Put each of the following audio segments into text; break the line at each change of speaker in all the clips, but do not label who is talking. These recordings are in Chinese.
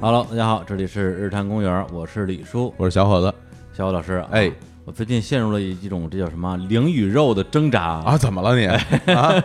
Hello，大家好，这里是日坛公园，我是李叔，
我是小伙子
小虎老师、啊。
哎，
我最近陷入了一种这叫什么灵与肉的挣扎啊！
啊，怎么了你？啊，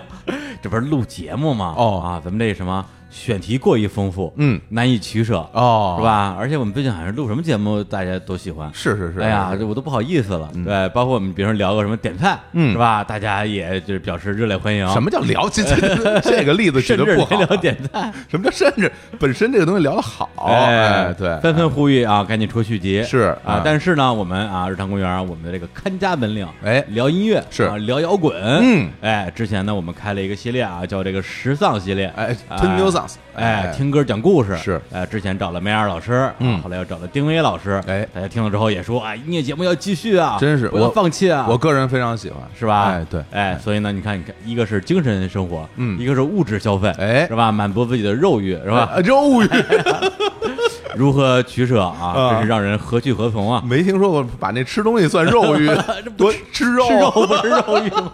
这不是录节目吗？
哦
啊，咱们这什么选题过于丰富，
嗯，
难以取舍，
哦，
是？吧？而且我们最近好像录什么节目大家都喜欢。
是是是，
哎呀，这我都不好意思了。对，包括我们比如说聊个什么点菜，
嗯
是吧？大家也就是表示热烈欢迎。
什么叫聊？这这 这个例子举
啊
的
甚至
不好啊
连。聊点菜，
什么叫甚至？本身这个东西聊得好，哎，对，
纷纷呼吁啊，赶紧出续集
是
啊
嗯。
但是呢，我们啊，日常公园，我们的这个看家本领，
哎
聊音乐
是
啊聊摇滚，
嗯，
哎，之前呢，我们开了一个系列啊，叫这个时丧系列，
哎，Ten New Songs，
哎
哎，
听歌讲故事
是
哎，之前找了梅尔老师，
嗯
啊后来又找了丁薇老师，
哎
大家听了之后也说啊，音乐节目要继续啊，
真是
不要
我
放弃啊，
我个人非常喜欢，
是吧？
哎，对，
哎，所以呢，你看，你看，一个是精神生活，
嗯
一个是物质消费，
哎
是吧？满足自己的肉欲，是吧？
哎？肉欲
如何取舍啊？
啊
真是让人何去何从啊！
没听说过把那吃东西算 肉欲
这，不
多
是
吃肉
吃肉不是肉欲吗？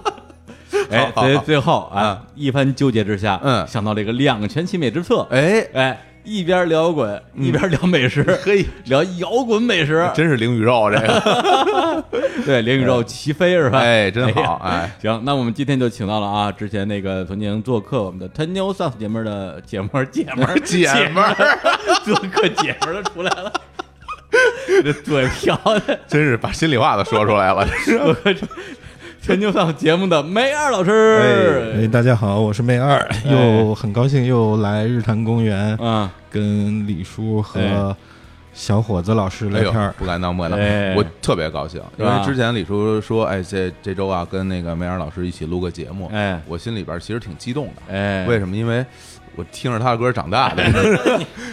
哎，
好好
所以
好
最后啊，一番纠结之下，
嗯
想到了一个两全其美之策，
哎，嗯
哎，一边聊摇滚，一边聊美食，
嘿，哎
聊摇滚美食，
真是灵与肉这个，
对，灵宇宙齐飞是吧？
哎，真好，
呀
哎，
行，那我们今天就请到了啊，之前那个曾经做客我们的 Ten New Songs 节目的姐们儿姐 们儿
姐们 儿
儿 做客姐们儿的出来了，这嘴瓢的
真是把心里话都说出来了，
做客 Ten New Songs 节目的梅二老师，
哎，大家好，我是妹二，
哎
又很高兴又来日坛公园
嗯
啊，
跟李叔
哎
和小伙子老师
哎
聊
呦
天儿，。
不敢当，不敢当
哎，
我特别高兴，因
是吧
为之前李叔说，哎，这这周啊，跟那个梅尔老师一起录个节目，
哎
我心里边其实挺激动的，
哎，
为什么？因为我听着他的歌长大 的，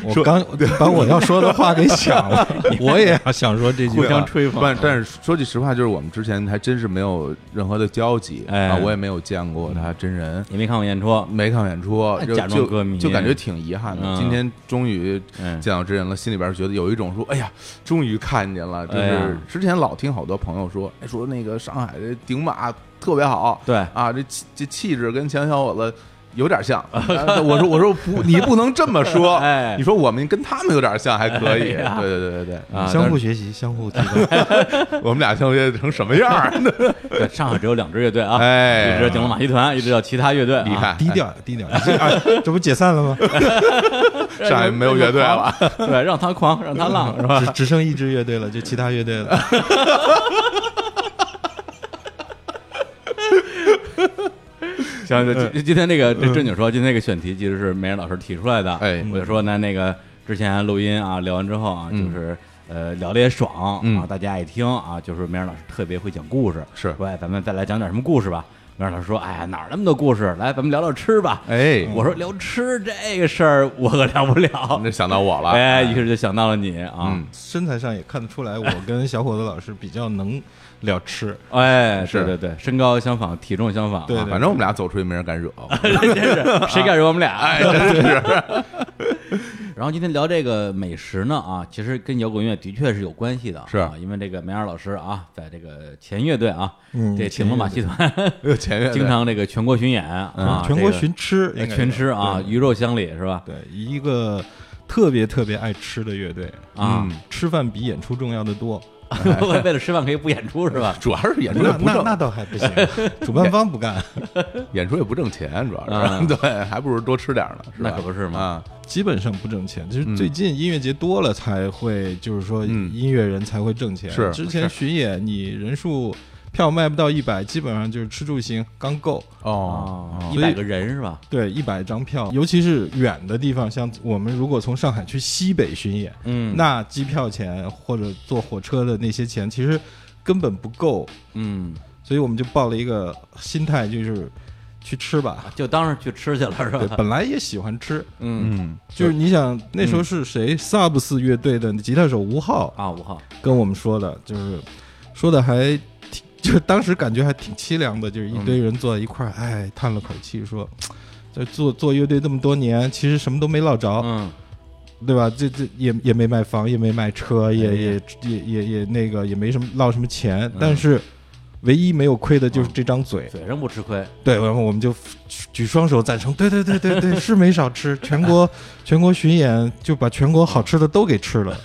我
说
刚把我要说的话给想 了，我也想说这句
互相
话。
吹
但
捧，
但是说句实话，就是我们之前还真是没有任何的交集
哎
啊，我也没有见过他真人，
你没看我演出，
没看演出
那，
就
假装歌迷
就就感觉挺遗憾
嗯
的。今天终于
嗯
见到真人了，心里边觉得有一种说，哎呀，终于看见了。就
哎呀
是之前老听好多朋友说，哎，说那个上海的顶马特别好，
对
啊，这气这气质跟前小伙子。有点 像，啊我说我说不，你不能这么说。
哎
你说我们跟他们有点像，还可以。
哎呀
对对对对
啊，
相互学习，相 互提高。
对，我们俩相约成什么样儿？啊
对上海只有两支乐队啊，
哎
一支叫龙马戏团，一支叫其他乐队啊，
厉害，
低调，低调。这啊 这不解散了 吗？
上海没有乐队啊了，
对，让他狂，让他浪，是吧？
嗯只只剩一支乐队了，就其他乐队了。
行，这
嗯
今今天这个这正经说，今天这个选题其实是梅人老师提出来的。
哎
我就说呢，那个之前录音啊，聊完之后啊，就是呃聊的也爽
嗯
啊，大家爱听啊，就是梅人老师特别会讲故事，
是
说哎，咱们再来讲点什么故事吧。梅人老师说，哎呀，哪儿那么多故事？来，咱们聊聊吃吧。
哎，
我说聊吃这个事儿，我可聊不了。
那想到我了，
哎，于是就想到了你啊
嗯，，
身材上也看得出来，我跟小伙子老师比较能聊吃。
哎，对
是
对对，身高相仿，体重相仿啊，
对
啊反正我们俩走出去没人 敢惹，
真是 谁敢惹我们俩？
哎，真是
然后今天聊这个美食呢啊，其实跟摇滚乐的确是有关系的啊，
是
因为这个梅尔老师啊，在这个前乐队啊，
嗯
这
前
请龙马戏团
哎呦前面嗯
经常这个全国巡演啊，
全国
这个
寻吃
哎，
应该
全
有
吃啊，鱼肉乡里是吧？
对，一个特别特别爱吃的乐队
啊，
嗯吃饭比演出重要的多。
为为了吃饭可以不演出是吧？
主要是演出也
那
不
那那
挣，
倒还 不行，主办方 不干。
演出也不挣钱，主要
嗯
是 对，还不如多吃点儿呢，是吧
那可不是嘛
啊，
基本上不挣钱，就是最近音乐节多了才会，就是说
嗯
音乐人才会挣钱。
是
之前巡演你人数票卖不到一百，基本上就是吃住行刚够。
哦，
哦，
哦
一百个人是吧？
对，一百张票，尤其是远的地方，像我们如果从上海去西北巡演，
嗯，
那机票钱或者坐火车的那些钱，其实根本不够。
嗯，
所以我们就抱了一个心态，就是去吃吧。
啊就当是去吃去了是
对，
吧？
本来也喜欢吃，
嗯
嗯，
就是你想那时候是谁？Sub 四乐队的吉他手吴昊
啊，五号
跟我们说的，就是说的还挺，就是当时感觉还挺凄凉的，就是一堆人坐在一块儿，哎，叹了口气说。这做做乐队这么多年，其实什么都没落着，
嗯，
对吧？这这也也没卖房，也没卖车，也
哎嗯
也也也也那个也没什么落什么钱。但是唯一没有亏的就是这张嘴。
嘴上不吃亏，
对，然后我们就举双手赞成，对对对对对，是没少吃，全国全国巡演就把全国好吃的都给吃了。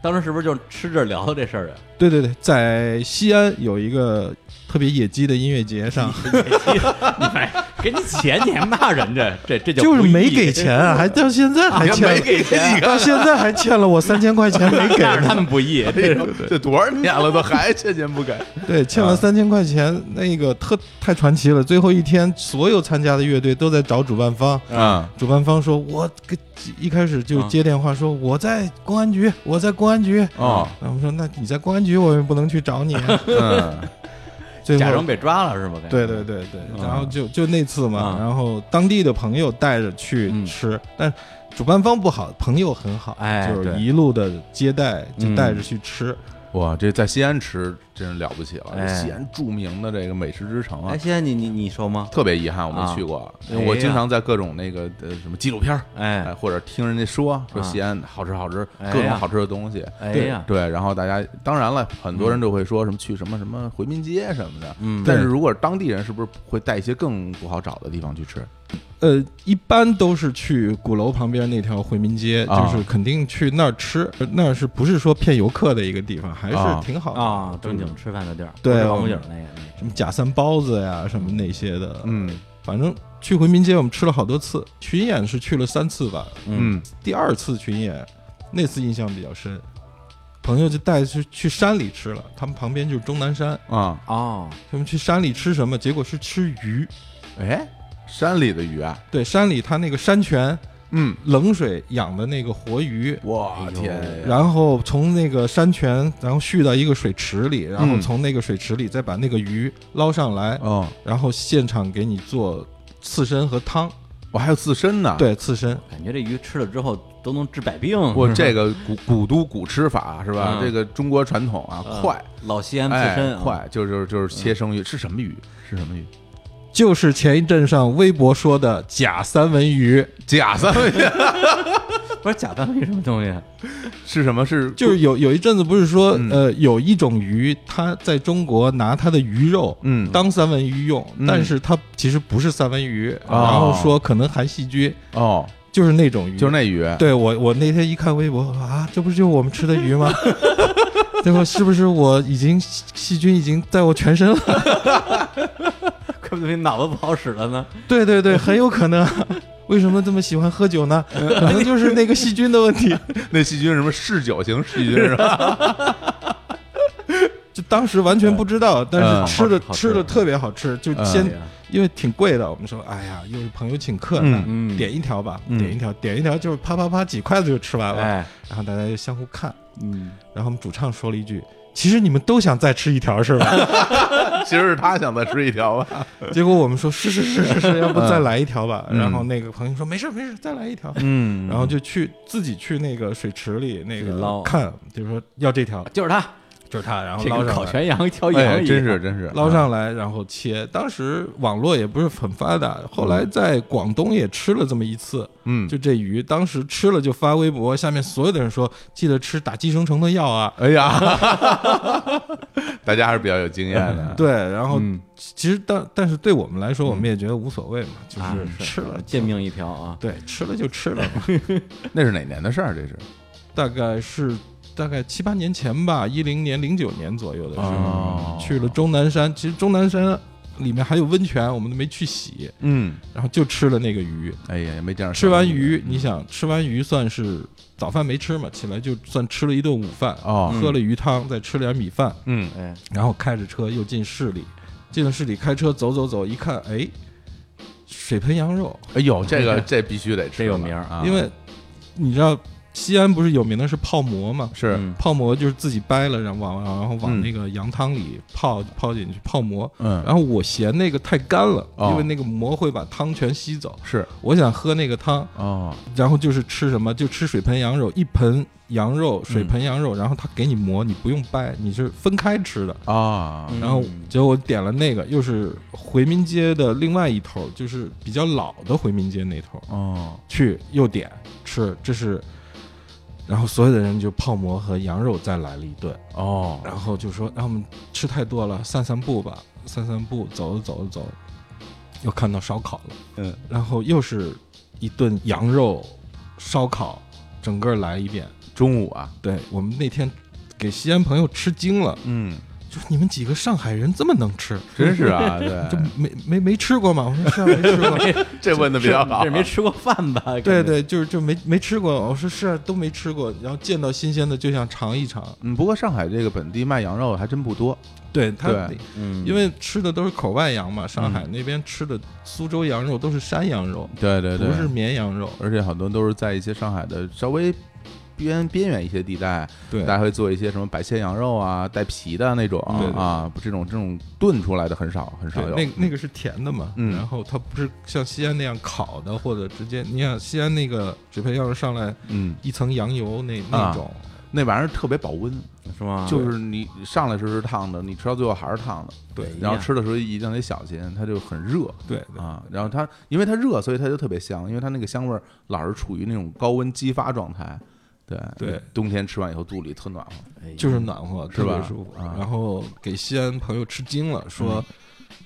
当时是不是就吃着聊的这事儿啊？
对对对，在西安有一个特别野鸡的音乐节上，
你还给你钱，你还骂人家，这这叫
就是
故意
没给钱 啊，还到现在还
你看
欠
没，给钱，啊
到现在还欠了我三千块 钱没给
但是他们不易，这是
哎这多少年了都还欠钱不给， 啊
对，欠
啊
了三千块钱，那个特太传奇了。最后一天，所有参加的乐队都在找主办方，
啊
主办方说：“我给一开始就
啊
接电话说我在公安局，我在公安局。”
哦，
然后我们说：“那你在公安局，我也不能去找你。啊
嗯，”
最
假
后
装，被抓了是吧？
对对对对，
啊
然后就就那次嘛
啊，
然后当地的朋友带着去
嗯
吃，但主办方不好，朋友很好，
哎
就是
对
一路的接待，就
嗯
带着去吃。
哇，这在西安吃真是了不起了，
哎
西安著名的这个美食之城啊
哎，，现在你你你收吗？
特别遗憾我没去
啊
过，因
哎
为我经常在各种那个呃什么纪录片儿，哎，
哎
或者听人家说说
啊
西安好吃好吃，
哎
各种
呀
好吃的东西。
哎
对
呀，
对，然后大家当然了，很多人就会说什么去什么什么回民街什么的，
嗯
但是如果是当地人，是不是会带一些更不好找的地方去吃？
呃，一般都是去鼓楼旁边那条回民街，
啊
就是肯定去那儿吃，呃那儿是不是说骗游客的一个地方，还
啊
是挺好的
啊，正
嗯
经吃饭的地儿，
对
不是王府
我
井
们
那个那个
什么假三包子呀，什么那些的，
嗯
反正去回民街我们吃了好多次，巡演是去了三次吧，
嗯
第二次巡演那次印象比较深，朋友就带去去山里吃了，他们旁边就是终南山，
啊，
哦，
他们去山里吃什么？结果是吃鱼，
哎，山里的鱼啊，
对，山里它那个山泉
嗯，
冷水养的那个活鱼，
我天呀，
哦然后从那个山泉，然后蓄到一个水池里，然后从那个水池里再把那个鱼捞上来，
嗯哦，
然后现场给你做刺身和汤。
我哦还有刺身呢，，
对，刺身，
感觉这鱼吃了之后都能治百病。
我这
个
个古古都古吃法是吧？
嗯
这个中国传统啊，快。
老西安
哎
刺身，啊，
快就是就是就是切生鱼，是什么鱼？是什么鱼？
就是前一阵上微博说的假三文鱼，
假三文鱼
不是假三文鱼什么东西？啊
是什么？是
就是有有一阵子不是说，
嗯
呃，有一种鱼，它在中国拿它的鱼肉。
嗯
当三文鱼用，
嗯
但是它其实不是三文鱼，
哦
然后说可能含细菌，
哦，
就是那种鱼，
就是那鱼，
对我，我那天一看微博，我说啊，这不是就是我们吃的鱼吗？ 最后是不是我已经细细菌已经在我全身了？
怪不得你脑子不好使了呢。
对对对，很有可能。 为什么这么喜欢喝酒呢？
嗯
可能就是那个细菌的 问题。
那细菌是什么嗜酒型细菌是吧？
就当时完全不知道，但是吃的、
嗯好吃
吃的特别好吃，就先、
哎呀
因为挺贵的，我们说哎呀，又是朋友请客呢，
嗯嗯
点一条吧，
嗯
点一条，点一条就是啪啪啪几筷子就吃完了，
哎，
然后大家就相互看，
嗯，
然后我们主唱说了一句：“其实你们都想再吃一条是吧？”
其实是他想再吃一条吧？
结果我们说是是是是是，要不再来一条吧？
嗯
然后那个朋友说没事没事，再来一条。
嗯
然后就去自己去那个水池里那
自
个
己捞
看，就是说要这条，
就是 他，
就是它，然后
这
捞
个
上
烤
来，
全羊挑羊啊
哎，
一样
真是真 是
捞上来然后切。当时网络也不是很发达，后来
嗯
在广东也吃了这么一次，
嗯，
就这鱼，当时吃了就发微博，下面所有的人说记得吃打寄生虫的药啊。
哎 呀， 大家还是比较有经验的。
对，然后
嗯
其实但但是对我们来说，我们也觉得无所谓嘛，就
啊
是吃了
贱。命一条啊！
对，吃了就吃了嘛，
那是哪年的事儿？这是
大概是大概七八年前吧，一零年、零九年左右的时候，
哦
去了终南山。其实终南山里面还有温泉，我们都没去洗，
嗯，
然后就吃了那个鱼。
哎呀，也没见着
吃完
小
鱼，你想吃完鱼算是早饭没吃嘛，起来就算吃了一顿午饭，
哦，
喝了鱼汤，再吃点米饭，
嗯
哎，
然后开着车又进市里，进了市里开车走走走，一看，哎，水盆羊肉，
哎呦，这个这必须得吃
这
了，
有名儿
啊，
因为你知道西安不是有名的是泡馍嘛，
是
嗯
泡馍就是自己掰了，然后往然后往
嗯
那个羊汤里泡泡进去泡馍。
嗯
然后我嫌那个太干了，
哦
因为那个馍会把汤全吸走。
是
我想喝那个汤，
哦，
然后就是吃什么就吃水盆羊肉，一盆羊肉
嗯
水盆羊肉，然后他给你馍，你不用掰，你是分开吃的。
啊，
嗯
然后结果我点了那个，又是回民街的另外一头，就是比较老的回民街那头
哦，
去又点吃，这是然后所有的人就泡馍和羊肉再来了一顿，
哦，
然后就说让我们吃太多了，散散步吧，散散步，走着走着走，又看到烧烤了，
嗯，
然后又是一顿羊肉烧烤，整个来一遍。
中午啊，
对我们那天给西安朋友吃惊了，
嗯，
就是你们几个上海人这么能吃，
真是 啊，
就
对，
没没没吃过吗？我说是啊，没吃过。
这问的比较好， 啊
这没吃过饭吧？感
对
觉，
对，就是就没没吃过，我说是啊都没吃过，然后见到新鲜的就想尝一尝。
嗯，不过上海这个本地卖羊肉还真不多，
对他
对
嗯，
因为吃的都是口外羊嘛，上海那边吃的苏州羊肉都是山羊肉，
对对
不是绵羊肉。
而且很多都是在一些上海的稍微边边缘一些地带，
对
大家会做一些什么白切羊肉啊，带皮的那种
对对对
啊，这种这种炖出来的很少很
对
少，有，
那个那个是甜的嘛，
嗯
然后它不是像西安那样烤的，或者直接，你想西安那个纸片要是上来
嗯，
一层羊油那那种，
啊那玩意儿特别保温，
是吗？
就是你上来时候是烫的，你吃到最后还是烫的，
对
然后
呀
吃的时候一定得小心，它就很热。
对对
啊，然后它因为它热，所以它就特别香，因为它那个香味儿老是处于那种高温激发状态。对
对，
冬天吃完以后肚里特暖和。
哎呀
就是暖和，
是
特
吧
别舒服。
啊
然后给西安朋友吃惊了，说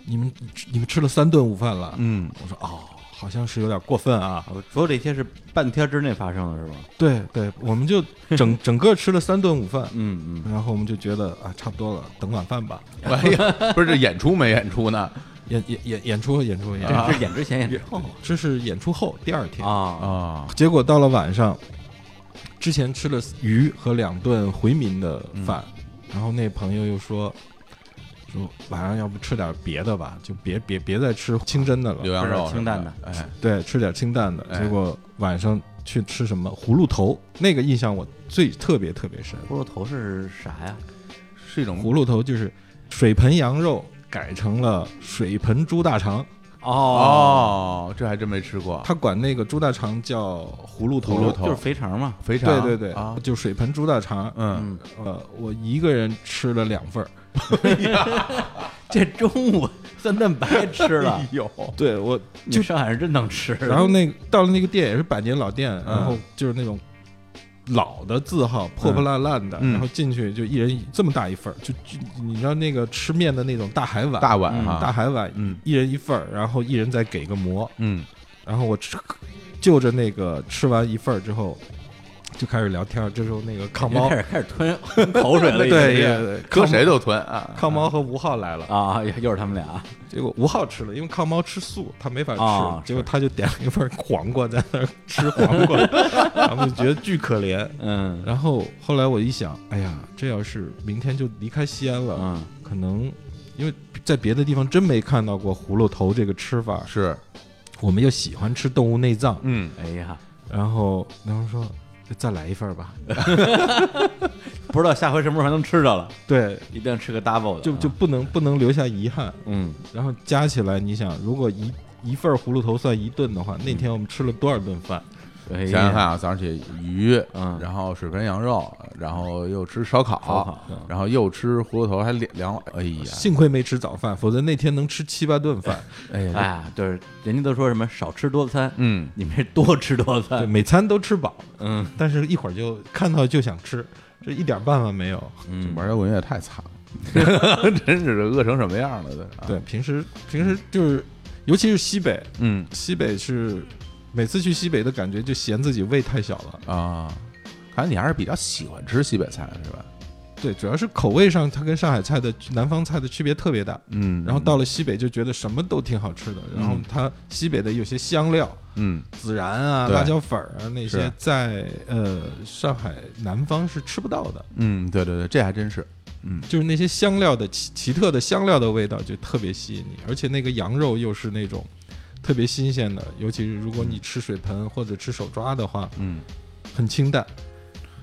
你们你们吃了三顿午饭了，
嗯，
我说哦，好像是有点过分啊。
我哦所有这些是半天之内发生的，是吧？
对对，我们就整整个吃了三顿午饭，
嗯嗯，
然后我们就觉得啊，差不多了，等晚饭吧。
哎呀，不是这演出没演出呢？
演演演演出演出演出，
啊这是演之前演之后
这是演出后第二天。
啊，
啊，
结果到了晚上，之前吃了鱼和两顿回民的饭，
嗯
然后那朋友又说。说晚上要不吃点别的吧，就别别别再吃清真的了。
牛羊
不是
肉
清淡的，
哎，
对，吃点清淡的。
哎
结果晚上去吃什么葫芦头，那个印象我最特别特别深。
葫芦头是啥呀？
是一种
葫芦头就是水盆羊肉改成了水盆猪大肠，
哦
哦，这还真没吃过，
他管那个猪大肠叫葫芦头。
葫芦头
就是肥肠嘛。
肥肠，
对对对，
啊，
就水盆猪大肠。
嗯，
嗯，哎
呃，我一个人吃了两 份儿。
这中午哦三顿白吃了
哎，呦，
对我，
你上海人真能吃。
然后那个到了那个店也是百年老店，
嗯
然后就是那种。老的字号破破烂烂的，
嗯
然后进去就一人一这么大一份儿，就就你知道那个吃面的那种大海碗，
大碗
嗯
啊，
大海碗，
嗯
一人一份儿，然后一人再给个馍，
嗯，
然后我吃，就着那个吃完一份儿之后，就开始聊天儿。这时候那个
已
康
经
猫
开，始开始吞吞口水 了，
对
已经
对
是
对，
搁
康
谁都吞啊，
康猫和吴昊来了，
啊，又又是他们俩，
结果吴昊吃了，因为康猫吃素，他没法
啊
吃，结果
是
他就点了一份黄瓜在那儿吃 黄瓜，然后就觉得巨可怜。
嗯
然后后来我一想，哎呀，这要是明天就离开西安了，
嗯，
可能因为在别的地方真没看到过葫芦头这个吃法，
是，
我们又喜欢吃动物内脏，
嗯，
哎呀，
然后男生说再来一份 儿吧，
不知道下回什么时候还能吃着了，
对，
一定要吃个 double 的啊，
就就不能不能留下遗憾。
嗯
然后加起来，你想，如果一一份葫芦头算一顿的话，
嗯
那天我们吃了多少顿饭？
哎呀
想想看啊，早上起鱼，
嗯
然后水盆羊肉，然后又吃烧
好
烤，
好，嗯
然后又吃葫芦头，还两两碗，哎呀，
幸亏没吃早饭，否则那天能吃七八顿饭。
哎
哎
呀，
呀，就是人家都说什么少吃多餐，
嗯，
你们这多吃多
对，
餐，
每餐都吃饱，
嗯
但是一会儿就看到就想吃，这一点办法没有。
嗯，
玩摇滚乐太惨了， 真是饿成什么样了啊都，
对，平时平时就是，尤其是西北，
嗯
西北是每次去西北的感觉就嫌自己胃太小了。
啊，看来你还是比较喜欢吃西北菜是吧？
对，主要是口味上它跟上海菜的南方菜的区别特别大。
嗯，
然后到了西北就觉得什么都挺好吃的，然后它西北的有些香料，
嗯
孜然啊、
对
辣椒粉儿啊那些
是，
在呃上海南方是吃不到的，
嗯，对对对，这还真是，嗯
就是那些香料的奇奇特的香料的味道就特别吸引你，而且那个羊肉又是那种特别新鲜的，尤其是如果你吃水盆或者吃手抓的话，
嗯，
很清淡，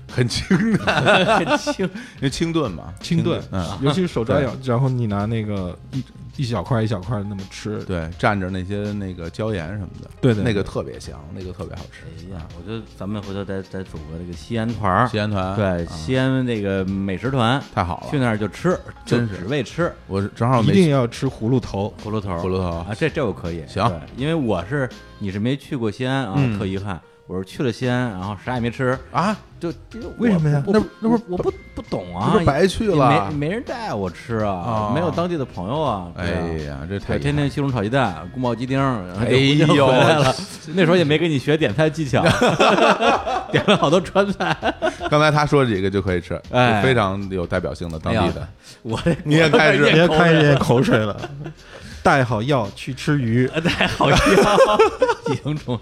很清淡，
很轻，
因为清炖嘛，
清炖，
嗯，
尤其是手抓羊，然后你拿那个一一小块一小块那么吃，
对，蘸着那些那个椒盐什么的，
对对
那个
对
特别香，那个特别好吃。嗯
哎呀，我觉得咱们回头再再组个这个西安团儿，
西安团，
对，
啊
西安那个美食团，
太好
去
了，
那儿就吃，就
真是
只为吃
我正好
一
没
定
去
要吃葫芦头，
葫芦头儿，
葫芦头
啊，这这我可以，
行
对，因为我是你是没去过西安啊，
嗯
特遗憾。我是去了西安，然后啥也没吃，
啊，
就
为什么呀
哎我
那
不
那不是
我不不懂啊，
这不是白去了
也？没没人带我吃
啊
啊，没有当地的朋友啊，
哎
对啊
呀，这太
对，天天西红柿炒鸡蛋、宫保鸡丁， 然后就
哎呦
就回来了。 那时候也没给你学点菜技 巧，点了好多川菜。
刚才他说这个就可以吃，
哎
就非常有代表性的当
哎
地
呀
的。
我这
你也开始
别开始咽口水了。 带好药去 吃鱼，
太好 笑了，寄生虫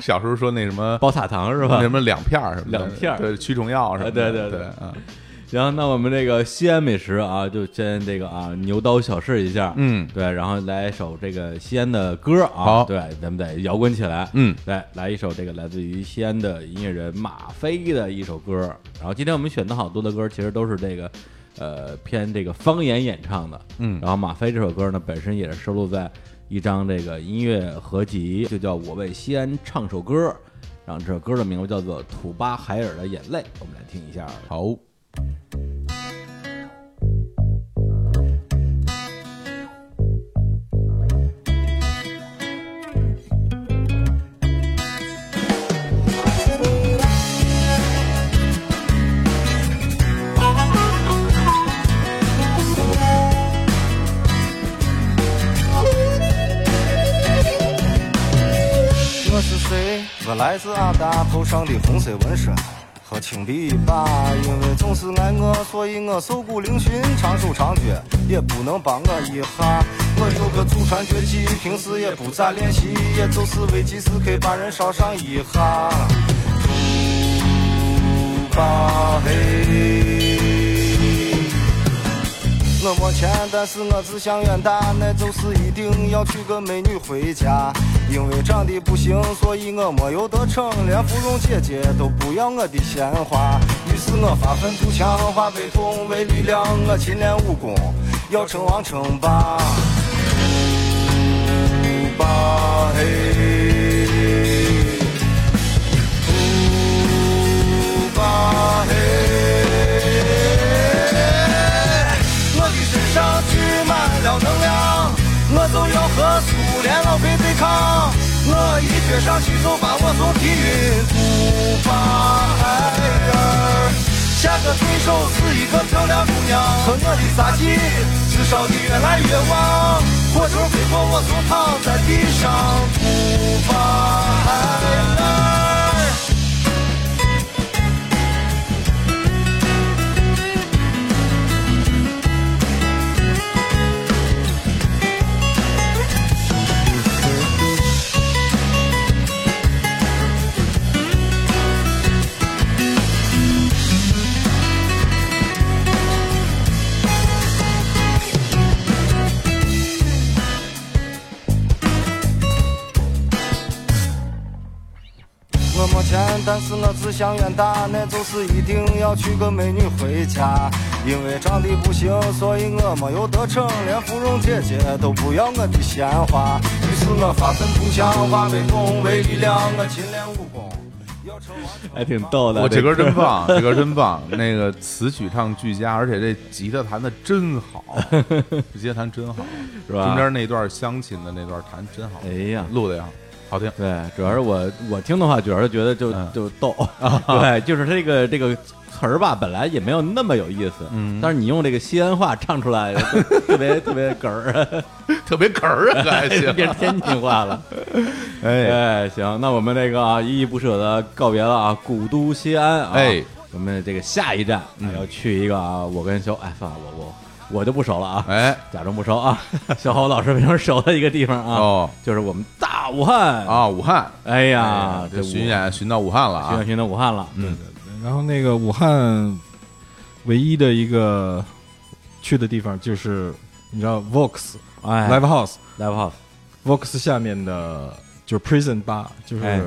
小时候说那什么
包塔糖是吧
那什？么两片儿什么的
两片儿
对驱虫药什么的，
啊对对
对
对
啊
行，那我们这个西安美食啊，就先这个啊牛刀小试一下，
嗯
对，然后来一首这个西安的歌啊，
好
对，咱们得摇滚起来，
嗯，
来来一首这个来自于西安的音乐人马飞的一首歌，然后今天我们选的好多的歌其实都是这个。呃，偏这个方言演唱的，
嗯
然后马飞这首歌呢，本身也是收录在一张这个音乐合集，就叫《我为西安唱首歌》，然后这首歌的名字叫做《土巴海尔的眼泪》，我们来听一下。
好，
我是谁？我来自阿达，头上的红色纹身和青琵琶。因为总是爱我，所以我瘦骨嶙峋，长手长脚，也不能帮我一下。我有个祖传绝技，平时也不咋练习，也就是危急时刻把人烧上一下。猪八嘿。我没钱，但是我志向远大，那就是一定要娶个美女回家。因为长得不行，所以我没有得逞，连芙蓉姐姐都不要我的鲜花。于是我发愤图强，化悲痛为力量，我勤练武功，要称王称霸。霸嘿，霸嘿。我的身上聚满了能量，我就要和苏联老辈对抗。我一撅上去就把我从地狱古巴海尔，下个对手是一个漂亮姑娘，和我的杀气至少的越来越旺。火球飞过我就躺在地上，古巴海尔。我没钱，但是我志向远大，那就是一定要娶个美女回家。因为长得不行，所以我没有得逞，连芙蓉姐姐都不要我的鲜花。于是我发愤图强，化悲痛为力量，啊我勤练武功。要成王成
还挺逗的。
我这歌真 棒，这歌真棒，那个词曲唱俱佳，而且这吉他弹的真好，这吉他弹真好，
是吧
中间那段乡亲的那段弹真好，
哎呀，
录的也好，好听。
对，主要是我我听的话，主要是觉得就
嗯
就 逗，对，就是这个这个词儿吧，本来也没有那么有意思，嗯，但是你用这个西安话唱出来，就特别特别哏儿，
特别哏儿 啊，还行。
变成天津话了。
哎，
哎，行，那我们这个啊，依依不舍的告别了啊，古都西安啊，
哎，
我们这个下一站啊要去一个啊，我跟小哎，算了，我我我就不熟了啊，
哎，
假装不熟啊， 小侯老师非常熟的一个地方啊，
哦
就是我们大武汉
啊，武汉
哎呀，
这巡
演
演巡到武汉了
巡演
啊，
巡到武汉了，
嗯，
然后那个武汉唯一的一个去的地方就是你知道 Vox
哎
Live House。
live house，
Vox 下面的就是 Prison Bar，就是、
哎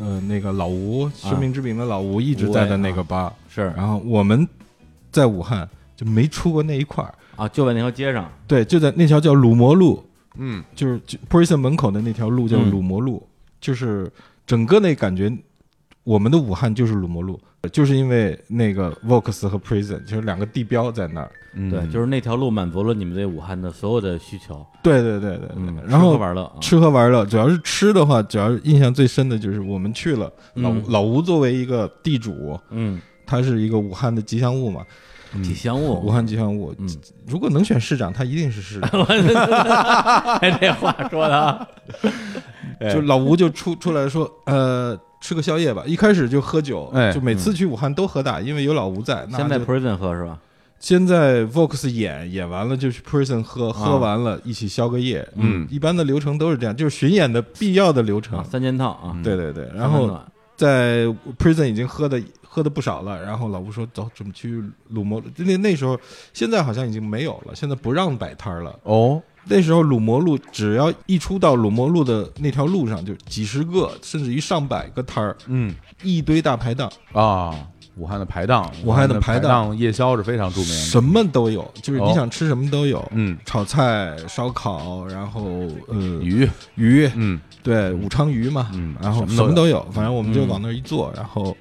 呃那个老吴，生命之名的老吴一直在的那个吧。
哎是
然后我们在武汉就没出过那一块儿，
啊，就在那条街上，
对，就在那条叫鲁摩路，
嗯，
就是就 Prison 门口的那条路叫鲁摩路，就是整个那感觉。我们的武汉就是鲁摩路，就是因为那个 Vox 和 Prison 就是两个地标在那儿。
对，就是那条路满足了你们对武汉的所有的需求，
对对对对对。
嗯，
然
吃喝
后
玩乐啊，
吃喝玩乐，主要是吃的话，主要是印象最深的就是我们去了老、
嗯
老吴作为一个地主，
嗯，
他是一个武汉的吉祥物嘛，
体香
武
物，
汉吉祥物。
嗯
如果能选市长，他一定是市长。
哎，这话说的 啊，哎
就老吴就出出来说，呃，吃个宵夜吧。一开始就喝酒，
哎
就每次去武汉都喝大，因为有老吴在。那
嗯先在
就
prison 喝是吧？
先在 Vox 演演完了就去 Prison
啊
喝，喝完了一起消个夜。
嗯
一般的流程都是这样，就是巡演的必要的流程
啊，。三件套啊，
对对对，然
三温
后
暖
在 Prison 已经喝的喝的不少了，然后老吴说走，准备去鲁摩。那那时候现在好像已经没有了，现在不让摆摊儿了。
哦，
那时候鲁摩路只要一出到鲁摩路的那条路上，就几十个甚至于上百个摊儿，
嗯
一堆大排档，
啊，武汉的排档，
武
武
汉
汉
的排
排
档
档夜宵是非常著名的，
什么都有，就是你
哦
想吃什么都有，
嗯，
炒菜、烧烤，然后呃
鱼，
鱼，
嗯
对，武昌鱼嘛，
嗯
然后
什么都有
什么都有，反正我们就
嗯
往那儿一坐，然后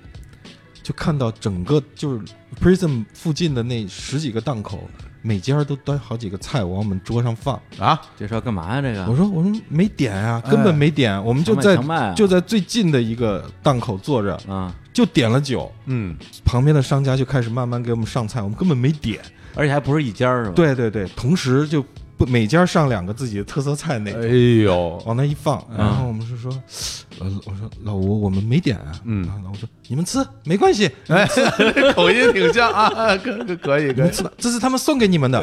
就看到整个就是 Prism 附近的那十几个档口，每家都端好几个菜往我们桌上放。
啊，
这是要干嘛呀？这个
我说我说没点啊，根本
哎
没点，我们就
强卖
在
强卖啊
就在最近的一个档口坐着，
啊，
就点了酒，
嗯
旁边的商家就开始慢慢给我们上菜，我们根本没点。
而且还不是一家儿是吧？，
对对对，同时就不每家上两个自己的特色菜那种。
哎呦，
往那一放，
嗯
然后我们是说，呃，我说老吴，我们没点啊，
嗯
然后老吴说你们吃没关系，
哎， 口音挺像啊，可可可以
你
可
们
以，
吃吧，这是他们送给你们的。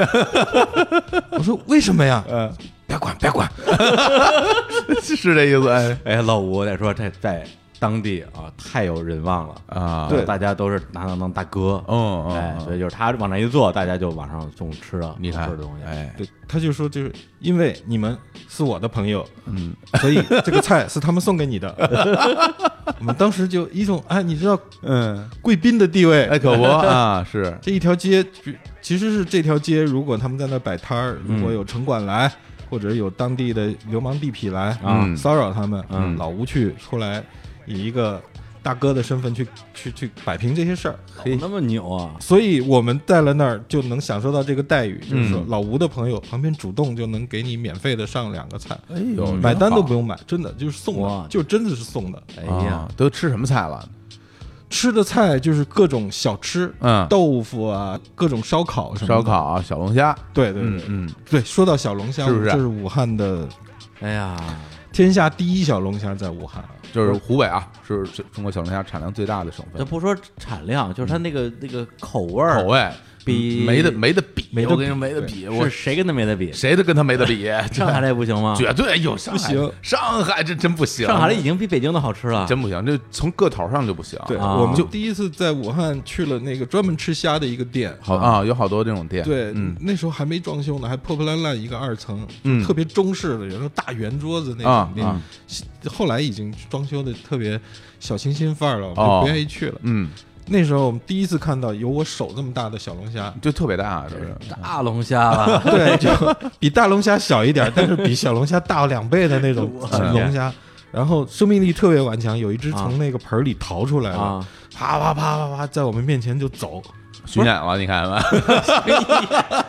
我说为什么呀？
嗯，
别管别管，
是这意思，哎
哎，老吴，我得说这在当地啊，太有人望了。
啊，
对
大家都是拿他当大哥，
嗯嗯
哎，
嗯
所以就是他往那一坐，大家就往上送吃的，
你看
送吃的东西，，
哎，
对，他就说就是因为你们是我的朋友，嗯，所以这个菜是他们送给你 的。我们当时就一种哎，你知道
嗯，
贵宾的地位，
哎，可不啊，是，
这一条街其实是这条街，如果他们在那儿摆摊儿，
嗯
如果有城管来，或者有当地的流氓地痞来
啊
嗯
骚扰他们，
嗯
老吴去出来以一个大哥的身份去去去摆平这些事儿，
老
哦
吴那么牛啊，
所以我们在了那儿就能享受到这个待遇，就是说
嗯
老吴的朋友旁边主动就能给你免费的上两个菜，
哎呦，
嗯
买单都不
用
用买，真的就是送
哇
的，就真的是送的。
哎呀
啊，，都吃什么菜了？
吃的菜就是各种小吃，
嗯
豆腐啊，各种烧烤什么的。
烧，烤啊，小龙虾，
对对
嗯
对，
嗯，
对，说到小龙虾，
是不是
这是武汉的
哎呀，
天下第一小龙虾，在武汉。
就是湖北啊，是是中国小龙虾产量最大的省
咱
份，
不说产量，就是它那个那个口味儿，
嗯口味嗯
比
没得没得比，
没得
我跟你说
比
没得
对
比，
是
我
谁跟他没得比？
谁都跟他没得比，
上海这不行 吗？
绝对有上海
行
上海这真不行，
上海的已经比北京的好吃了，
真不行，这从个头上就不行，
对，
啊
我们就第一次在武汉去了那个专门吃虾的一个店。
好啊，有好多这种店，
对，
嗯
那时候还没装修呢，还破破烂烂一个二层，
嗯
特别中式的，有那种大圆桌子那
啊
种店。
啊
后来已经装修的特别小清新范儿了，我们
哦
就不愿意去了。
嗯，
那时候我们第一次看到有我手这么大的小龙虾，
就特别大，啊就是
大龙虾啊了，
对，就比大龙虾小一点，但是比小龙虾大两倍的那种龙虾。然后生命力特别顽强，有一只从那个盆儿里逃出来了，
啊
啪啪啪啪啪，在我们面前就走。
巡演了，你看吧，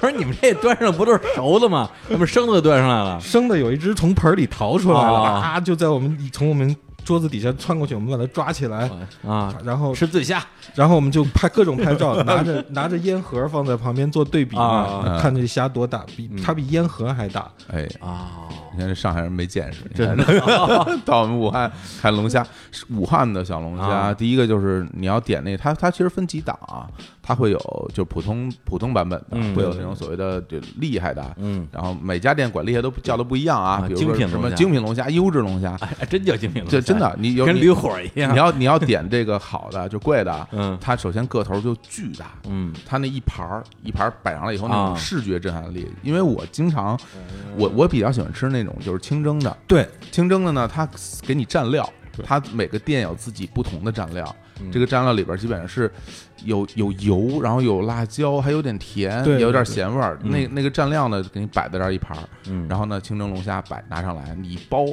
不是你们这端上不都是熟的吗？怎么生的都端上来了？
生的有一只从盆儿里逃出来了，
啊
啊，就在我们从我们桌子底下穿过去，我们把它抓起来，
啊，
然后
吃醉虾，
然后我们就拍各种 拍照，拿着拿着烟盒放在旁边做对比嘛，
啊嗯
看这虾多大，比它比烟盒还大。
哎。
啊，
你看这上海人没见识，真的 到我们武汉看龙虾，是武汉的小龙虾，
啊
第一个就是你要点那它，它其实分几档啊，它会有就普通普通版本的
嗯，
会有那种所谓的就厉害的，
嗯
然后每家店管厉害都叫的不一样啊
啊，
比如
精
说
品
什
龙
么
虾
精品龙虾、优质龙虾，
哎，真叫精品龙虾，
这真 的你有
跟
你
驴火一样
你，要你要点这个好的就贵的，
嗯
它首先个头就巨大，
嗯，
它那一盘儿一盘儿摆上来以后那
啊嗯
种视觉震撼力，因为我经常我我比较喜欢吃那种就是清蒸的，
对，
清蒸的呢，它给你蘸料，它每个店有自己不同的蘸料。
嗯
这个蘸料里边基本上是有有油，然后有辣椒，还有点甜，
对
也有点
对嗯
咸味儿。那那个蘸料呢，给你摆在这儿一盘儿，
嗯
然后呢，清蒸龙虾摆拿上来，你一包，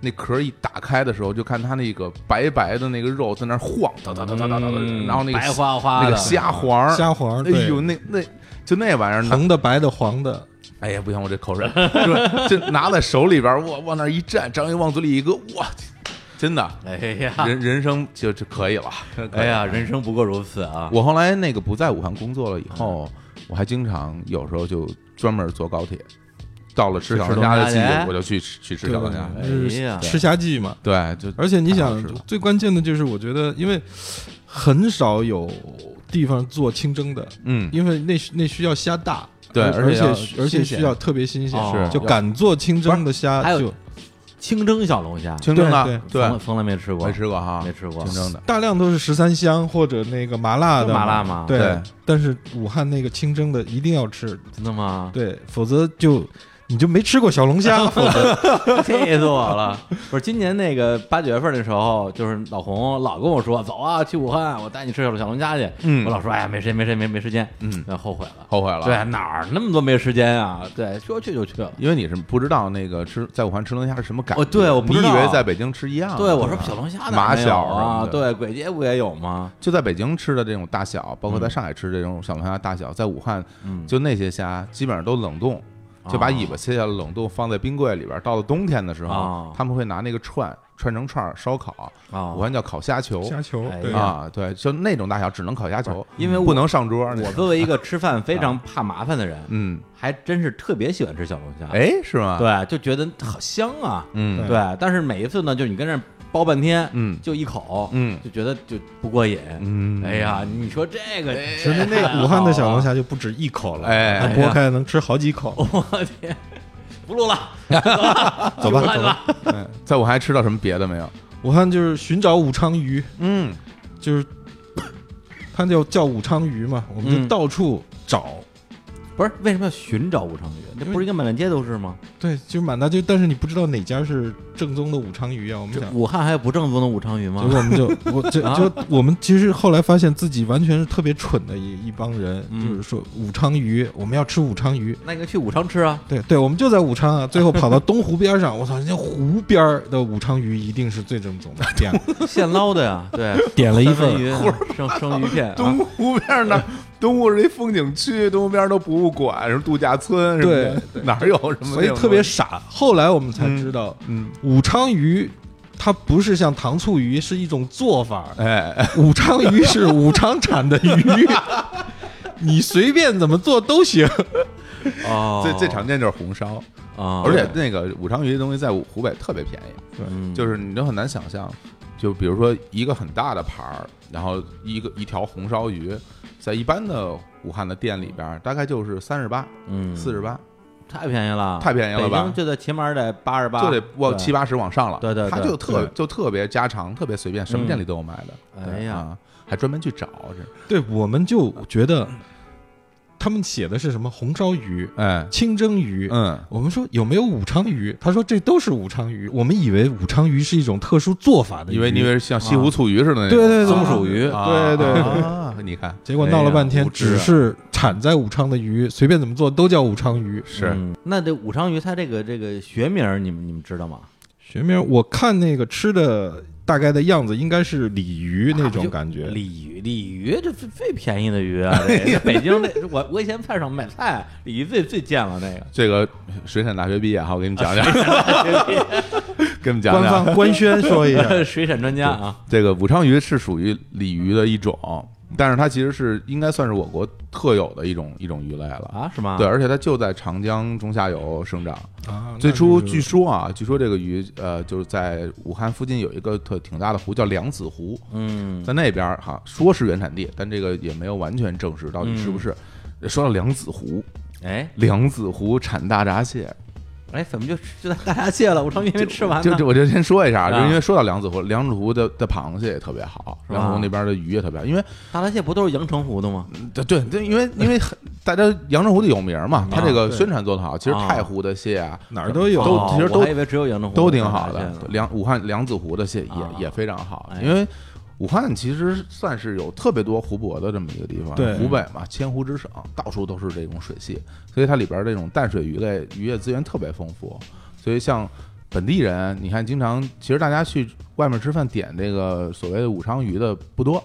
那壳一打开的时候，就看它那个白白的那个肉在那儿晃，哒哒哒哒哒哒哒，
嗯
然后那个
白花花
那个
的
虾黄儿，
虾黄儿
哎呦，
对
那那就那玩意儿拿，
红的、白的、黄的，
哎呀，不行，我这口水， 就是这拿在手里边儿，我往那儿一站，张一往嘴里一搁，我去，真的，
哎呀，
人人生就就可以了。
哎呀，人生不过如此啊！嗯
我后来那个不在武汉工作了以后，我还经常有时候就专门坐高铁，到了吃小当家的季
去吃小
节
当家，
我就去吃去吃
对
小
吧
当家。
就是
哎呀
吃虾季嘛。
对，就
而且你
太好
想
吃了，
最关键的就是，我觉得因为很少有地方做清蒸的，
嗯，
因为那需那需要虾大，
对而
而
且要
需而且
新鲜哦
需要特别新鲜，
是
就敢做清蒸的
还
虾
有
就
清蒸小龙虾，
清蒸的
对，
啊对
从，从来没吃过，
没吃过哈，
没吃过
清蒸的。
大量都是十三香或者那个麻辣的
就麻辣嘛
对
对，
但是武汉那个清蒸的一定要吃，
真的吗？
对，否则就你就没吃过小 龙虾，否则
气死我了！不是今年那个八九月份的时候，就是老红老跟我说走啊，去武汉，我带你吃小龙虾去。
嗯
我老说哎呀，没时间，没时间，没没时间。
嗯
那后悔了，
后悔了，
对，，哪儿那么多没时间啊？对，说去就去了。
因为你是不知道那个吃在武汉吃龙虾是什么感觉，
哦对我不
你
知
以
道
为在北京吃一样的，
对，我说
吧
小龙虾哪儿
马
没有
小
啊，
什么的
对，鬼街不也有吗？
就在北京吃的这种大小，包括在上海吃这种小龙虾大小，在武汉
嗯，
就那些虾基本上都冷冻，就把
啊
尾巴切下来冷冻放在冰柜里边儿。到了冬天的时候
啊，
他们会拿那个串串成串儿烧烤，
啊
武，汉叫烤虾球
虾球
哎
对
呀
啊，对，就那种大小只能烤虾球，
因为我
不能上桌儿那啊
我
种。
作为一个 吃饭非常怕麻烦的人，
嗯，
还真是特别喜欢吃小龙虾。，
哎，是吗？，
对，就觉得好香啊。
嗯
对，但是每一次呢，就你跟那儿煲半天，
嗯
就一口，
嗯
就觉得就不过瘾。
嗯，
哎，呀，你说这个，
其实那武汉的小龙虾就不止一口了，
哎
它剥开能吃好几口。
我天，不录了，
走吧，走吧。
嗯
哎在我还吃到什么别的没有？
武汉就是寻找武昌鱼，
嗯
就是它就叫武昌鱼嘛，我
嗯
们就到处找。
不是为什么要寻找武昌鱼？啊那不是应该满大街都是吗？
对，就是满大街，但是你不知道哪家是正宗的武昌鱼啊！我们
这
想，
武汉还有不正宗的武昌鱼吗
结？果我们 就我就
啊
就我们其实后来发现自己完全是特别蠢的一一帮人，
嗯
就是说武昌鱼，我们要吃武昌鱼。
那应该去武昌吃啊。
对对，我们就在武昌啊，最后跑到东湖边上，我操，人家湖边儿的武昌鱼一定是最正宗的， 点
现捞的呀，啊对，
点了一
三文
份，
鱼啊生生鱼片啊
东，湖边儿呢，东湖是一风景区，东湖边儿都博物馆，什么度假村什么的， 哪儿有什么
所
这种东西？
以 特别傻。后来我们才知道，
嗯，
武昌鱼它不是像糖醋鱼，是一种做法。
哎，
武昌鱼是武昌产的 鱼，你随便怎么做都行。
哦，
最最常见就是红烧，
啊，
而且那个武昌鱼的东西在湖北特别便宜，
嗯
就是你都很难想象，就比如说一个很大的盘儿，然后一个一条红烧鱼，在一般的武汉的店里边儿，大概就是三十八、
嗯
四十八，
太便宜了，
太便宜了吧
北京就得起码得八十八，
就得往
对
七八十往上了。
对对对
它就特就特别家常，特别随便，什么店里都有卖的。
嗯
对
哎呀
啊还专门去找这，
对，我们就觉得他们写的是什么红烧鱼、
哎，
清蒸鱼。
嗯，
我们说有没有武昌鱼？他说这都是武昌鱼。我们以为武昌鱼是一种特殊做法的鱼，
以为你以为像
啊
西湖醋鱼似的那种，
对对对
松鼠鱼
啊
对对对。
啊 你看
结果闹了半
哎呀
天
无，知啊
只是产在武昌的鱼，随便怎么做都叫武昌鱼。
是
嗯那这武昌鱼它这个这个学名儿你们你们知道吗？
学名，我看那个吃的大概的样子，应该是鲤鱼那种感觉。
啊鲤鱼，鲤鱼这最最便宜的鱼 啊！这个北京那我我以前菜场买菜，鲤鱼最最贱了那个。啊
这个水产大学毕业哈，我给你讲讲， 给你们讲
官
讲。
方官宣说一下，
水产专家啊，
这个武昌鱼是属于鲤鱼的一种，但是它其实是应该算是我国特有的一种一种鱼类了。
啊是吗？
对，，而且它就在长江中下游生长。
啊，
最初据
据
说啊，据说这个鱼，呃，就是在武汉附近有一个特挺大的湖叫梁子湖，
嗯，
在那边儿哈，说是原产地，但这个也没有完全证实到底是不是。说到梁子湖，
嗯哎
梁子湖产大闸蟹，
哎，怎么就就在大闸蟹了？武昌鱼还没吃完呢。
就这，我就先说一下，啊，
啊
就是因为说到梁子湖，梁子湖的的螃蟹也特别好，
是吧
梁子湖那边的鱼也特别好，因为嗯
大闸蟹不都是阳澄湖的吗？
对对对，因为因为很大家阳澄湖的有名嘛，它这个
对
宣传做得好，其实
啊
太湖的蟹啊，
哪儿都有
都
哦
其实
我
都
还以为只有阳澄湖
都挺好
大闸
的
蟹呢。
梁武汉梁子湖的蟹
啊
也也非常好，
哎
因为武汉其实算是有特别多湖泊的这么一个地方，
对
湖北嘛，千湖之省，到处都是这种水系，所以它里边儿这种淡水鱼类渔业资源特别丰富，所以像。本地人，你看，经常其实大家去外面吃饭点这个所谓的武昌鱼的不多，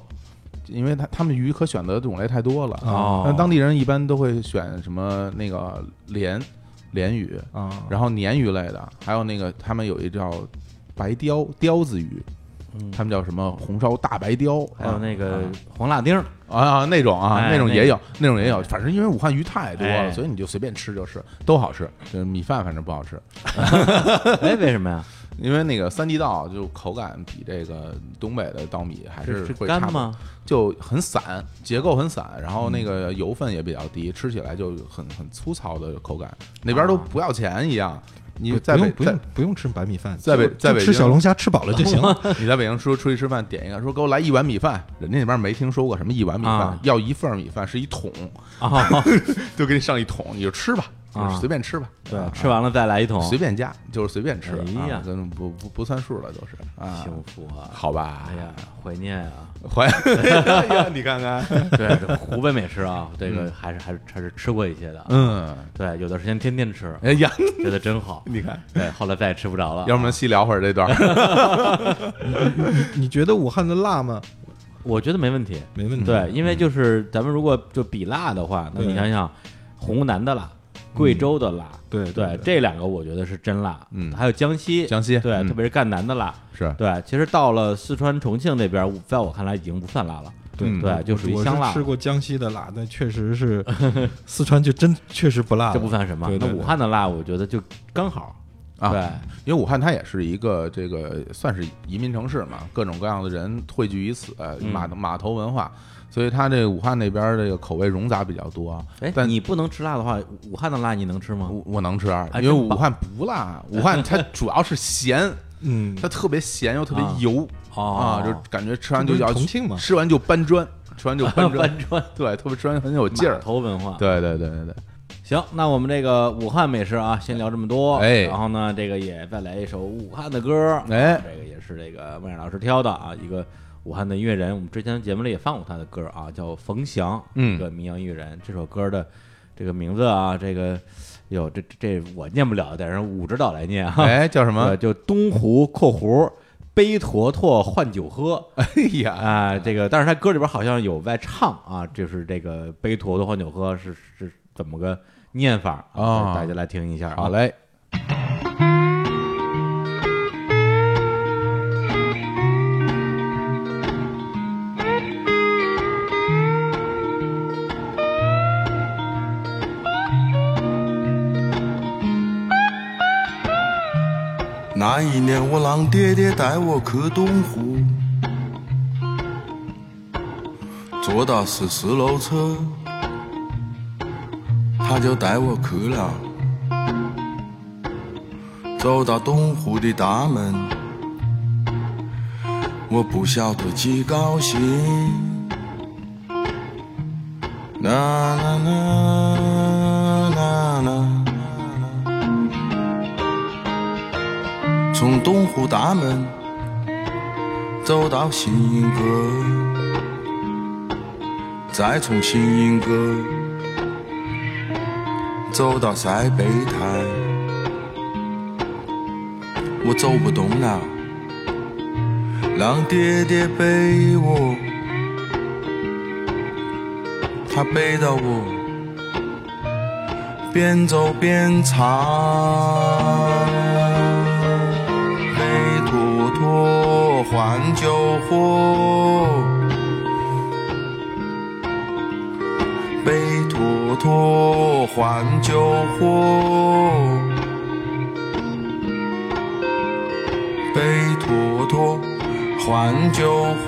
因为他他们鱼可选择的种类太多了。
哦
但当地人一般都会选什么那个鲢鲢鱼，
哦
啊，
然后鲶鱼类的，还有那个他们有一叫白鲷鲷子鱼，他们叫什么红烧大白鲷，
嗯还有那
啊
个黄辣丁儿，
啊，那种啊，
哎
那种
那
也
个
有，那种也有，反正因为武汉鱼太多
哎
了，所以你就随便吃就是，都好吃。就是米饭反正不好吃，
哎，为什么呀？
因为那个三地稻就口感比这个东北的稻米还
是
会差
干
不多，
吗？
就很散，结构很散，然后那个油分也比较低，吃起来就很很粗糙的口感，那边都
啊
不要钱一样。你
不
在
不
北
用不
在
用不用吃白米饭，
在北
就
在北
就
京
吃小龙虾吃饱了 就行了。
你在北京说出去吃饭，点一个说给我来一碗米饭，人家那边没听说过什么一碗米饭
啊，
要一份儿米饭是一桶，
啊，
就给你上一桶，你就吃吧，就是
啊
随便吃吧。
对，吃完了再来一桶，
随便加，就是随便吃，
哎呀
啊，咱们不不不算数了，都是啊，
幸福啊！
好吧
哎，呀，怀念啊！
怀哎呀，你看看，
对，这湖北美食啊，这个还是还是还是吃过一些的。啊
嗯，
对，有段时间天天吃，
哎呀，
觉得真好。
你看，
对，后来再也吃不着了。啊
要不然细聊会儿这段儿，
你觉得武汉的辣吗？
我觉得没问题。
没问题。嗯
对，因为就是咱们如果就比辣的话，那
对嗯
你想想，湖南的辣，贵州的辣，
对对
对
对，
这两个我觉得是真辣。
嗯
还有江西，
江西
对，
嗯
特别是赣南的辣。
是
对，其实到了四川、重庆那边，在我看来已经不算辣了。
嗯
对，就
我
属于
我
香辣
吃。过江西的辣，但确实是四川就真确实不
啊
辣了，
这不算什么
对。
那
对
武汉的辣，我觉得就刚好。对
啊，，因为武汉它也是一个这个算是移民城市嘛，各种各样的人汇聚于此，
嗯
码码头文化，所以它这个武汉那边儿这个口味融杂比较多，
哎，
但
你不能吃辣的话，武汉的辣你能吃吗？啊
我我能吃，啊因
真
为武
棒
汉不 辣，武汉它主要是咸。
嗯，
它特别咸又特别
啊
油
哦
啊，就感觉吃完
这
就
不是
要
重庆吗
吃完就搬砖，吃完就搬砖，
搬砖
对，特别吃完很有劲
码
儿。
头文化。
对对对对对，
行，那我们这个武汉美食啊，先聊这么多。
哎
然后呢，这个也再来一首武汉的歌。
哎
这个也是这个孟远老师挑的啊，一个武汉的音乐人。我们之前节目里也放过他的歌啊，叫冯翔，
嗯
一个民谣音乐人。这首歌的这个名字啊，这个哟，这这这我念不了，得让武指导来念 啊。
哎，叫什
呃，
么？
就东湖（括弧）背坨坨换酒喝。
哎呀，
啊、这个，但是他歌里边好像有在唱啊，就是这个“背坨坨换酒喝”是是怎么个念法啊？
哦
大家来听一下、啊。
好，嘞，
那一年，我让爹爹带我去东湖，坐到十四路车，他就带我去了。走到东湖的大门，我不晓得几高兴。啦啦啦啦啦啦。从东湖大门走到新英阁，再从新英阁走到塞北滩，我走不动了，让爹爹背我，他背到我。边走边唱，背坨坨换酒喝，背坨坨换酒喝，背坨坨换酒喝，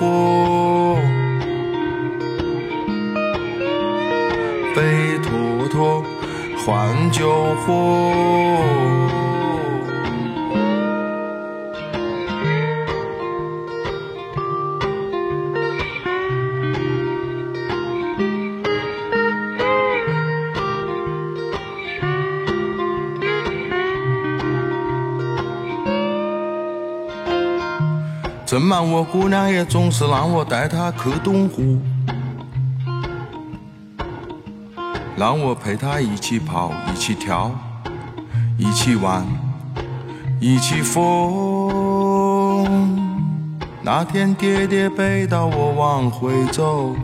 背坨坨换酒喝。怎么我姑娘也总是让我带她去东湖？让我陪她一起跑，一起跳，一起玩，
一起风。那天跌跌背到我往回走，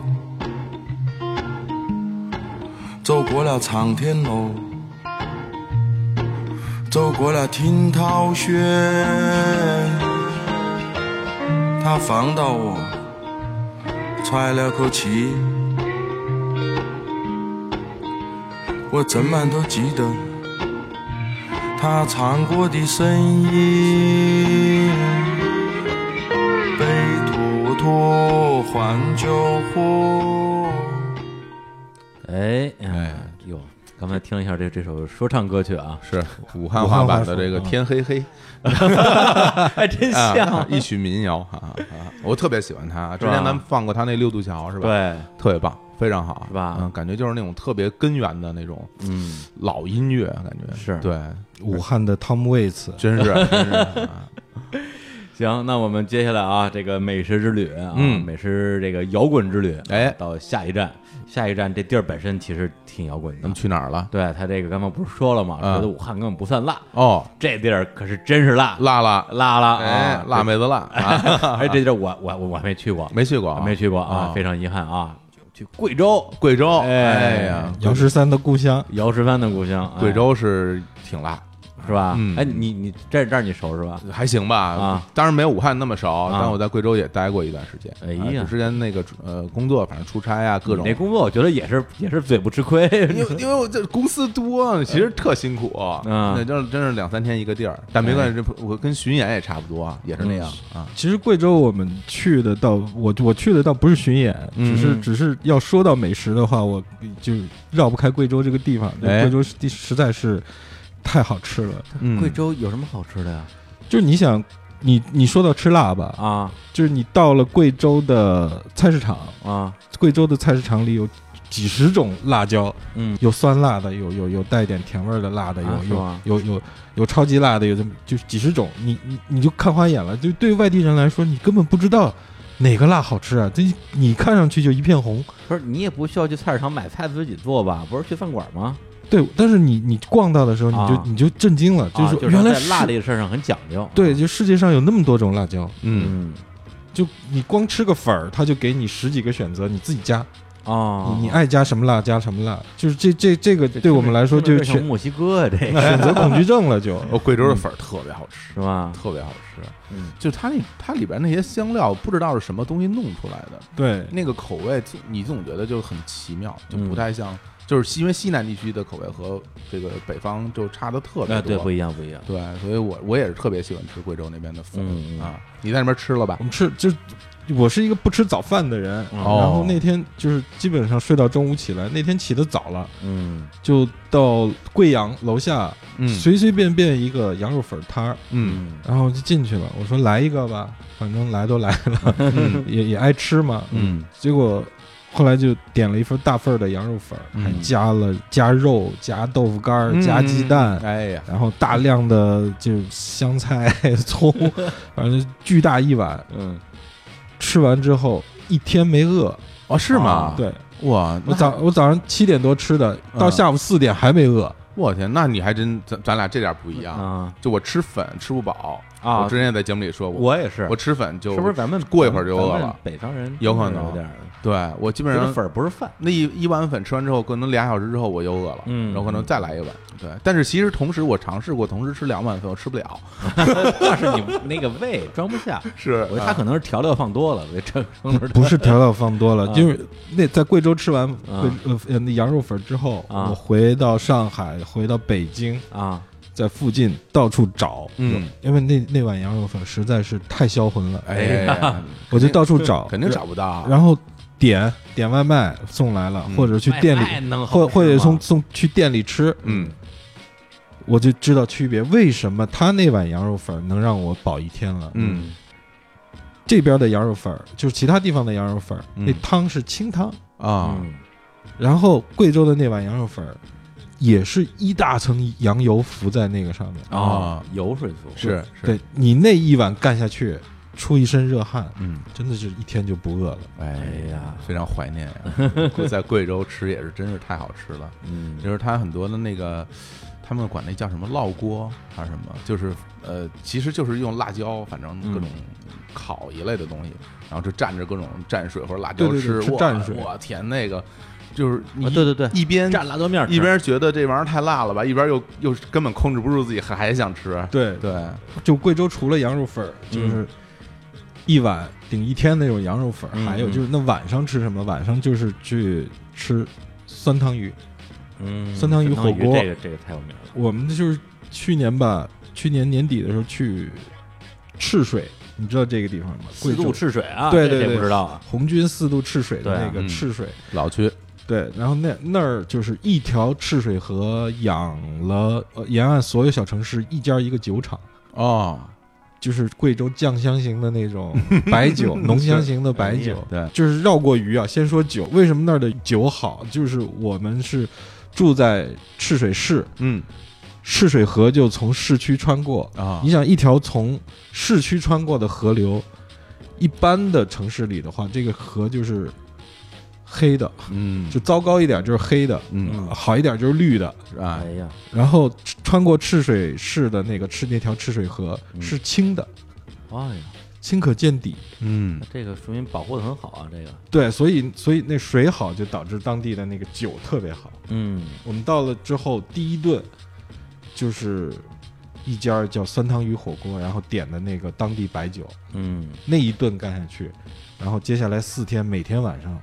走过了苍天楼，走过了听涛轩，他放到我，喘了口气，我怎么都记得他唱过的声音。背妥妥，换酒喝。
哎哎哟，刚才听了一下这这首说唱歌曲啊，
是武汉话版的这个
武汉话说
《天黑黑》
嗯 还哎真
啊， 一曲民谣啊啊！我特别喜欢他，之前咱们放过他那《六渡桥》是吧？，
对，
特别棒，非常好，
是吧
嗯，感觉就是那种特别根源的那种
嗯，
老音乐，感觉
是
对，
武汉的汤姆· Waits，
真是真是啊
行，那我们接下来啊，这个美食之旅啊，
嗯
美食这个摇滚之旅啊，
哎
到下一站，下一站这地儿本身其实挺摇滚
咱
的
们，去哪儿了？
对他这个刚刚不是说了吗？
啊
觉得武汉根本不算辣，
哦，
这地儿可是真是辣
辣辣，
辣了
哎
啊，，
辣妹子辣啊，
哎，这地儿我我我我还没去过，
没去过啊，
没去过啊，
啊
非常遗憾啊，去贵州
贵州，
哎
哎呀，
姚十 三的故乡。
姚十三的故乡，哎
贵州是挺辣，
是吧？
嗯
哎，你你这这儿你熟是吧？
还行吧，
啊
当然没有武汉那么熟，
啊
但我在贵州也待过一段时间。
哎呀
啊就之前那个呃工作，反正出差啊，各种
你。那工作我觉得也是也是嘴不吃亏，
因 为因为我这公司多，其实特辛苦，
嗯哎
那就是真是两三天一个地儿，但没关系，这不我跟巡演也差不多，也
嗯
是那样啊。
嗯其实贵州我们去的倒，我我去的倒不是巡演，
嗯
只是只是要说到美食的话，我就绕不开贵州这个地方。这
哎
贵州地实在是太好吃了，
嗯
贵州有什么好吃的呀？
就是你想，你你说到吃辣吧，
啊
就是你到了贵州的菜市场，
啊，
贵州的菜市场里有几十种辣椒，
嗯，
有酸辣的，有有有带点甜味儿的辣的，有、
啊是吗
有有有有超级辣的，有这么就是几十种，你你你就看花眼了。就对于外地人来说，你根本不知道哪个辣好吃啊！这你看上去就一片红，
不是你也不需要去菜市场买菜自己做吧？不是去饭馆吗？
对，但是你你逛到的时候，你就、
啊
你就震惊了，
啊
是
就是
原来
在辣
世
这个事儿上很讲究。
对，就世界上有那么多种辣椒，
嗯，
嗯
就你光吃个粉儿，他就给你十几个选择，你自己加，
哦，
你你爱加什么辣加什么辣，就是这这这个对我们来说
这
就
这成
选
墨西哥呀， 这个
选择恐惧症了就，
哦，贵州的粉儿特别好吃，
是吧？
特别好吃。
嗯，
就它那它里边那些香料，不知道是什么东西弄出来的，
对，
那个口味总，你总觉得就很奇妙，就
嗯
不太像，就是因为西南地区的口味和这个北方就差的特别
哎，
多。
对，不一样，不一样。
对所以我我也是特别喜欢吃贵州那边的粉、
嗯嗯
啊。你在那边吃了吧
我？们吃就我是一个不吃早饭的人，
嗯
然
哦
后那天就是基本上睡到中午起来，那天起得早了，
嗯，
就到贵阳楼下
嗯
随随便便一个羊肉粉摊儿，
嗯
然后就进去了。我说来一个吧，反正来都来了，
嗯
也也爱吃嘛。
嗯
结果后来就点了一份大份儿的羊肉粉儿，
嗯
还加了加肉、加豆腐干儿、加鸡蛋。
哎呀，
然后大量的就香菜、 葱，反正巨大一碗，
嗯，
吃完之后一天没饿。
哦，是吗？
啊，
对
哇，
我
那
早我早上七点多吃的，到
嗯
下午四点还没饿。
我天，那你还真咱咱俩这点不一样。
啊
就我吃粉吃不饱
啊
我之前也在节目里说过，
我也是
我，吃粉就是
不是咱们
过一会儿就饿
咱们
了？
北方人
有可能
有点儿
对我基本
觉
上
得粉儿不是饭。
那一一碗粉吃完之后，可能俩小时之后我又饿了，
嗯
然后可能再来一碗。对，但是其实同时我尝试过同时吃两碗粉，我吃不 了。
但是你那个胃装不下，
是
我觉得他可能是调料放多了，给撑撑着
不是调料放多了
啊，
因为那在贵州吃完贵
啊
呃呃那羊肉粉之后，
啊
我回到上海，回到北京，
啊，
在附近到处找，
嗯，
因为那那碗羊肉粉实在是太销魂了，
哎呀，
我就到处找，
肯定找不到。啊
然后点点外卖送来了
嗯，
或者去店里，
外卖能好
或
吃
或者
吗
送送去店里吃，
嗯，
我就知道区别。为什么他那碗羊肉粉能让我饱一天了？
嗯，
这边的羊肉粉儿就是其他地方的羊肉粉儿，
嗯
那汤是清汤，
啊，
嗯
然后贵州的那碗羊肉粉儿也是一大层羊油浮在那个上面。哦
啊，油水足
是是，
对你那一碗干下去，出一身热汗，
嗯，
真的是一天就不饿了。
哎
呀
非常怀念 呀。在贵州吃也是真是太好吃了，
嗯
就是它很多的那个。他们管那叫什么烙锅还是什么，就是呃，其实就是用辣椒，反正各种
嗯
烤一类的东西，然后就蘸着各种蘸水或者辣椒
对对
吃
对，吃
哇
蘸水
我天，那个就是你
啊对对对
一边
蘸辣椒面儿吃
一边觉得这玩意儿太辣了吧，一边又又根本控制不住自己，还还想吃，
对，
对，
就贵州除了羊肉粉儿，
嗯
就是一碗顶一天那种羊肉粉儿，
嗯
还有就是那晚上吃什么？晚上就是去吃酸汤鱼。
嗯，
酸汤鱼火锅
这个这个太有名了，
我们就是去年吧，去年年底的时候去赤水，你知道这个地方吗？贵
四
州
渡赤水啊，
对
这
对
谁
对
不知道啊，
红军四渡赤水
对
的
啊
那
嗯
个赤水，
老去
对，然后那那儿就是一条赤水河养了、呃、沿岸所有小城市一家一个酒厂，
哦，
就是贵州酱香型的那种白 酒，浓香型的白酒，
哎对，
就是绕过鱼啊。先说酒，为什么那儿的酒好？就是我们是住在赤水市，
嗯
赤水河就从市区穿过。
啊
你想，一条从市区穿过的河流，一般的城市里的话，这个河就是黑的，
嗯
就糟糕一点就是黑的，呃
嗯
好一点就是绿的。
啊
哎呀，
然后穿过赤水市的那个赤那条赤水河
嗯
是清的，
哎呀，
清可见底。
嗯
这个说明保护的很好啊，这个，
对，所以所以那水好，就导致当地的那个酒特别好。
嗯，
我们到了之后，第一顿就是一家叫酸汤鱼火锅，然后点的那个当地白酒，
嗯，
那一顿干下去，然后接下来四天，每天晚上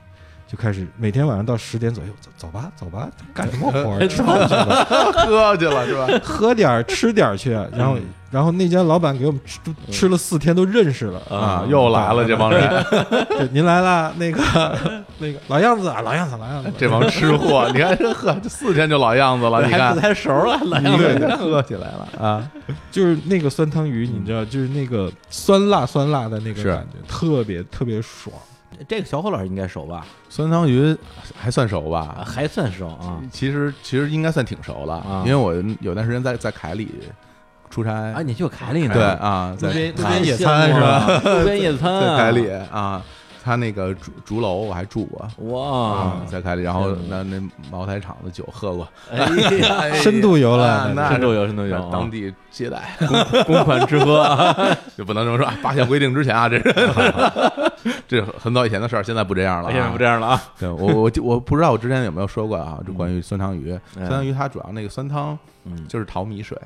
就开始，每天晚上到十点左右，走走吧，走吧，干什么活儿？吃饭去吧，
喝去了是吧？
喝点儿，吃点儿去。然后，然后那家老板给我们吃都吃了四天，都认识了。
啊，又来了这帮人，
对您来了，那个那个老样子啊，老样子，老样子。
这帮吃货，你看这喝这四天就老样子了，你
还
看
不太熟 了，来了，
对，喝起来了啊，
就是那个酸汤鱼，你知道，就是那个酸辣酸辣的那个
是
感觉，特别特别爽。
这个小伙老师应该熟吧？
酸汤鱼还算熟
啊，
吧？
还算熟啊。
其实其实应该算挺熟了，
啊
因为我有段时间在在凯里出差，
啊，你去过凯里呢？
对啊，
路
在
边
在
路边
野餐是
吧？路边野餐啊，
凯里啊，他那个竹竹楼我还住过。
哇
啊，，在凯里，然后
羡慕
那那茅台厂的酒喝过，
哎呀，
哎呀
深度游了
啊那
深度游，深度游啊，
当地接待，
公款吃喝啊，
就不能这么说。啊八项规定之前啊，这是 这很早以前的事儿，现在不这样了、啊，
现在不这样了啊。
对我我记我不知道我之前有没有说过啊，就关于酸汤鱼，
嗯
酸汤鱼它主要那个酸汤
嗯
就是淘米水，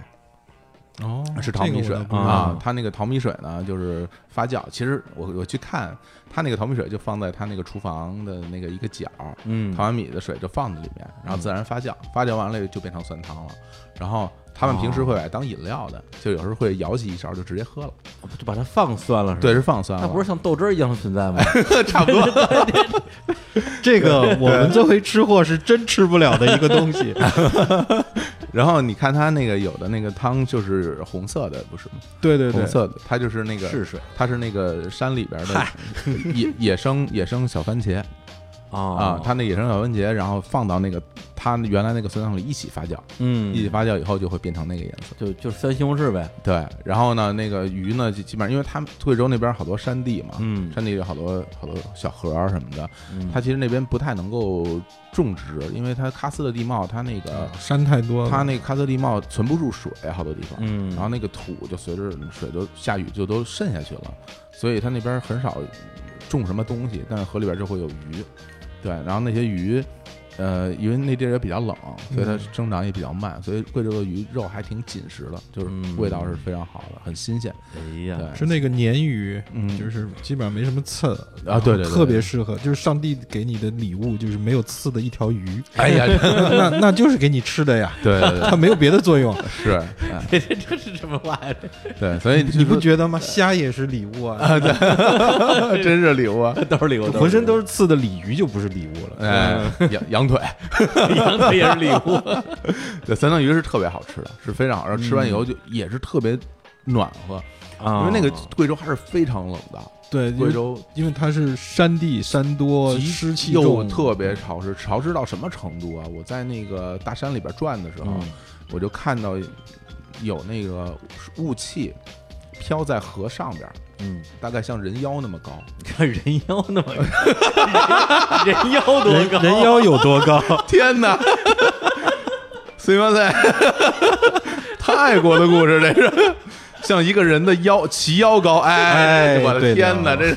哦
是淘米水
知 道
啊，它那个淘米水呢就是发酵，其实我我去看它那个淘米水就放在它那个厨房的那个一个角儿，
嗯
淘完米的水就放在里面，然后自然发酵，发酵完了就变成酸汤了，然后。他们平时
哦
会把它当饮料的，就有时候会舀起一勺就直接喝了。
哦就把它放酸了是吧？
对，，是放酸了。
它不是像豆汁儿一样的存在吗？
差不多，
这个我们作为吃货是真吃不了的一个东西。
然后你看它那个有的那个汤就是红色的，不是吗？
对对对
红，色的，它就是那个
是水
它是那个山里边的野野生野生小番茄啊
啊，
它那野生小番茄，然后放到那个它原来那个酸汤里一起发酵，
嗯
一起发酵以后就会变成那个颜色。
就就是酸西红柿呗，
对，然后呢，那个鱼呢，就基本上因为他们贵州那边好多山地嘛，
嗯
山地有好多好多小河儿什么的，
嗯
它其实那边不太能够种植，因为它喀斯特地貌，它那个
嗯
山太多了，
它那喀斯特地貌存不住水，好多地方，
嗯
然后那个土就随着水都下雨就都渗下去了，所以它那边很少种什么东西，但是河里边就会有鱼，对，然后那些鱼，呃，因为那地儿也比较冷，所以
嗯
它生长也比较慢，所以贵州的鱼肉还挺紧实的，就是
嗯
味道是非常好的，很新鲜，
哎
对
呀，，
是那个鲶鱼，
嗯
就是基本上没什么刺
啊对对对
特别适合，就是上帝给你的礼物就是没有刺的一条鱼，
哎呀，
那那就是给你吃的呀，
对对对，
它没有别的作用，
是，哎
这这这是什么玩意儿？
对，所以
你不觉得吗？虾也是礼物啊，
得真是礼物啊？
兜里我
浑身都是刺的鲤鱼就不是礼物了。
哎，羊羊腿，
羊腿也是礼物，
对，三文鱼是特别好吃的，是非常好，然后吃完以
嗯
后就也是特别暖和，因为那
啊
个贵州还是非常冷的，
对，
贵州
因为它是山地，山多，
极
湿气
又
重，
特
嗯
别潮湿，潮湿到什么程度啊？我在那个大山里边转的时候，
嗯
我就看到有那个雾气飘在河上边，
嗯，
大概像人腰那么高，
看 人妖那 么高，人妖多
人
高？
人妖有多高？
天哪！斯密马塞，泰国的故事，这是像一个人的腰齐腰高，哎，
哎
我的
对的
天
啊
哪，这是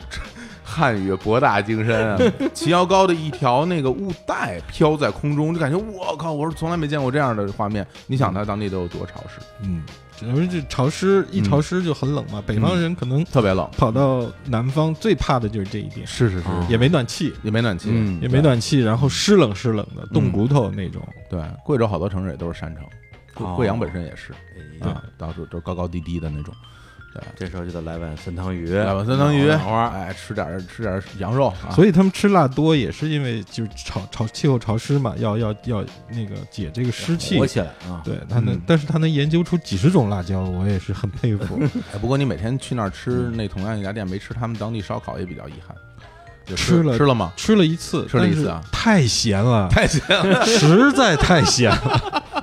汉语博大精深啊！ 齐腰高的一条那个雾带飘在空中，就感觉我靠，我是从来没见过这样的画面。你想，它当地得有多潮湿？
嗯，因为这潮湿一潮湿就很冷嘛，北方人可能
特别冷，
跑到南方最怕的就是这一点，
是是是，
也没暖气，
也没暖气，
嗯
也没暖气，然后湿冷湿冷的，冻骨头那种。
对，贵州好多城市也都是山城，贵
哦
贵阳本身也是
哎
啊，到处都高高低低的那种。
这时候就得来碗酸汤鱼，嗯
来吧，酸汤鱼，
脑花，
哎，吃点儿吃点儿羊肉啊，
所以他们吃辣多也是因为就是潮潮气候潮湿嘛，要要要那个解这个湿气
火。起来啊！
对他能，但是他能研究出几十种辣椒，我也是很 佩服。
哎，不过你每天去那儿吃
嗯
那同样一家店，没吃他们当地烧烤也比较遗憾。就
吃了
吃了吗？
吃了一次，
吃了一次啊
但是太咸了，
太咸了，
实在太咸了，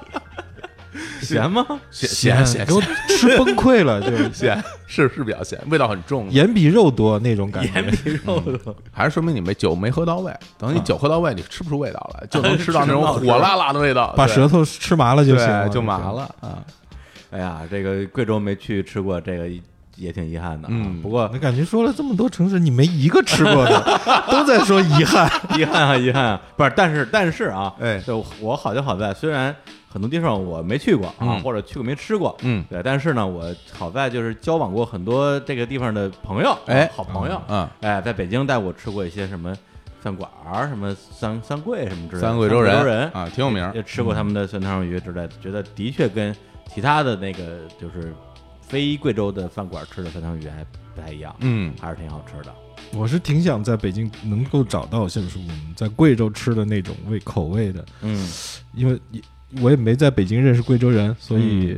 咸吗？
咸咸
给我吃崩 溃了，就是
咸，是是比较咸，味道很重，
盐比肉多那种感觉。
皮肉的，
还是说明你没酒没喝到位。等
嗯
你酒喝到位，你吃不出味道来，就能吃到
吃
那 种
不到
火辣辣的味道，
把
对
舌头吃麻了就行了
对，就麻。了啊。
哎呀，这个贵州没去吃过，这个也挺遗憾的啊。
嗯
不过
那感觉说了这么多城市，你没一个吃过的，都在说遗憾。
遗憾啊，遗憾啊，不是，但是但是啊，
哎
就我好就好在，虽然很多地方我没去过啊，
嗯
或者去过没吃过，
嗯
对，但是呢，我好在就是交往过很多这个地方的朋友，啊
哎
好朋友，
嗯
哎，在北京带我吃过一些什么饭馆儿、什么三三桂什么之类的，
三
贵
贵州
人
人啊，挺有名儿。嗯
也吃过他们的酸汤鱼之类的，觉得的确跟其他的那个就是非贵州的饭馆吃的酸汤鱼还不太一样，
嗯，
还是挺好吃的。
我是挺想在北京能够找到，就是我们在贵州吃的那种味口味的，
嗯，
因为也我也没在北京认识贵州人，所
嗯
以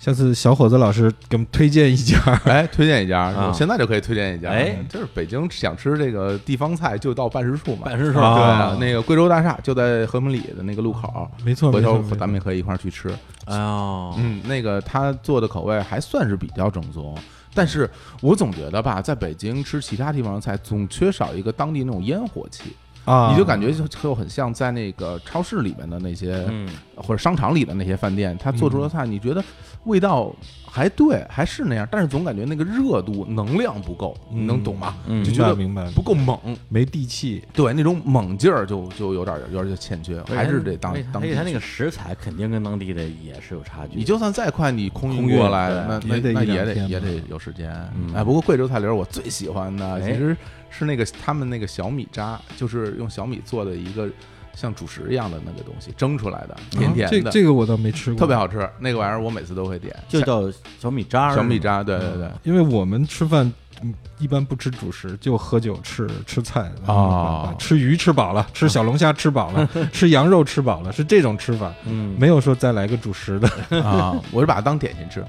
下次小伙子老师给我们推荐一家。
哎，推荐一家，
啊
我现在就可以推荐一家。
哎
就是北京想吃这个地方菜，就到办事处嘛。
办事处
对
啊，
那个贵州大厦就在和平里的那个路口。
没错，
回
没
头
错，没
咱
错
们也可以一块儿去吃。
哎呦，
嗯，那个他做的口味还算是比较正宗，但是我总觉得吧，在北京吃其他地方的菜，总缺少一个当地那种烟火气，
啊，
你就感觉就就很像在那个超市里面的那些、
嗯
或者商场里的那些饭店，他做
嗯
出的菜，你觉得味道还对，还是那样，但是总感觉那个热度能量不够，你能懂吗？
嗯
就
明
觉
白
得
明白，
不够猛，
没地气。
对，那种猛劲儿就就有点儿有点儿欠缺，还是得当
而且它
当
而
地
且它那个食材肯定跟当地的也是有差距的。
你就算再快，你空运
空运
过来，
对
那那
也得
那
一
也
两
得
天
也
吧
得有时间。
嗯
哎，不过贵州菜里边我最喜欢的
哎
其实是那个他们那个小米渣，就是用小米做的一个像主食一样的那个东西蒸出来的，甜
啊
甜
这
的，
这个我倒没吃过，
特别好吃。那个玩意儿我每次都会点，
就
小
叫小米渣儿，
小米渣，对对对。
因为我们吃饭嗯一般不吃主食，就喝酒吃吃菜然后
哦
把吃鱼吃饱了，吃小龙虾吃饱了， 吃羊肉吃饱了，是这种吃法，
嗯，
没有说再来个主食的
啊，我是把它当点心吃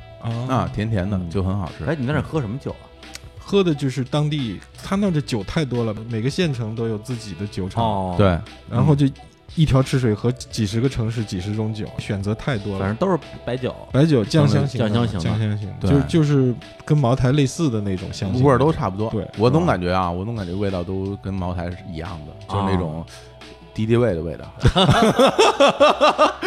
啊，甜甜的
嗯
就很好吃。
哎，你在那儿喝什么酒啊？
喝的就是当地他那儿的酒太多了，每个县城都有自己的酒厂，
哦，，
对，
然后就一条赤水河几十个城市几十种酒，选择太多
反正
了。
都是白酒。
白酒酱香型的，
酱香型的
酱香型的，
对
就就是跟茅台类似的那种香型，
味儿都差不多。
对
我总感觉啊，我总感觉味道都跟茅台是一样的，就是
啊
那种敌敌畏的 味道，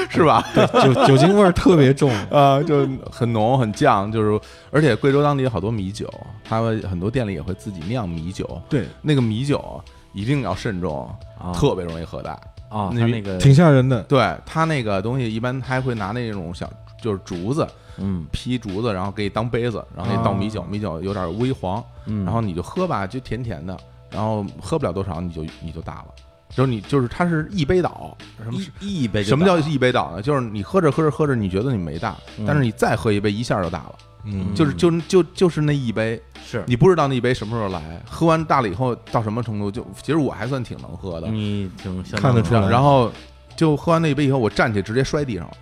是吧？
酒酒精味儿特别重。
啊，就很浓很酱，就是而且贵州当地有好多米酒，他们很多店里也会自己酿米酒，
对，
那个米酒一定要慎重，
啊
特别容易喝大。
啊，
那
它那个
挺吓人的。
对他那个东西，一般他还会拿那种小就是竹子
嗯
劈竹子，然后给你当杯子，然后给你倒米酒，米酒有点微黄，
啊嗯，
然后你就喝吧，就甜甜的，然后喝不了多少你就你就大了。就是你，就是它是一杯倒，什么
一一杯就
什么
倒
叫一杯倒呢？就是你喝着喝着喝着，你觉得你没大，
嗯
但是你再喝一杯，一下就大了。
嗯
就是就就就是那一杯，
是
你不知道那一杯什么时候来，喝完大了以后到什么程度，就其实我还算挺能喝的，
你挺相
看得
当
出来
然后就喝完那一杯以后，我站起来直接摔地上了，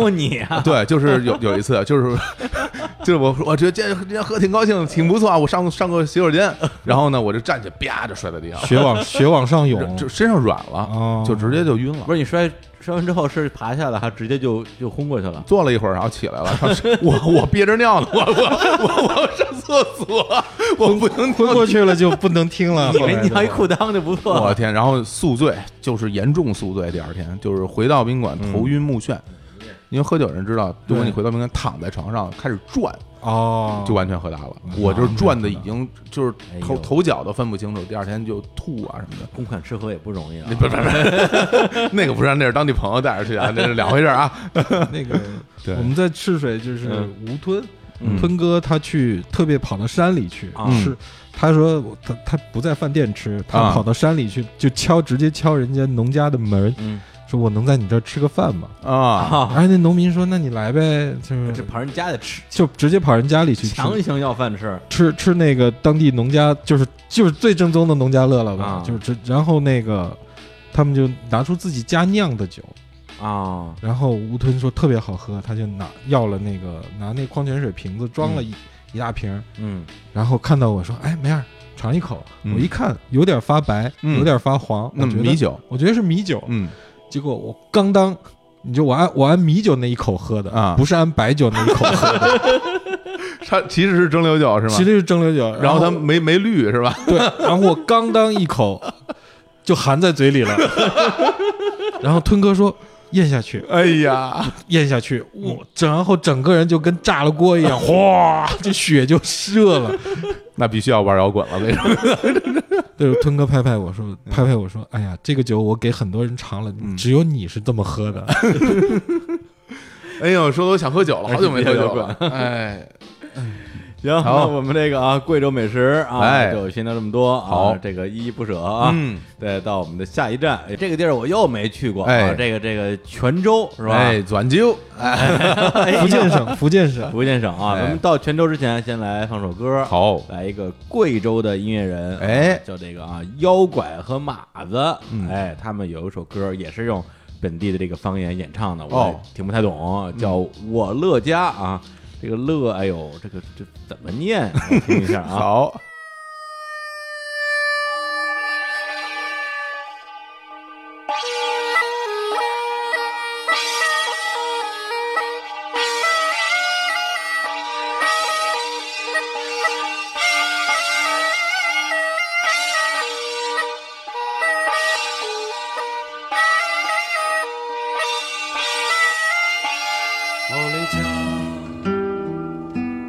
哦， 你啊，
对，就是 有有一次，啊就是就是我我觉得今天今天喝挺高兴，挺不错啊。我上上个洗手间，然后呢，我就站起来，啪就摔在地上
血往血往上
了，
涌，
就身上软
哦
了，就直接就晕了
不。是你摔摔完之后是爬下来，还直接就就昏过去了？
坐了一会儿，然后起 来了。 然后是我我憋着尿呢，我我我我要上厕所，我不能
昏过去了就不能听了。
以
后来
为
就
你要一裤裆就不错
我
了。
天！然后宿醉就是严重宿醉，第二天就是回到宾馆
嗯
头晕目眩。因为喝酒人知道，如果你回到宾馆躺在床上开始转，
哦，
就完全喝大了。我就是转的已经就是
哎
头
呦
头脚都分不清楚，第二天就吐啊什么的。
公款吃喝也不容易啊
那！不不 不，那个不是，那是当地朋友带着去 啊，那是两回事儿啊。
那个
对
我们在赤水就是
嗯
吴吞，
嗯
吞哥他去特别跑到山里去
啊
吃，他说我他他不在饭店吃，他
啊
跑到山里去就敲直接敲人家农家的门，
嗯
说我能在你这儿吃个饭吗？
啊，
啊，
哎，那农民说那你来呗，就
这
是
跑人家得吃，
就直接跑人家里去吃。
强行要饭吃，
吃吃那个当地农家，就是就是最正宗的农家乐了吧？
啊
就是这，然后那个他们就拿出自己家酿的酒，
啊，
然后吴吞说特别好喝，他就拿要了那个拿那矿泉水瓶子装了一、一大瓶儿，
嗯，
然后看到我说：“哎， 梅儿，尝一口。
嗯
我一看有点发白，
嗯
有点发黄，
那
我觉得
米，酒，
我觉得是米酒。
嗯
结果我刚当，你就我按我按米酒那一口喝的
啊
不是按白酒那一口喝的，
它其实是蒸馏酒是吗？
其实是蒸馏酒。
然后它
他
没没绿是吧？
对，然后我刚当一口就含在嘴里 了，然后吞哥说咽下去，
哎呀，
咽下去，我然后整个人就跟炸了锅一样，哗，这血就射了。
那必须要玩摇滚了，那种。
对，吞哥拍拍我 说，
嗯
拍拍我说，哎呀，这个酒我给很多人尝了，只有你是这么喝的。
哎呦，说的 我想喝酒了，好久没喝酒了。哎，
行，那我们这个啊，贵州美食啊，
哎
就先聊这么多啊，
好
这个依依不舍啊，
嗯
对，到我们的下一站，哎这个地儿我又没去过啊，
哎
这个这个泉州是吧？
哎，转 酒，哎，
福建省，福建省，
福建省啊，
哎
咱们到泉州之前，先来放首歌，，
好，
来一个贵州的音乐人，啊
哎嗯
叫这个啊，妖拐和马子，哎，他们有一首歌也是用本地的这个方言演唱的，我
哦
也听不太懂，啊叫《我乐家》啊，这个乐，哎呦，这个这怎么念？我听一下 啊。
好，
我的家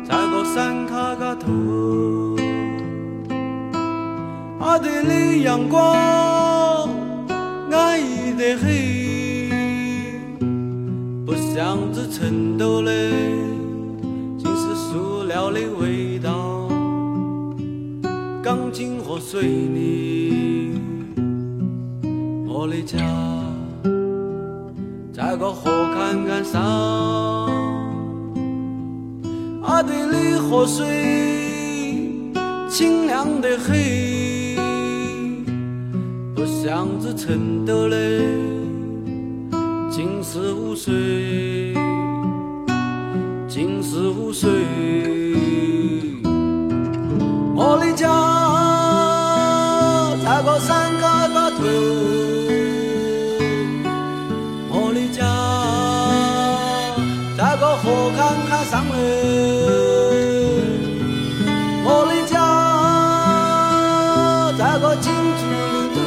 在個山卡卡頭，我哋的陽光愛得很，不像这成都的尽是塑料的味道，钢筋和水泥，我的家。在个河坎坎上，阿啊对里河水清凉得很，不像这成都嘞，尽是污水，尽是污水。我的家在个山高高头。我的家在个河坎坎上嘞，我的家在个金竹林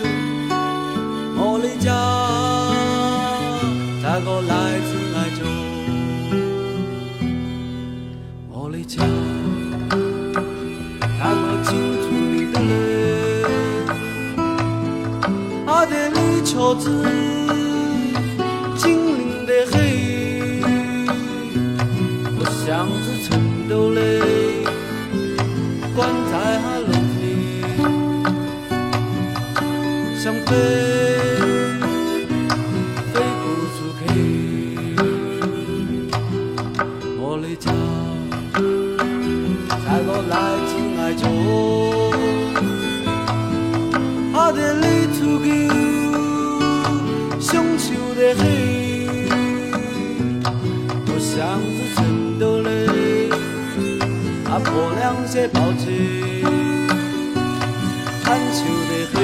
头嘞，我的家在个来自爱州，我的家在个金竹林头嘞。阿的绿桥子，精灵的很，不像是成都嘞，棺材哈弄的，想飞飞不出去，我的家，在我来进来就。阿的里土狗，雄赳的
的泪，我像是真的泪，啊，破两些报纸，寒秋的黑。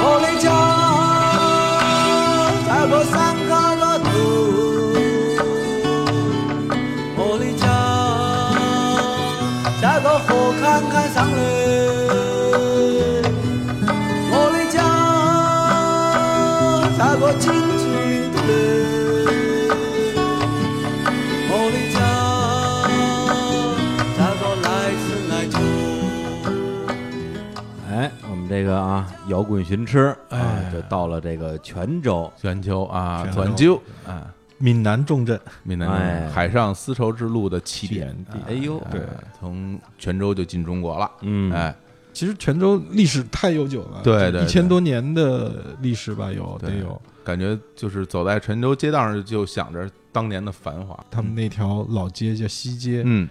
我的家在我山高的土，我的家在我河坎坎上嘞，我的家在我金竹林的嘞，我的家在我来自爱中。
哎，我们这个啊，摇滚寻吃，哎
哎，
就到了这个泉州，
全球啊，
泉州
团纠啊，
闽南重镇，
闽南
哎
人海上丝绸之路的起点
起点
啊
哎呦，
哎
对
从泉州就进中国了，
嗯，
哎，
其实泉州历史太悠久了，
对对
一
对
千多年的历史吧，有得
对
有。
感觉就是走在泉州街道上就想着当年的繁华，
他们那条老街叫西街，
嗯，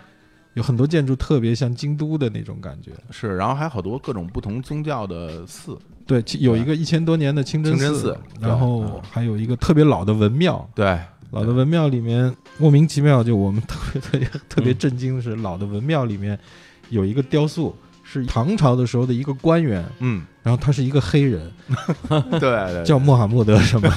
有很多建筑特别像京都的那种感觉。
是，然后还有好多各种不同宗教的寺，
对，其有一个一千多年的清真
清真寺对嗯
然后还有一个特别老的文庙。
对，
老的文庙里面莫名其妙，就我们特别特别
嗯
特别震惊的是，老的文庙里面有一个雕塑，是唐朝的时候的一个官员，
嗯，
然后他是一个黑人，
对对，
叫穆罕默德 什么，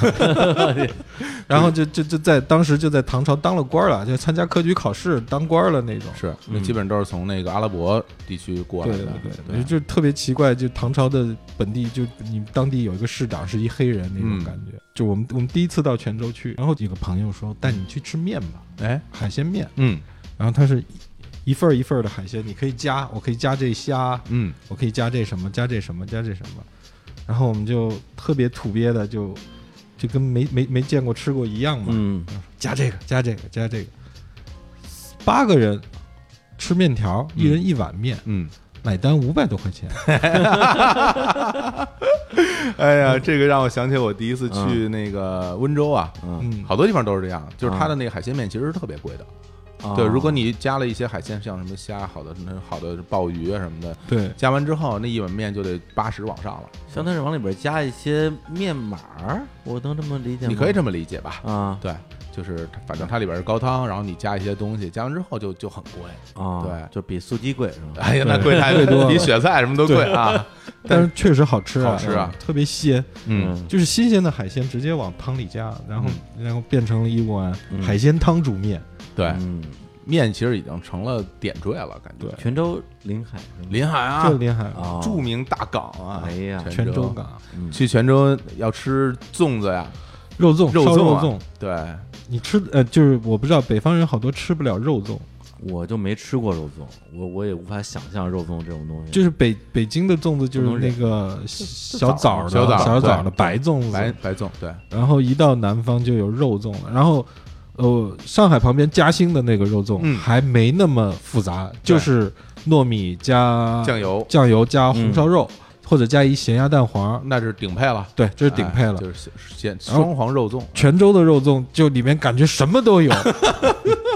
然后就就就在当时就在唐朝当了官儿了，就参加科举考试当官儿了那种。
是，
嗯
基本都是从那个阿拉伯地区过来
对
的，
对
对
对，就就特别奇怪，就唐朝的本地，就你当地有一个市长是一黑人那种
嗯
感觉。就我们我们第一次到泉州去，然后有个朋友说带你去吃面吧，
哎，
海鲜面。
嗯
然后它是一一份儿一份儿的海鲜，你可以加，我可以加这虾，
嗯，
我可以加这什么，加这什么，加这什么。然后我们就特别土鳖的就就跟没没没见过吃过一样嘛，
嗯，
加这个，加这个，加这个。八个人吃面条，一人一碗面，
嗯，
买单五百多块钱。
哎呀，这个让我想起我第一次去那个温州啊，
嗯，
嗯好多地方都是这样，就是它的那个海鲜面其实是特别贵的。
啊
对，如果你加了一些海鲜，像什么虾、好的那好的鲍鱼啊什么的，
对
加完之后那一碗面就得八十往上了。
相当是往里边加一些面码儿，我能这么理解吗？
你可以这么理解吧？
啊
对，就是它反正它里边是高汤，然后你加一些东西，加完之后就就很贵。
啊，
对
就比素鸡贵是 吧？
哎呀，那贵太
贵多了
比雪菜什么都贵啊。
但是确实好吃啊，
好吃啊
嗯特别鲜，
嗯，
就是新鲜的海鲜直接往汤里加，然后、然后变成了一碗
嗯
海鲜汤煮面。
对，
嗯，
面其实已经成了点缀了，感觉。
对
泉州临海是吗
临海啊
这，临海
啊，
著名大港啊，
哎呀
泉州。港
嗯
去泉州要吃粽子呀，
肉粽，
肉
烧
粽
肉
啊
粽，
对，
你吃呃，就是我不知道北方人好多吃不了肉粽，
我就没吃过肉粽，我我也无法想象肉粽这种东西。
就是北北京的粽子就是
不能
那
忍
个小枣儿的
小枣儿
小枣儿的
对
白粽子，啊
白白粽，对，
然后一到南方就有肉粽了，然后。呃，上海旁边嘉兴的那个肉粽
嗯
还没那么复杂，就是糯米加
酱油嗯
酱油加红烧肉，或者加一咸鸭蛋黄，
那是顶配了，
对，这是顶配了。
嗯哎就是鲜
然后
双黄肉粽，
泉州的肉粽就里面感觉什么 都有，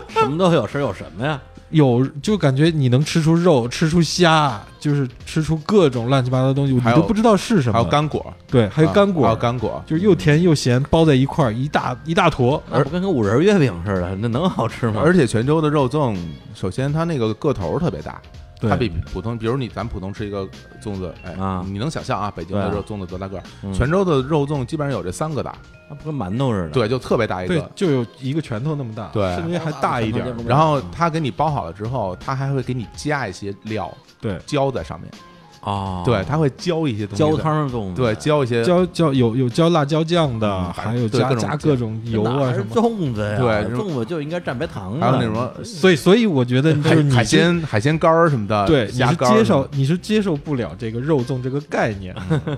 什么都有，是有什么呀？
有就感觉你能吃出肉，吃出虾，就是吃出各种乱七八糟的东西，你
还有
都不知道是什
还
么。
有干果，啊
对，还有干果，
还有干果，
就是又甜又咸，包在一块儿，一大一大坨。
那不跟个五仁月饼似的，那能好吃吗？
而且泉州的肉粽，首先它那个个头儿特别大，
对
它比普通，比如你咱普通吃一个粽子，哎
啊，
你能想象啊，北京的
对
肉
啊
粽子多大个儿？
嗯
泉州的肉粽基本上有这三个大，
那不跟馒头似的。
对，就特别大一
对
个，。
就有一个拳
哦
头那么大，
对
甚至还大一点儿。
嗯
然后它给你包好了之后，它还会给你加一些料
对
浇在上面，
哦，
对，他会浇一些东西在，
浇汤的动物，
对，浇一些
浇浇有有浇辣椒酱的，
嗯
还有
对
加
各种
加各种油
哪
啊
是
什么。
粽子呀，
对就是
粽子就应该蘸白糖
还
啊，
有那什么
所以所以我觉得就是你
海海
是
鲜海鲜干儿什么的，
对，你
虾
是
呃干儿
接
什么
受
的
你是接受不了这个肉粽这个概念，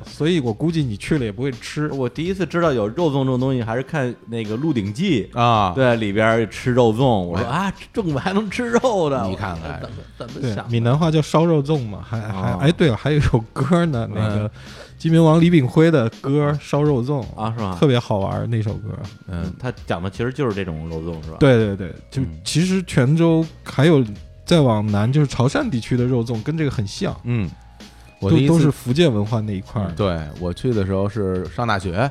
所以我估计你去了也不会吃。
我第一次知道有肉粽这种东西，还是看那个《鹿鼎记》
啊，
对，里边吃肉粽，我说啊，粽子还能吃肉的，
你
我
看看
怎么怎么
对，
想
闽
的？
南话叫烧肉粽嘛，还还
哦
哎，对了，还有一首歌呢，那个金明王李炳辉的歌《烧肉粽》
啊，是吧
特？别好玩儿那首歌。
嗯，
他讲的其实就是这种肉粽，是吧？，
对对对，就
嗯
其实泉州还有再往南就是潮汕地区的肉粽，跟这个很像，
嗯，我第
都
一
都
次
是福建文化那一块儿。
对我去的时候是上大学，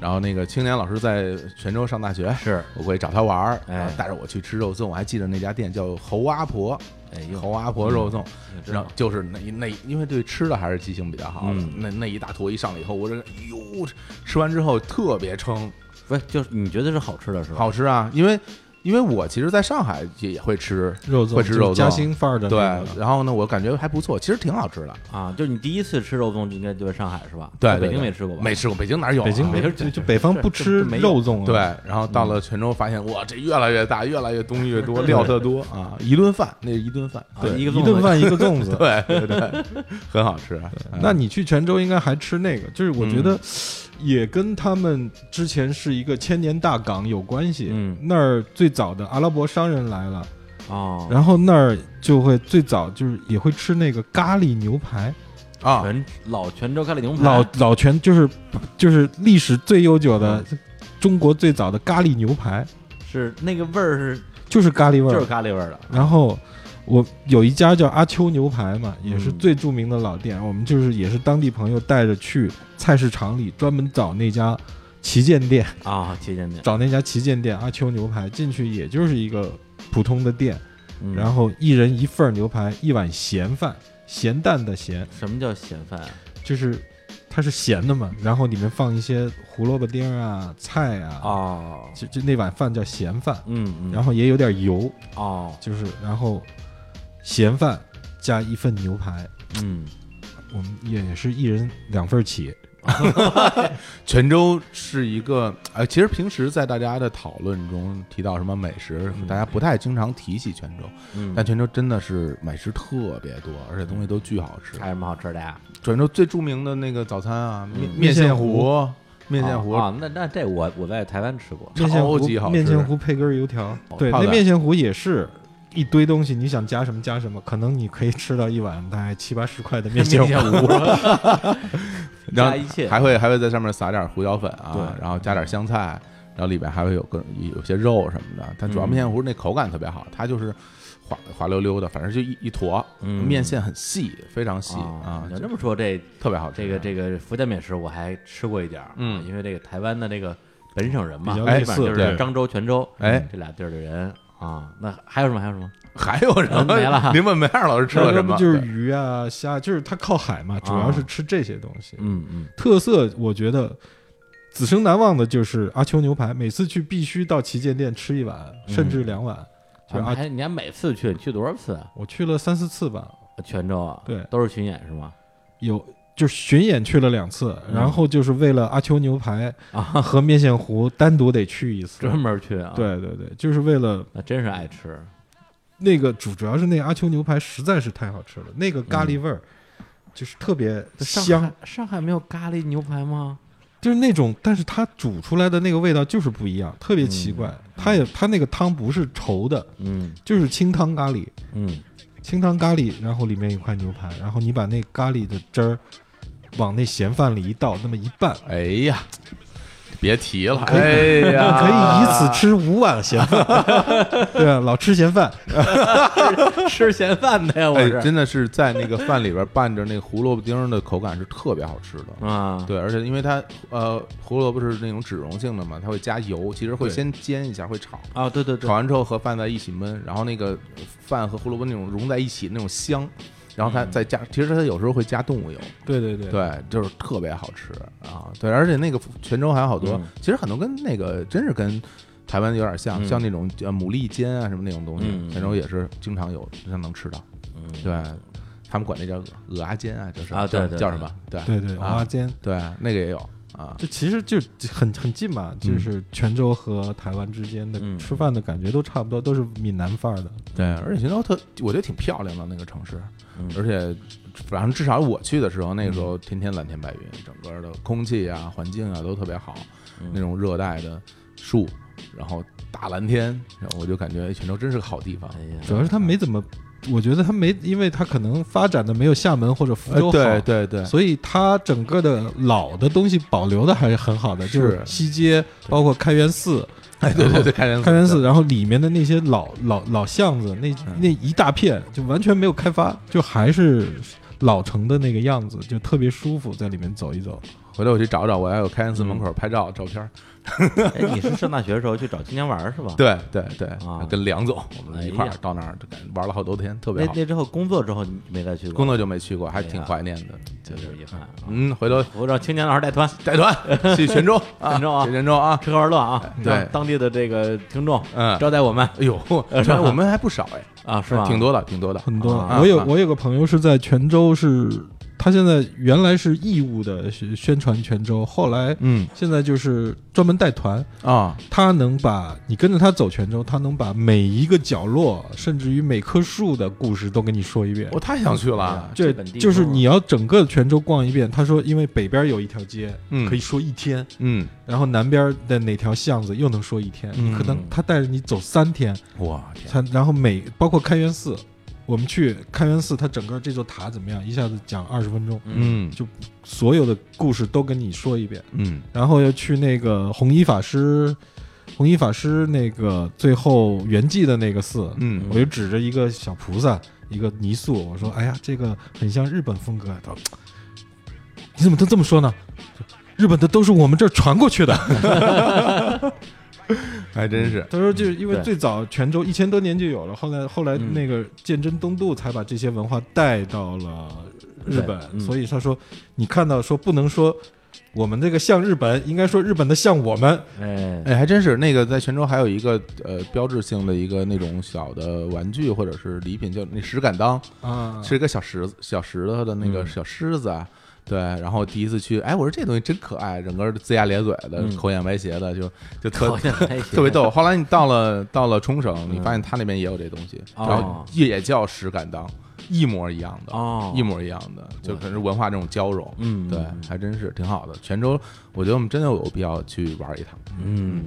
然后那个青年老师在泉州上大学，
是，
我过去找他玩儿，
哎
然后带着我去吃肉粽，我还记得那家店叫侯阿婆，
哎呦，
侯阿婆肉粽，
你知
然
道
后就是那一那一因为对吃的还是记性比较好的，
嗯
那那一大坨一上来以后，我这个哟吃完之后特别撑，
不是就是你觉得是好吃的是吧？
好吃啊，因为因为我其实，在上海也也会吃。
肉粽
会吃
就是
肉粽
嘉兴范儿的
对
那个，
然后呢，我感觉还不错，其实挺好吃的。
啊，就是你第一次吃肉粽就应该就在上海是吧？
对，
在
对
北京
对
没吃过吧？
没吃过，北京哪有啊？
北京
没
没
有
就就北方不吃
这这没有
肉粽啊。
对，然后到了泉州，发现哇，这越来越大，越来越东西越 多，料特多啊！一顿饭，那是一顿饭，
啊
对，
一
一
个粽
顿
子
饭一个 粽子。
对对对，很好吃。嗯
那你去泉州应该还吃那个，就是我觉
嗯
得也跟他们之前是一个千年大港有关系。
嗯
那儿最早的阿拉伯商人来了，
哦，
然后那儿就会最早就是也会吃那个咖喱牛排，
啊，
泉老泉州咖喱牛排，
老老泉就是就是历史最悠久的
嗯
中国最早的咖喱牛排，
是那个味儿是
就是咖喱味
就
儿
是。咖喱味儿的，
然后我有一家叫阿秋牛排嘛，也是
嗯
最著名的老店，我们就是也是当地朋友带着去菜市场里专门找那家旗舰店，
啊，旗舰店，
找那家旗舰店阿秋牛排进去，也就是一个普通的店，
嗯
然后一人一份儿牛排，一碗咸饭，咸淡的咸，
什么叫咸饭啊？
就是。它是咸的嘛，然后里面放一些胡萝卜丁儿啊、菜啊，
哦，
就就那碗饭叫咸饭，
嗯，嗯
然后也有点油，
哦，
就是然后咸饭加一份牛排，
嗯，
我们也也是一人两份儿 起，
泉州是一个，呃，其实平时在大家的讨论中提到什么美食，大家不太经常提起泉州，
嗯
但泉州真的是美食特别多，而且东西都巨好吃。
还有什么好吃的呀？嗯
泉州最著名的那个早餐啊，面
面线
线
糊
糊，面线
啊
糊，
啊，那那这我我在台湾吃哦过，
面线糊
超级好吃
面线糊配根儿油条，对，
泡
那
菜
面线糊也是一堆东西，你想加什么加什么，可能你可以吃到一碗大概七八 十块的面线糊。
糊， 然
加
后
一切
还会还会在上面撒点胡椒粉
对
啊，然后加点香菜，然后里边还会有各有些肉什么的。但主要
嗯
面线糊那口感特别好，它就是滑滑溜溜的，反正就一一坨，
嗯
面线很细，非常细啊，，
啊你要
就
这么说，这
特别好吃。
这个这个福建美食我还吃过一点儿，
嗯
因为这个台湾的这个本省人嘛，
比较
基
类
本上
似
就是
对
漳州、泉州，
哎
这俩地儿的人啊。那还有什么？还有什么？
还有人
嗯没了
您问梅二老师吃了什
要
么啊
不？就是鱼啊、虾，就是它靠海嘛，主要是吃这些东西。
嗯嗯，
特色我觉得此生难忘的就是阿秋牛排，每次去必须到旗舰店吃一碗，甚
嗯
至两碗。就是
啊
阿，
还你还每次去，你去多少次啊？
我去了三四次吧，
泉州啊？
对
都是巡演是吗？
有就是巡演去了两次，
嗯
然后就是为了阿秋牛排
啊，
和面线糊单独得去一 次。
专门去啊？，
对对对，就是为了
那真是爱吃。
那个主主要是那个阿秋牛排实在是太好吃了，那个咖
嗯
喱味儿就是特别
上
香，
海上海没有咖喱牛排吗？
就是那种，但是它煮出来的那个味道就是不一样，特别奇怪。它也它那个汤不是稠的，
嗯
就是清汤咖喱，
嗯，
清汤咖喱，然后里面一块牛排，然后你把那咖喱的汁儿往那咸饭里一倒，那么一拌。
哎呀，别提了， 哎
你
呀，
可以以 此吃五碗咸饭，对啊，老吃咸饭，
吃咸饭的呀，我
哎，
是
真的是在那个饭里边拌着那个胡萝卜丁儿的口感是特别好吃的。
啊，
对，而且因为它呃胡萝卜是那种脂溶性的嘛，它会加油，其实会先煎一下，会炒，
啊，对对
炒
对，
完之后和饭在一起焖，然后那个饭和胡萝卜那种融在一起那种香，然后它
嗯
再加，其实它有时候会加动物油，
对对对，
对，就是特别好吃啊。对，而且那个泉州还有好多
嗯，
其实很多跟那个真是跟。台湾有点像，
嗯
像那种呃牡蛎煎啊什么那种东西
嗯嗯，
泉州也是经常有，经常能吃到。
嗯
对，他们管那叫鹅阿煎啊，叫什么？
啊对
叫
对
叫
对
什么？对
对对，
啊
蚵仔煎，
对，那个也有啊。
这其实就很很近嘛，就是泉州和台湾之间的
嗯
吃饭的感觉都差不多，都是闽南范儿的。
对，而且泉州特，我觉得挺漂亮的那个城市，
嗯
而且反正至少我去的时候，那个时候天天蓝天白云，整个的空气啊、环境啊都特别好，
嗯
那种热带的树，然后大蓝天，然后我就感觉哎泉州真是个好地方。
哎呀，
主要是他没怎么，我觉得他没，因为他可能发展的没有厦门或者福
哎
州好，
对对对，
所以它整个的老的东西保留的还是很好的，
是
就是西街，包括开元寺，
哎对对对，开元
开元寺，然后里面的那些老老老巷子，那
嗯
那一大片就完全没有开发，就还是老城的那个样子，就特别舒服，在里面走一走。
回头我去找找，我要有开元寺门口拍照照片儿。
嗯哎，你是上大学的时候去找青年玩儿是吧？，
对对对
啊，
跟梁总我们一块
哎
儿
呀
到那儿就感觉玩了好多天，特别
那
好。
那之后工作之后你没再去过，
工作就没去过，还
哎呀
挺怀念的。就
有
是
点遗憾啊。
嗯，回头
我让青年老师带团
带团 去泉州啊，
泉州啊
去泉州啊。
吃喝玩乐啊，
对
让当地的这个听众
嗯
招待我们
哎 呦，
是吧
我们还不少哎，
啊，是吧？
挺多的，挺多的，
很多。
啊
我有
啊
我有个朋友是在泉州是，他现在原来是义务的宣宣传泉州，后来
嗯
现在就是专门带团，
啊，
他能把你跟着他走泉州，他能把每一个角落，甚至于每棵树的故事都跟你说一遍
我。太想去了。
这
这
本地
就是
风啊
你要整个泉州逛一遍。他说，因为北边有一条街，
嗯
可以说一天，
嗯，
然后南边的哪条巷子又能说一天，
嗯
你可能他带着你走三天，
哇天，
他然后每包括开元寺，我们去开元寺，它整个这座塔怎么样，一下子讲二十分钟，
嗯
所有的故事都跟你说一遍。
嗯
然后又去那个弘一法师，弘一法师那个最后圆寂的那个寺，
嗯
我就指着一个小菩萨，一个泥塑，我说：“哎呀，这个很像日本风格。”啊他说：“你怎么都这么说呢？日本的都是我们这儿传过去的。
还真是”，
他说：“就是因为
对
最早泉州一千多年就有了，后来后来
嗯
那个鉴真东渡才把这些文化带到了日本，
嗯
所以他说你看到说不能说。”我们这个像日本，应该说日本的像我们，
哎，
哎，还真是。那个在泉州还有一个呃标志性的一个那种小的玩具或者是礼品，叫那石敢当，
啊
是一个小石子小石头的那个
嗯
小狮子啊。对，然后第一次去，哎，我说这东西真可爱，整个龇牙咧嘴的，
嗯
口眼歪斜的，就就特
好像还行
特别逗。后来你到了到了冲绳，你发现他那边也有这东西，
嗯哦
然后也叫石敢当，一模一样的，
哦
一模一样的，就可能是文化这种交融。
嗯
对，还真是挺好的。泉州，我觉得我们真的有必要去玩一趟。
嗯，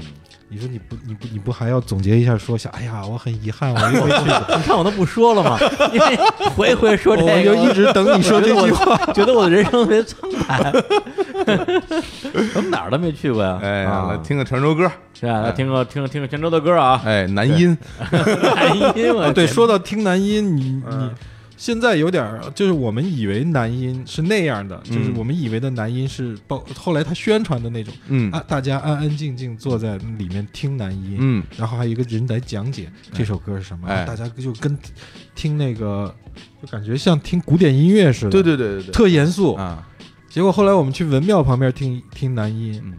你说你不你不你不还要总结一下说一下？哎呀，我很遗
哦
憾，我又没去 过，
你看我都不说了嘛，因为回回说这个，
我就一直等你说这句话。
话，觉得我的人生特别苍 白，我们哪儿都没去过呀。
哎，
啊
来听个泉州歌，
是啊，来听个听个听个泉州的歌啊，
哎，南音， 哦
哎呦我
哦对，
天
说到听男音，你
嗯
你现在有点儿就是我们以为男音是那样的，就是
嗯
我们以为的男音是包后来他宣传的那种
嗯
啊，大家安安静静坐在里面听男音，
嗯，
然后还有一个人来讲解这首歌是什么，
哎
大家就跟听那个就感觉像听古典音乐似的，
对对对对对，
特严肃。
啊，
结果后来我们去文庙旁边听听男音，
嗯，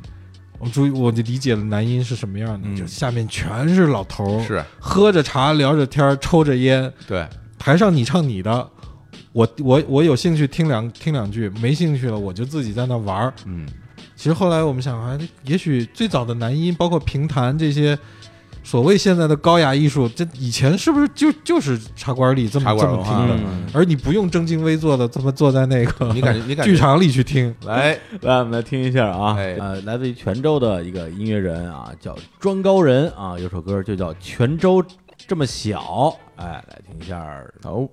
我注意，我就理解了男音是什么样的，
嗯
就下面全是老头儿，
是
喝着茶聊着天儿，抽着烟，
对，
台上你唱你的，我我我有兴趣听两听两句，没兴趣了我就自己在那玩儿。
嗯，
其实后来我们想啊，也许最早的男音，包括评弹这些。所谓现在的高雅艺术，这以前是不是就就是茶馆里这
茶
么这
馆
么
文
听
化
的？
嗯
而你不用正襟危坐的这么坐在那个
你感觉你感觉
剧场里去听，
来，
来，我们来听一下啊，
哎
呃，来自于泉州的一个音乐人啊，叫庄高人啊，有首歌就叫《泉州这么小》，哎，来听一下儿。
哦，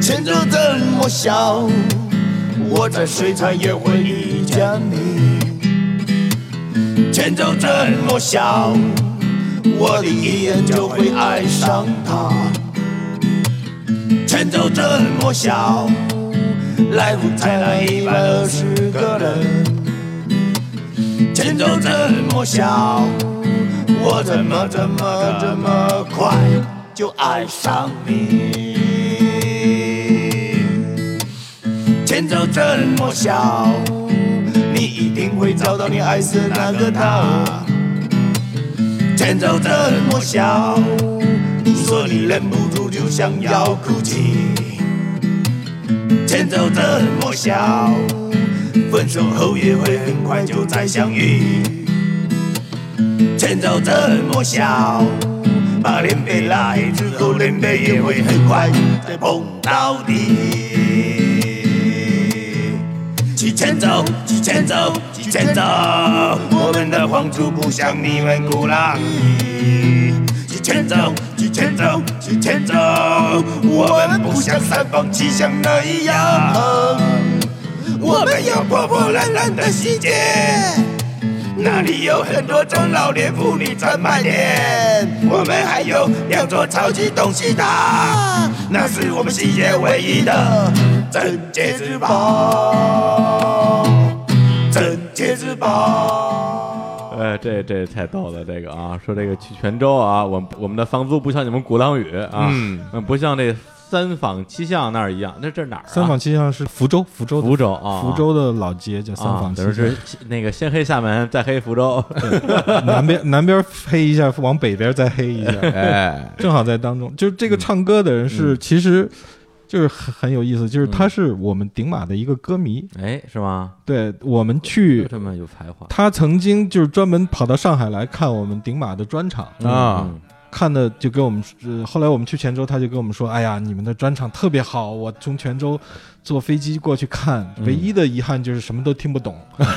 前奏这么小，我在水产也会遇见你。前奏这么小，我的一眼就会爱上他。前奏这么小，来福才来一百二十个人。前奏这么小，我怎么怎么这么快就爱上你？天就这么小，你一定会找到你爱的那个他。天就这么小，你说你忍不住就想要哭泣。牵手这么小，分手后也会很快就再相遇。牵手这么小，把脸被拉黑之后，脸被也会很快再碰到底。去牵手，去牵手，去牵手，我们的黄土不像你们鼓浪屿。去牵手，去牵手，去牵手，我们不像三坊七巷那样，呃我们有破破烂烂的细节，那里有很多中老年妇女专卖店，我们还有两座超级东西塔，那是我们西街唯一的贞洁之宝，贞洁之宝。
哎，这这太逗了，这个啊，说这个去泉州啊，我们我们的房租不像你们鼓浪屿啊，嗯，不像那三坊七巷那儿一样，那这哪儿、啊？
三坊七巷是福州，福州的，
福州啊
福州的老街叫三
啊
坊，七
等于
巷
是，那个先黑厦门，再黑福州，
南边南边黑一下，往北边再黑 一下，
哎，
正好在当中。就是这个唱歌的人
嗯
是，其实就是很很有意思，就是他是我们顶马的一个歌迷，
哎，是吗？
对我们
就
去，
这么有才华
他曾经就是专门跑到上海来看我们顶马的专场，
啊
嗯
看的就跟我们，呃后来我们去泉州，他就跟我们说，哎呀，你们的专场特别好，我从泉州坐飞机过去看，
嗯
唯一的遗憾就是什么都听不懂。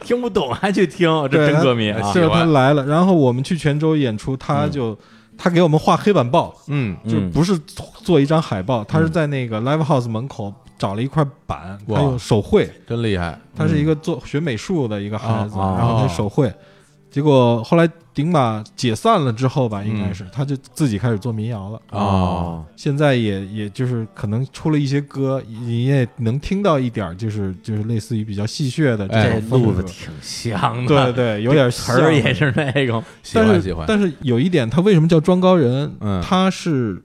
听不懂还去听，这
对
真
他
歌迷啊！
就是他来了，然后我们去泉州演出，他就、他给我们画黑板报，
嗯，
就
嗯
不是做一张海报，他是在那个 live house 门口找了一块板，
哇
嗯
他有手绘，
真厉害，
他是一个做学美术的一个孩子，
哦哦
然后他手绘。结果后来顶马解散了之后吧，
嗯
应该是、他就自己开始做民谣了。
哦，
现在也也就是可能出了一些歌，你也能听到一点儿，就是就是类似于比较戏谑的
这
这种
哎路
风
子
格。
挺像
对
的，
对，有点
词儿
像
也是那种，
喜
但
欢
是
喜欢，
但是有一点，他为什么叫庄高人？
嗯
他是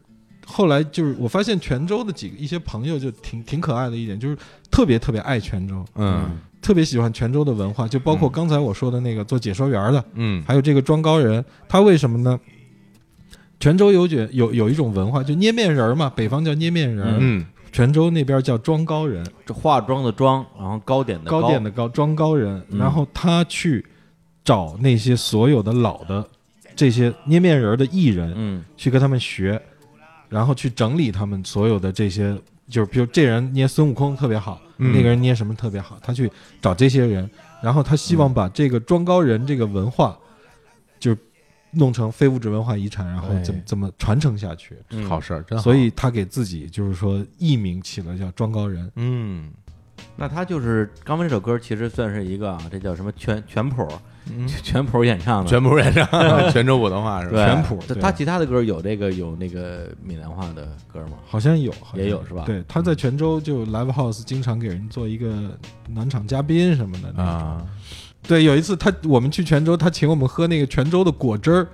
后来就是我发现泉州的几个一些朋友就挺挺可爱的一点，就是特别特别爱泉州，
嗯
特别喜欢泉州的文化，就包括刚才我说的那个做解说员的，
嗯
还有这个庄高人，他为什么呢？泉州有卷有有一种文化，就捏面人儿嘛，北方叫捏面人儿，
嗯，
泉州那边叫庄高人，
这化妆的妆，然后糕点的
糕点
的，
的高，庄高人。然后他去找那些所有的老的这些捏面人儿的艺人，
嗯
去跟他们学，然后去整理他们所有的这些，就是比如这人捏孙悟空特别好，
嗯
那个人捏什么特别好，他去找这些人，然后他希望把这个庄高人这个文化，就是弄成非物质文化遗产，然后怎么
哎
怎么传承下去。
嗯
好事儿，真好，
所以他给自己就是说艺名起了叫庄高人，
嗯，
那他就是刚才这首歌，其实算是一个啊，这叫什么全全谱儿，全谱儿演唱的。
啊 全部演唱，泉州普通话是
对
吧？
全谱
他
对
他其他的歌有这个有那个闽南话的歌吗？
好像有，好像
也有是吧
对，他
嗯
在泉州就 live house 经常给人做一个暖场嘉宾什么的那种
啊，
对，有一次他我们去泉州，他请我们喝那个泉州的果汁儿，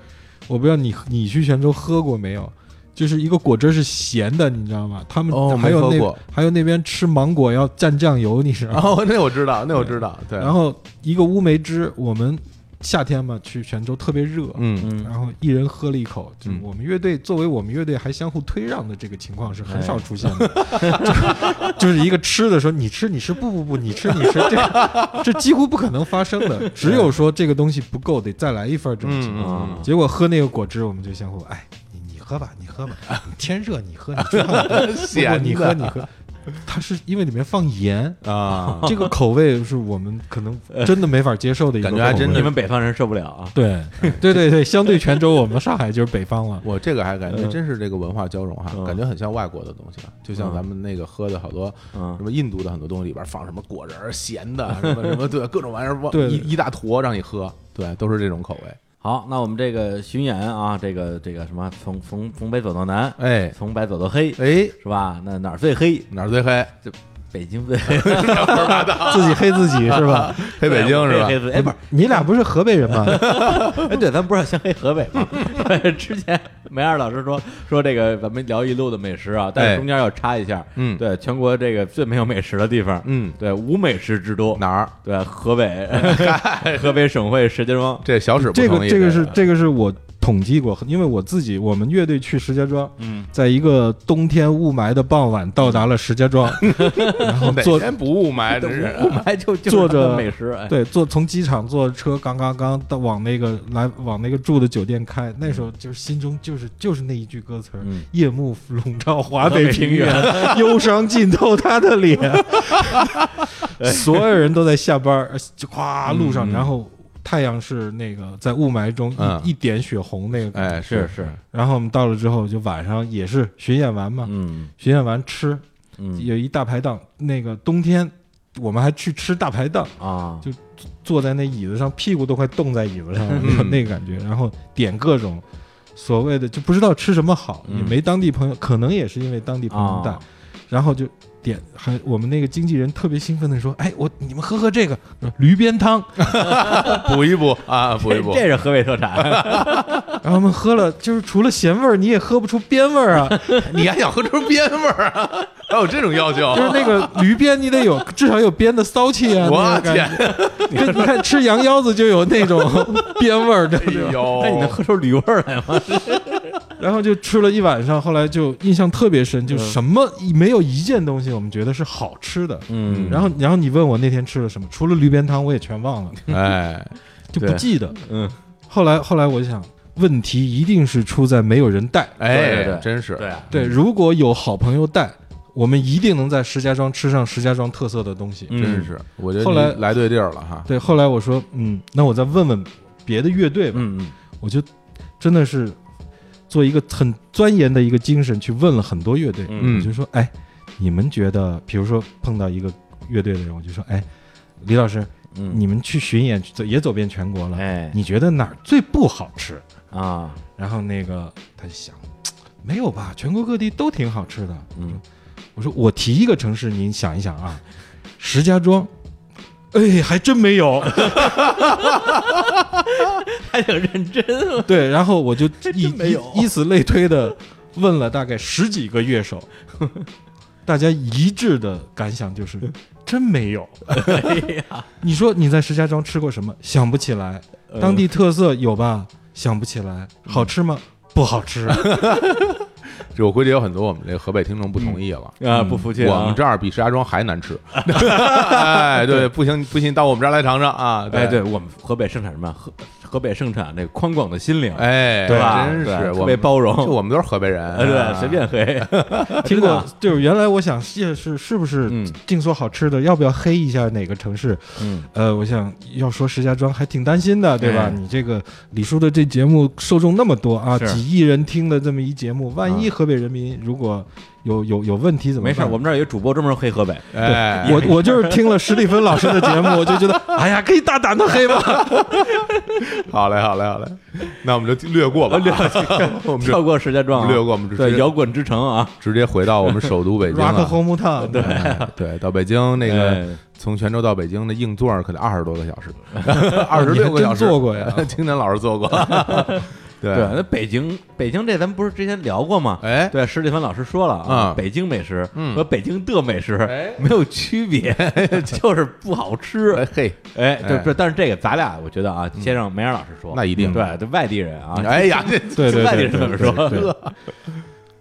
我不知道你你去泉州喝过没有？就是一个果汁儿是咸的，你知道吗？他们
哦
还有
没喝
那、
过
还有那边吃芒果要蘸酱油，你知道
然
吗？
后那我知道，那我知道，对，
然后一个乌梅汁，我们夏天嘛去泉州特别热，
嗯
嗯
然后一人喝了一口，就是
嗯
我们乐队作为我们乐队还相互推让的这个情况是很少出现的，
哎
就就是一个吃的说你吃你吃不不不你吃你吃，这 这几乎不可能发生的，只有说这个东西不够得再来一份儿这种情况。
啊，
结果喝那个果汁，我们就相互哎你你喝吧你喝吧，天热你喝你出汗多，不不
咸
你
的
喝你喝，它是因为里面放盐。
啊，
这个口味是我们可能真的没法接受的一个
感
口
觉
味，
还真的
你们北方人受不了啊！
对对对对，相对泉州，我们上海就是北方了。
我这个还感觉真是这个文化交融哈，
嗯
感觉很像外国的东西啊，就像咱们那个喝的好多
嗯
什么印度的很多东西里边放什么果仁儿、咸的什么什么，对，各种玩意儿往
对
一一大坨让你喝，对，都是这种口味。
好，那我们这个巡演啊，这个这个什么，从从从北走到南，
哎
从白走到黑，
哎，
是吧？那哪儿最黑？
哪儿最黑？
这北京的，
自己黑自己是 吧？
黑北京是吧？
黑黑哎，不是，
你俩不是河北人 吗？
哎，对，咱不是要先黑河北吗？ 之前梅二老师说说这个，咱们聊一路的美食啊，但
哎
是中间要插一下，
嗯
对，全国这个最没有美食的地方，
嗯
对，无美食之都
哪儿？
对，河北， 河北省会石家庄，
这小史不
这
同
个
意啊
这个是这个是我统计过，因为我自己我们乐队去石家庄，
嗯，
在一个冬天雾霾的傍晚到达了石 家庄，然后
哪
坐
天不雾霾，真是啊
雾 霾 就就是
坐着
他们美食，哎，
对坐从机场坐车刚刚刚到往那个来往那个住的酒店开，那时候就是心中就是就是那一句歌词儿
嗯
夜幕笼罩华北平
华北
原，忧伤浸透他的脸。所有人都在下班儿，呃就咵路上，然后太阳是那个在雾霾中一、
嗯
一点血红那个感觉。
哎，
是
是
是，
然后我们到了之后，就晚上也是巡演完嘛，
嗯
巡演完吃，
嗯
有一大排档，那个冬天我们还去吃大排档，
啊，
就坐在那椅子上，屁股都快冻在椅子上了，
嗯
那个感觉。然后点各种所谓的就不知道吃什么好，
嗯
也没当地朋友，可能也是因为当地朋友带，
啊
然后就。点还我们那个经纪人特别兴奋的说：“哎，我你们喝喝这个呃驴鞭汤。
补一补啊，补一补
这，这是河北特产，”
然后我们喝了，就是除了咸味儿，你也喝不出鞭味儿啊。
你还想喝出鞭味儿啊？ 还有这种要求？啊
就是那个驴鞭，你得有 至少有鞭的骚气啊！
我
那种感
天
觉！跟你看吃羊腰子就有那种鞭味儿，对不
哎
对？
呦，
那你能喝出驴味儿来吗？
然后就吃了一晚上，后来就印象特别深，
嗯
就什么没有一件东西我们觉得是好吃的。
嗯
然后，然后你问我那天吃了什么，除了驴鞭汤，我也全忘了，
哎，
就不
对
记得。
嗯，
后来，后来我就想，问题一定是出在没有人带。
对对
哎，
对
真是，
对啊，
对，如果有好朋友带，我们一定能在石家庄吃上石家庄特色的东西。
真
嗯
是，我觉得
后来
你来对地儿了哈。
对，后来我说，嗯，那我再问问别的乐队吧。
嗯嗯
我就真的是做一个很钻研的一个精神去问了很多乐队，
嗯
我就说，哎，你们觉得，比如说碰到一个乐队的人，我就说，哎，李老师，
嗯，
你们去巡演走也走遍全国了，
哎
你觉得哪儿最不好吃？
啊，
然后那个他就想，没有吧，全国各地都挺好吃的。
嗯，
我说我提一个城市，您想一想啊，石家庄。哎，还真没 有。
还挺认真，
对，然后我就以
真没有
以以此类推的问了大概十几个乐 手，大家一致的感想就是真没有。哎你说你在石家庄吃过什么？想不起来。当地特色有吧？想不起来。好吃吗？不好 吃。
这我估计有很多我们这河北听众不同意了。嗯
啊，不服气啊，
我们这儿比石家庄还难 吃，哎，对，不行不行，到我们这儿来尝尝啊！
哎，对，我们河北盛产什么？河河北盛产那个宽广的心灵，
哎，
对吧？
真
对
是
特
我
别
们
包容，
就我们都是河北人，啊
哎对，随便黑，
听
真
过
的，
就是原来我想是是是不是
嗯
净说好吃的，要不要黑一下哪个城市？
嗯，
呃，我想要说石家庄还挺担心的，对吧？
哎
你这个李叔的这节目受众那么多啊，
是啊
几亿人听的这么一节目，万一河北人民如果有有有问题怎么
没
办？
事 儿，我们这儿有主播专门黑河北，
哎，
我我就是听了史蒂芬老师的节目，我就觉得，哎呀，可以大 胆的黑吧。
好嘞，好嘞，好嘞，那我们就略过 吧，略我们
跳
就
过石家庄啊，
略过我们直
对
接
摇滚之城啊，
直接回到我们首都北京
Rock
了。
Home Town，对
哎对，到北京那个
哎
从泉州到北京的硬座儿可得二十多个小 时， 二十六个小时
你还真坐过呀
青年老师坐过。
啊对，
对，
那北京北京这咱们不是之前聊过吗？
哎
对，史蒂芬老师说了啊，
嗯
北京美食
嗯
和北京的美食
哎
没有区别， 就是不好吃
哎。嘿，
哎，对
哎嗯
对，但是这个咱俩我觉得啊，先让梅尔老师说，
那一定
对，对外地人啊，
哎 呀，这
对对
外地
对
人怎么说？
对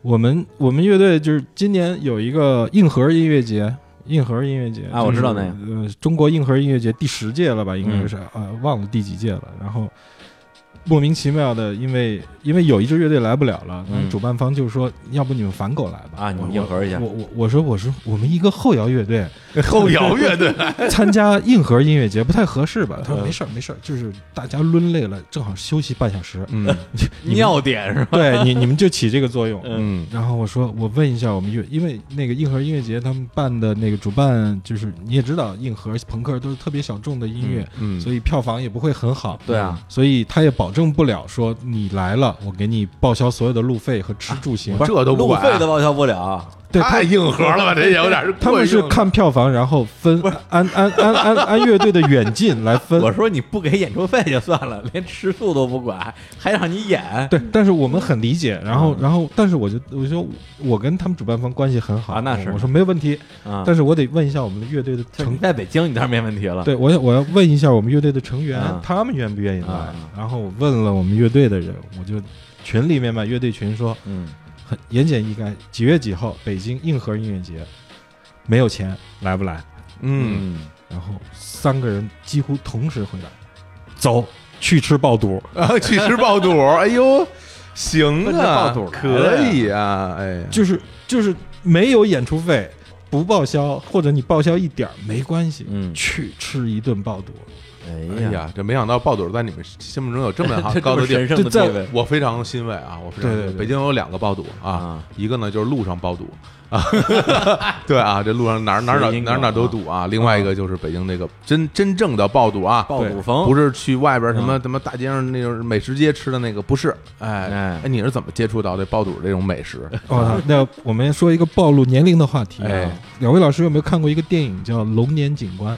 我们我们乐队就是今年有一个硬核音乐节，硬核音乐节
啊我知道那个
就是呃，中国硬核音乐节第十届了吧，应该
嗯
是啊、呃忘了第几届了。然后莫名其妙的，因为因为有一支乐队来不了了，
嗯
主办方就说，要不你们反狗来吧？
啊，你
我
们硬核一下
我，我我说我说我们一个后摇 乐队
后摇乐队，。
参加硬核音乐节不太合适吧？
嗯
他说没事儿没事儿，就是大家抡累了，正好休息半小时
嗯
你们
尿点是吧？
对你你们就起这个作用，
嗯
然后我说，我问一下我们乐，因为那个硬核音乐节他们办的那个主办，就是你也知道，硬核朋克都是特别小众的音乐，
嗯，
所以票房也不会很好。嗯
对啊，
所以他也保证不了说你来了，我给你报销所有的路费和吃住行。
这都不
路
管啊
费都报销不了，
对他
太硬核了 吧？这也有点儿
他们是
过硬了
看票房，然后分按按按按按乐队的远近来分。
我说你不给演出费就算了，连吃素都不管，还让你演。
对，但是我们很理解，然后，然后，但是我就我说我跟他们主办方关系很好
啊那是
我说没有问题，
啊，
但是我得问一下我们的乐队的
就是
成
你，在北京，你当然没问题了。
对我要我要问一下我们乐队的成员
啊，
他们愿不愿意来
啊？
然后我问了我们乐队的人，我就群里面嘛，乐队群说
嗯，
很言简意赅，几月几号北京硬核音乐节，没有钱来不来？
嗯，
嗯
然后三个人几乎同时回答，走去吃爆肚。
啊， 去吃爆肚，哎呦，行
奔着
啊，
爆肚来
可
的呀
以啊，哎呀，
就是就是没有演出费，不报销，或者你报销一点儿没关系，
嗯
去吃一顿爆肚。
哎
哎呀，这没想到爆肚在你们心目中有这么好高的
这
地位，
是神圣的
这在
地位
我非常欣慰啊，我非常
对
欣慰
对对
北京有两个爆肚啊
啊，
一个呢就是路上爆肚啊， 对啊，这路上哪儿哪儿哪
谐
儿
音
哪儿哪儿都
梗啊
堵啊，另外一个就是北京那个真真正的爆肚啊，
爆肚风嗯
不
是
是去外边什么什么大街上那种美食街吃的那个，不是，哎
哎
哎，你是怎么接触到这爆肚这种美食？
哦，那我们说一个暴露年龄的话题、啊。
哎
两位老师有没有看过一个电影叫《龙年警官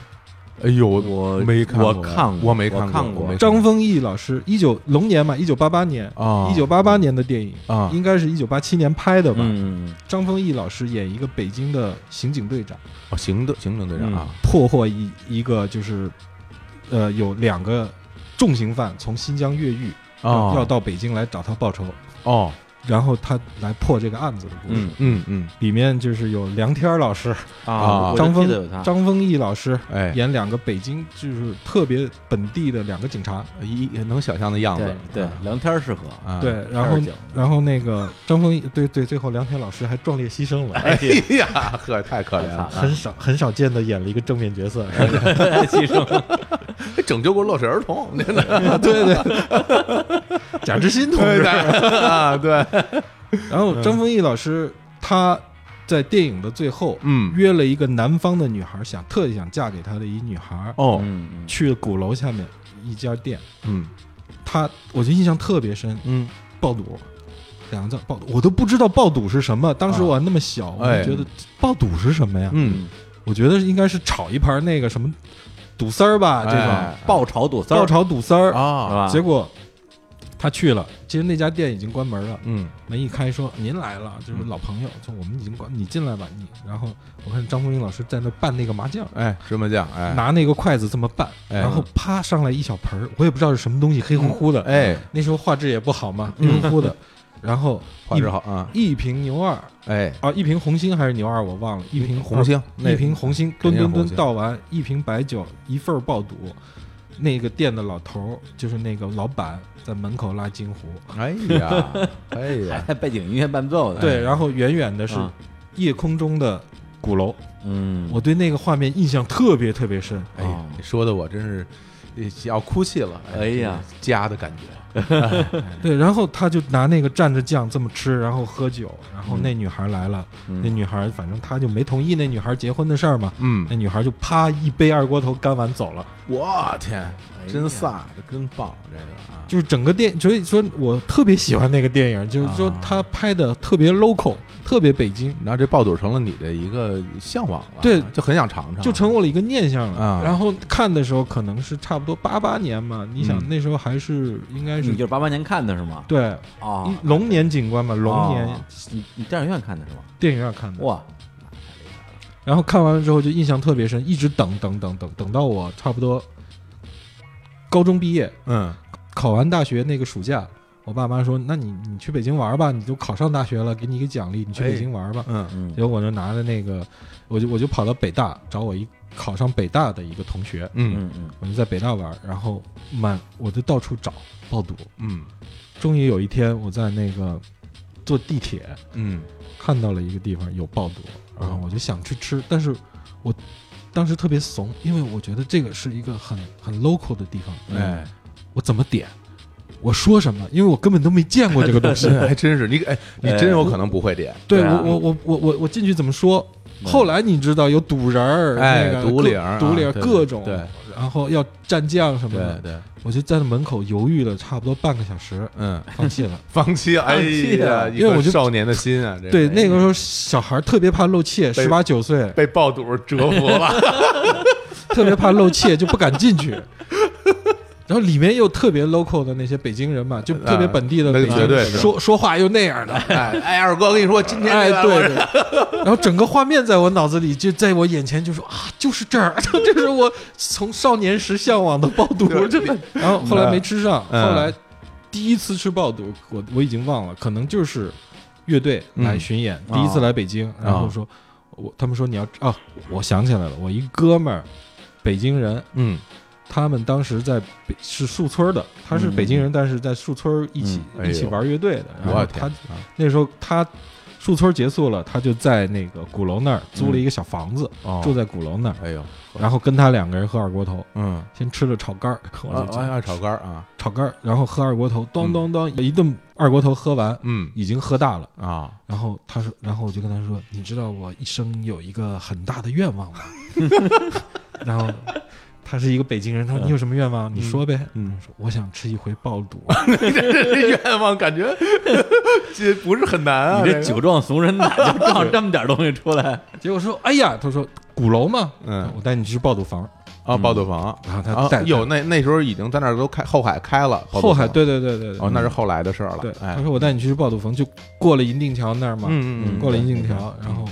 哎呦，
我
没看过
我看过
我没
我
看
看
过，我
过
没》？
张丰毅老师，一九龙年嘛，一九八八年，
啊，
一九八八年的电影。
啊
应该是一九八七年拍的吧？
嗯，
张丰毅老师演一个北京的刑警队长，嗯
哦行的行政队长啊，
破获一一个就是，呃，有两个重刑犯从新疆越狱，
哦
要到北京来找他报仇，
哦，
然后他来破这个案子的故事。
嗯
嗯嗯
里面就是有梁天儿老师、
啊
我
张
就
丰
记得有他、
张丰毅老师
哎，
演两个北京就是特别本地的两个警察。
一能想象的样
对
子，
对，聊天适合。
啊，
对，然后
二姐
然后那个张丰毅，对对，最后梁天老师还壮烈牺牲了，
哎呀，呵，太可怜了，
很少很少见的演了一个正 面角色。
牺牲，
还哎拯救过落水儿童，真的，
对对， 贾志新同
对
志。
啊，对，嗯
然后张丰毅老师他在电影的最后
嗯，
约了一个南方的女孩，想特意想嫁给他的一女孩，
哦，
嗯
去鼓楼下面一家店，
嗯
他我就印象特别深，
嗯，
爆肚。两个字爆肚，我都不知道爆肚是什么。当时我还那么小，我
哎
就觉得爆肚是什么呀？
嗯，
我觉得应该是炒一盘那个什么肚丝儿吧，这种、
哎
爆炒肚丝儿
爆炒肚丝儿。
是
啊，
吧？
结果他去了，其实那家店已经关门了。
嗯
门一开说：“您来了，就是老朋友，就我们已经关，你进来吧。”你，然后我看张丰毅老师在那拌那个麻酱，
哎，芝麻酱，哎，
拿那个筷子这么拌，
哎
然后啪上来一小盆儿，我也不知道是什么东西，黑乎乎的。
哎，嗯
那时候画质也不好嘛，黑乎 乎的。然后
画质好啊，
一瓶牛二
哎，
啊，一瓶红星还是牛二，我忘了，一瓶
红，星，那
一瓶红星，
肯
吨
定是
吨
红
吨
星
倒完，一瓶白酒，一份儿爆肚。那个店的老头儿就是那个老板，在门口拉金壶，
哎 呀，哎
还
呀，
带背景音乐伴奏的，
对，然后远远的是
啊
夜空中的鼓楼，
嗯，哦
我对那个画面印象特别特别深。
哎呀，你说的我真是呃要哭泣了，
哎呀，
家的感觉，
对，然后他就拿那个蘸着酱这么吃，然后喝酒，然后那女孩来了，
嗯
那女孩反正他就没同意那女孩结婚的事儿嘛，
嗯
那，女孩就啪一杯二锅头干完走了，
我天，真
哎呀
飒，这真棒，这个啊，
就是整个电，所以说我特别喜欢那个电影，就是说
啊
他拍的特别 local，特别北京，
然后这爆肚成了你的一个向往了，啊
对
就很想尝尝，
就成我了一个念想了。
啊
然后看的时候可能是差不多八八年嘛，你想
嗯
那时候还是应该
你
是
就是八八年看的是吗？
对
啊，
一龙年警官嘛，
啊
龙年
哦你你电影院看的是吗？
电影院看的。
哇，
然后看完了之后就印象特别深，一直等等等等等到我差不多高中毕业，
嗯
考完大学那个暑假，我爸妈说：“那你你去北京玩吧，你都考上大学了，给你一个奖励，你去北京玩吧。
嗯
嗯
结果我就拿着那个，我就我就跑到北大找我一考上北大的一个同学，
嗯
嗯嗯，
我就在北大玩，然后满我就到处找爆肚。
嗯
终于有一天，我在那个坐地铁，
嗯
看到了一个地方有爆肚，然后我就想去吃，但是我当时特别怂，因为我觉得这个是一个很很 local 的地方，
嗯，哎，
我怎么点，我说什么，因为我根本都没见过这个东西。
真还真是你哎，你真有可能不会点，嗯
对
对啊
我我我我我我进去怎么说？后来你知道有肚仁儿，
哎
那个
肚
各
里儿啊
肚里儿
对
各种，
对
然后要蘸酱什么
对
的，
对，
我就站在门口犹豫了差不多半个小时，
嗯，
放弃了。
放弃，哎呀，一
因为我
颗
就
少年的心啊，这
对，那个时候小孩特别怕露怯，
被
十八九岁
被爆肚折服了，
特别怕露怯，就不敢进去。然后里面又特别 local 的那些北京人嘛，就特别本地的
啊那
北京
绝对
人，
是
说说话又那样的，
哎哎，二哥，我跟你说，今天
哎
这，个我
对 对。然后整个画面在我脑子里，就在我眼前，就说啊，就是这儿， 这是我从少年时向往的爆肚。真的。然后后来没吃上，
嗯
后来第一次吃爆肚，我我已经忘了，可能就是乐队
嗯
来巡演，
啊
哦
第一次来北京，然后说，我他们说你要啊，我想起来了，我一哥们儿，北京人，
嗯，
他们当时在北是树村的，他是北京人，但是在树村一起、
嗯嗯哎呦
一起玩乐队的。然
我的
后
天啊
他那时候他树村结束了，他就在那个鼓楼那儿租了一个小房子，
嗯哦
住在鼓楼那儿，
哎呦，
然后跟他两个人喝二锅头，
嗯，
先吃了炒肝儿，我
我
就
哎
讲、
爱爱炒肝儿啊，
炒肝儿，然后喝二锅头，咚咚咚，
嗯
一顿二锅头喝完，
嗯
已经喝大了。
啊，
然后他说，然后我就跟他说：“你知道我一生有一个很大的愿望吗？” 然后他是一个北京人，
嗯
他说：“你有什么愿望？你说呗。”嗯，说我想吃一回爆肚。
这愿望感觉 这不是很难啊，
你这酒壮怂人胆，就撞这么点东西出来，
结果说：“哎呀，他说鼓楼嘛，
嗯
我带哎你去爆肚房。嗯
啊，爆肚房
然后他
啊
带，
有那那时候已经在那儿都开后海开了，爆肚
后海，
房
对对对对对，
哦，那是后来的事儿了，
对。
哎
他，说我带你去爆肚房，就过了银锭桥那儿嘛，
嗯嗯嗯
过了银锭桥，然后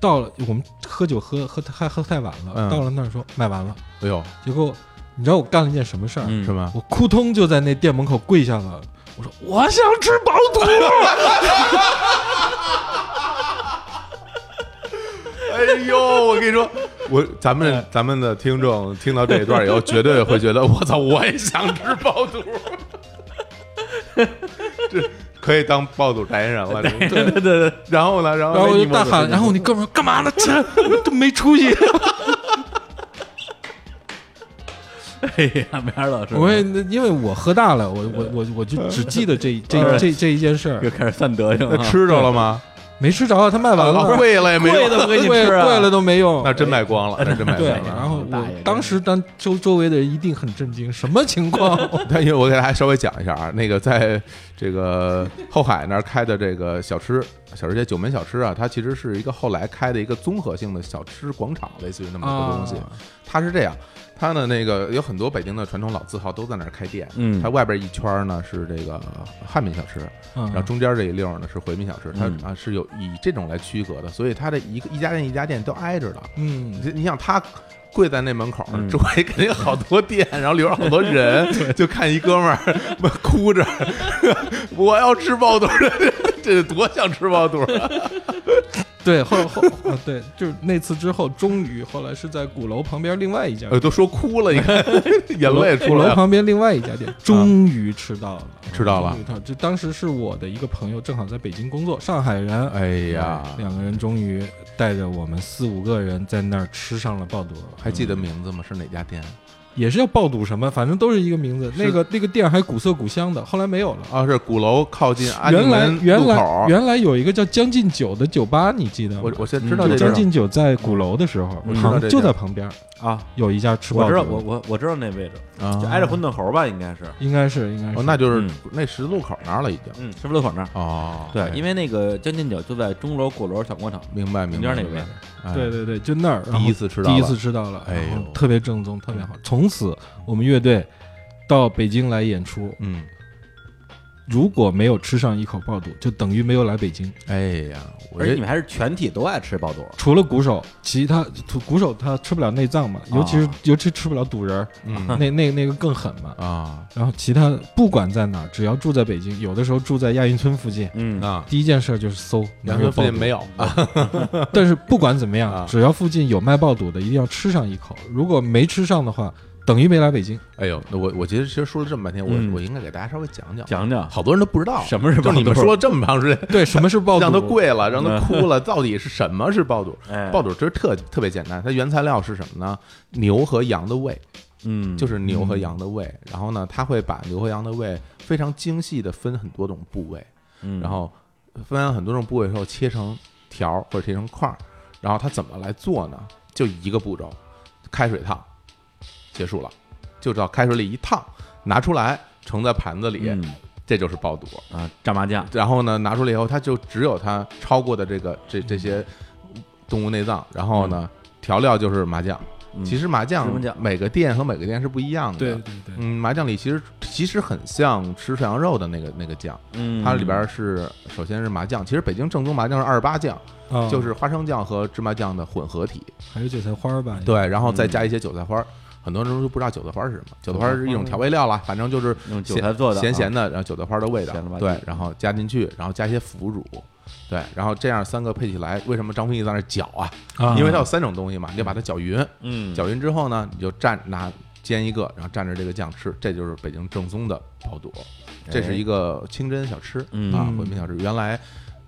到了我们喝酒喝喝还喝太晚
嗯
了，到了那儿说卖完了，
哎呦，
结果你知道我干了一件什么事儿？
嗯
是吗？
我扑通就在那店门口跪下了，我说我想吃爆肚。
哎呦，我跟你说，我咱们
嗯
咱们的听众听到这一段以后，绝对会觉得我操，我也想吃爆肚，这可以当爆肚代言人 了。对对对 然后呢，然后
然后我
那
就
一摸
大喊，然后我那哥们儿说干嘛呢？这 都没出息。
哎呀，没法老师，
我也因为我喝大了， 我我我我就只记得这这这这一件事
又
儿，
开始散德行
那
了。
吃着了吗？
没吃着，啊他卖完了，
贵了也没
贵
用，
的不给你
贵
吃啊，哎
贵了都没用。
那真卖光了，那真卖光
对，
了。
然后我当时当周周围的人一定很震惊，什么 情况？
但因为我给大家稍微讲一下啊，那个在这个后海那儿开的这个小吃小吃街九门小吃啊，它其实是一个后来开的一个综合性的小吃广场，类似于那么一个东西。
哦
啊
它是这样，它呢那个有很多北京的传统老字号都在那儿开店，
嗯
它外边一圈儿呢是这个汉民小吃，
嗯
然后中间这一溜儿呢是回民小吃，它
嗯
啊是有以这种来区隔的，所以它这一个一家店一家店都挨着的，
嗯，
你你想他跪在那门口
嗯，
周围肯定好多店，然后里边好多人，就看一哥们儿 哭着，我要吃爆肚，这多想吃爆肚啊！
对，后后啊对，就是那次之后，终于后来是在鼓楼旁边另外一家
呃，都说哭了，你 看 眼泪出
鼓
来
楼
了。啊
旁边另外一家店，终于吃到了，
吃到了
终于到这当时是我的一个朋友，正好在北京工作，上海人。
哎呀，
两个人终于带着我们四五个人在那儿吃上了爆肚，
还记得名字吗？是哪家店？
也是叫爆肚什么，反正都是一个名字。那个那个店还古色古香的，后来没有了。
啊，是鼓楼靠近安定
原来
门
原
啊路
来
口。
原来有一个叫将进酒的酒吧，你记得吗？
我我现在知道
就
这地
将
儿嗯
进酒在鼓楼的时候
我，知道
旁
这
就
地儿
在旁边
啊，
有一家吃
我
爆肚
知
的，
道，我我我知道那位置，
啊
就挨着馄饨侯吧，应该是，
应该是应该是
哦，那就是
嗯
那十字路口那儿了，已经。
嗯，是不是路口那儿？
哦，
对
哎，
因为那个将进酒就在钟楼、鼓楼小广场
明白明
中
白
间那个
明
位
白
置。
哎
对对对，就那儿然后
第一次吃到
第一
了
次吃到了，
哎呦
然后特别正宗，特别好。从此我们乐队到北京来演出，
嗯，
如果没有吃上一口爆肚，就等于没有来北京。
哎呀，我
而且
这
你们还是全体都爱吃爆肚，
除了鼓手，其他鼓手他吃不了内脏嘛，尤其是、
啊
尤其吃不了肚仁儿，
嗯
那那那个更狠嘛。
啊
然后其他不管在哪儿，只要住在北京，有的时候住在亚运村附近，
嗯
啊，
第一件事就是搜
杨
有没有
哥附
爆
近
肚。
没有啊，
但是不管怎么样，
啊
只要附近有卖爆肚的，一定要吃上一口。如果没吃上的话，等于没来北京。
哎呦，那我我其实其实说了这么半天，
嗯
我我应该给大家稍微讲讲，
讲讲
好多人都不知道
什么是
就
爆
你
肚
们说了这么长时间，
对，什么是爆肚？
让他跪了，让他哭了，到底是什么是爆肚？
嗯哎
爆肚其实特特别简单，它原材料是什么呢？牛和羊的胃，
嗯，
就是牛和羊的胃。然后呢，他会把牛和羊的胃非常精细的分很多种部位，
嗯
然后分完很多种部位之后，切成条儿或者切成块儿，然后它怎么来做呢？就一个步骤，开水烫，结束了，就到开水里一烫，拿出来盛在盘子里，
嗯
这就是爆肚。
啊，炸麻酱，
然后呢，拿出来以后，它就只有它焯过的这个这这些动物内脏，然后呢，调料就是麻酱。
嗯
其实麻酱
芝麻酱
每个店和每个店是不一样的。
对对对，
嗯，麻酱里其实其实很像吃涮羊肉的那个那个酱，
嗯
它里边是首先是麻酱，其实北京正宗麻酱是二十八酱，
嗯
啊
就是花生酱和芝麻酱的混合体，
还有韭菜花儿
哎
吧，嗯
对，然后
嗯
再加一些韭菜花儿。很多人都不知道韭菜花儿是什么，韭菜花儿是一种调味料啦，反正就是
嗯用韭
咸
菜做的
咸
啊
咸的，然后韭菜花儿的味道
咸了吧，唧
对，然后加进去，然后加一些腐乳，对，然后这样三个配起来，为什么张丰毅在那儿搅啊？
啊，
因为它有三种东西嘛，你就把它搅匀，
嗯
搅匀之后呢，你就蘸拿煎一个，然后蘸着这个酱吃，这就是北京正宗的爆肚，这
哎
是一个清真小吃、
嗯
啊，回民小吃。原来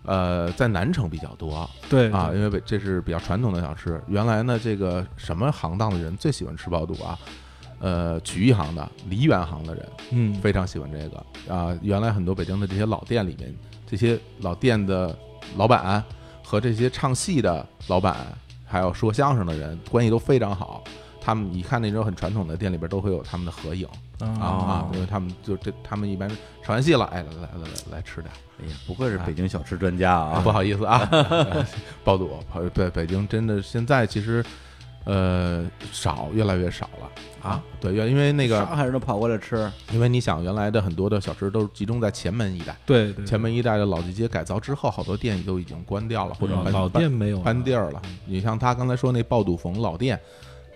呃在南城比较多
对
啊，，因为北这是比较传统的小吃。原来呢，这个什么行当的人最喜欢吃爆肚啊？呃，曲艺行的、梨园行的人
嗯，
非常喜欢这个啊、原来很多北京的这些老店里面，这些老店的老板和这些唱戏的老板，还有说相声的人，关系都非常好。他们你看那种很传统的店里边都会有他们的合影啊啊
啊，，
因为他们就这，他们一般唱完戏了，哎，来来来来来吃点儿，
哎呀，不愧是北京小吃专家啊，
不好意思啊， 包肚，跑北北京真的现在其实呃少，越来越少了啊，对，因为因为那个
上海人都跑过来吃，
因为你想，原来的很多的小吃都是集中在前门一带，
对对，
前门一带的老地街改造之后，好多店都已经关掉了，或者
啊
搬
老店没有
搬
了
搬地儿了。你像他刚才说那爆肚冯老店，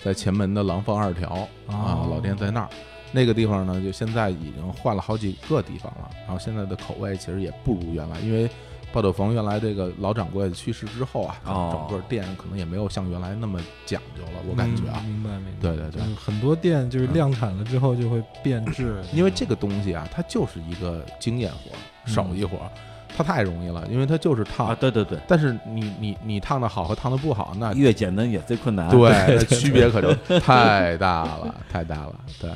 在前门的廊坊二条啊
哦，
老店在那儿。那个地方呢，就现在已经换了好几个地方了，然后现在的口味其实也不如原来，因为爆肚冯原来这个老掌柜去世之后啊，
哦
整个店可能也没有像原来那么讲究了，我
嗯
感觉啊，
明白明白，
对对对
就是很多店就是量产了之后就会变 质，
因为这个东西啊，它就是一个经验活儿、手艺活儿，它太容易了，因为它就是烫。
嗯啊，对对对，
但是你你你烫的好和烫的不好，那
越简单也最困难，
对那区别可就太大了，太大了。对，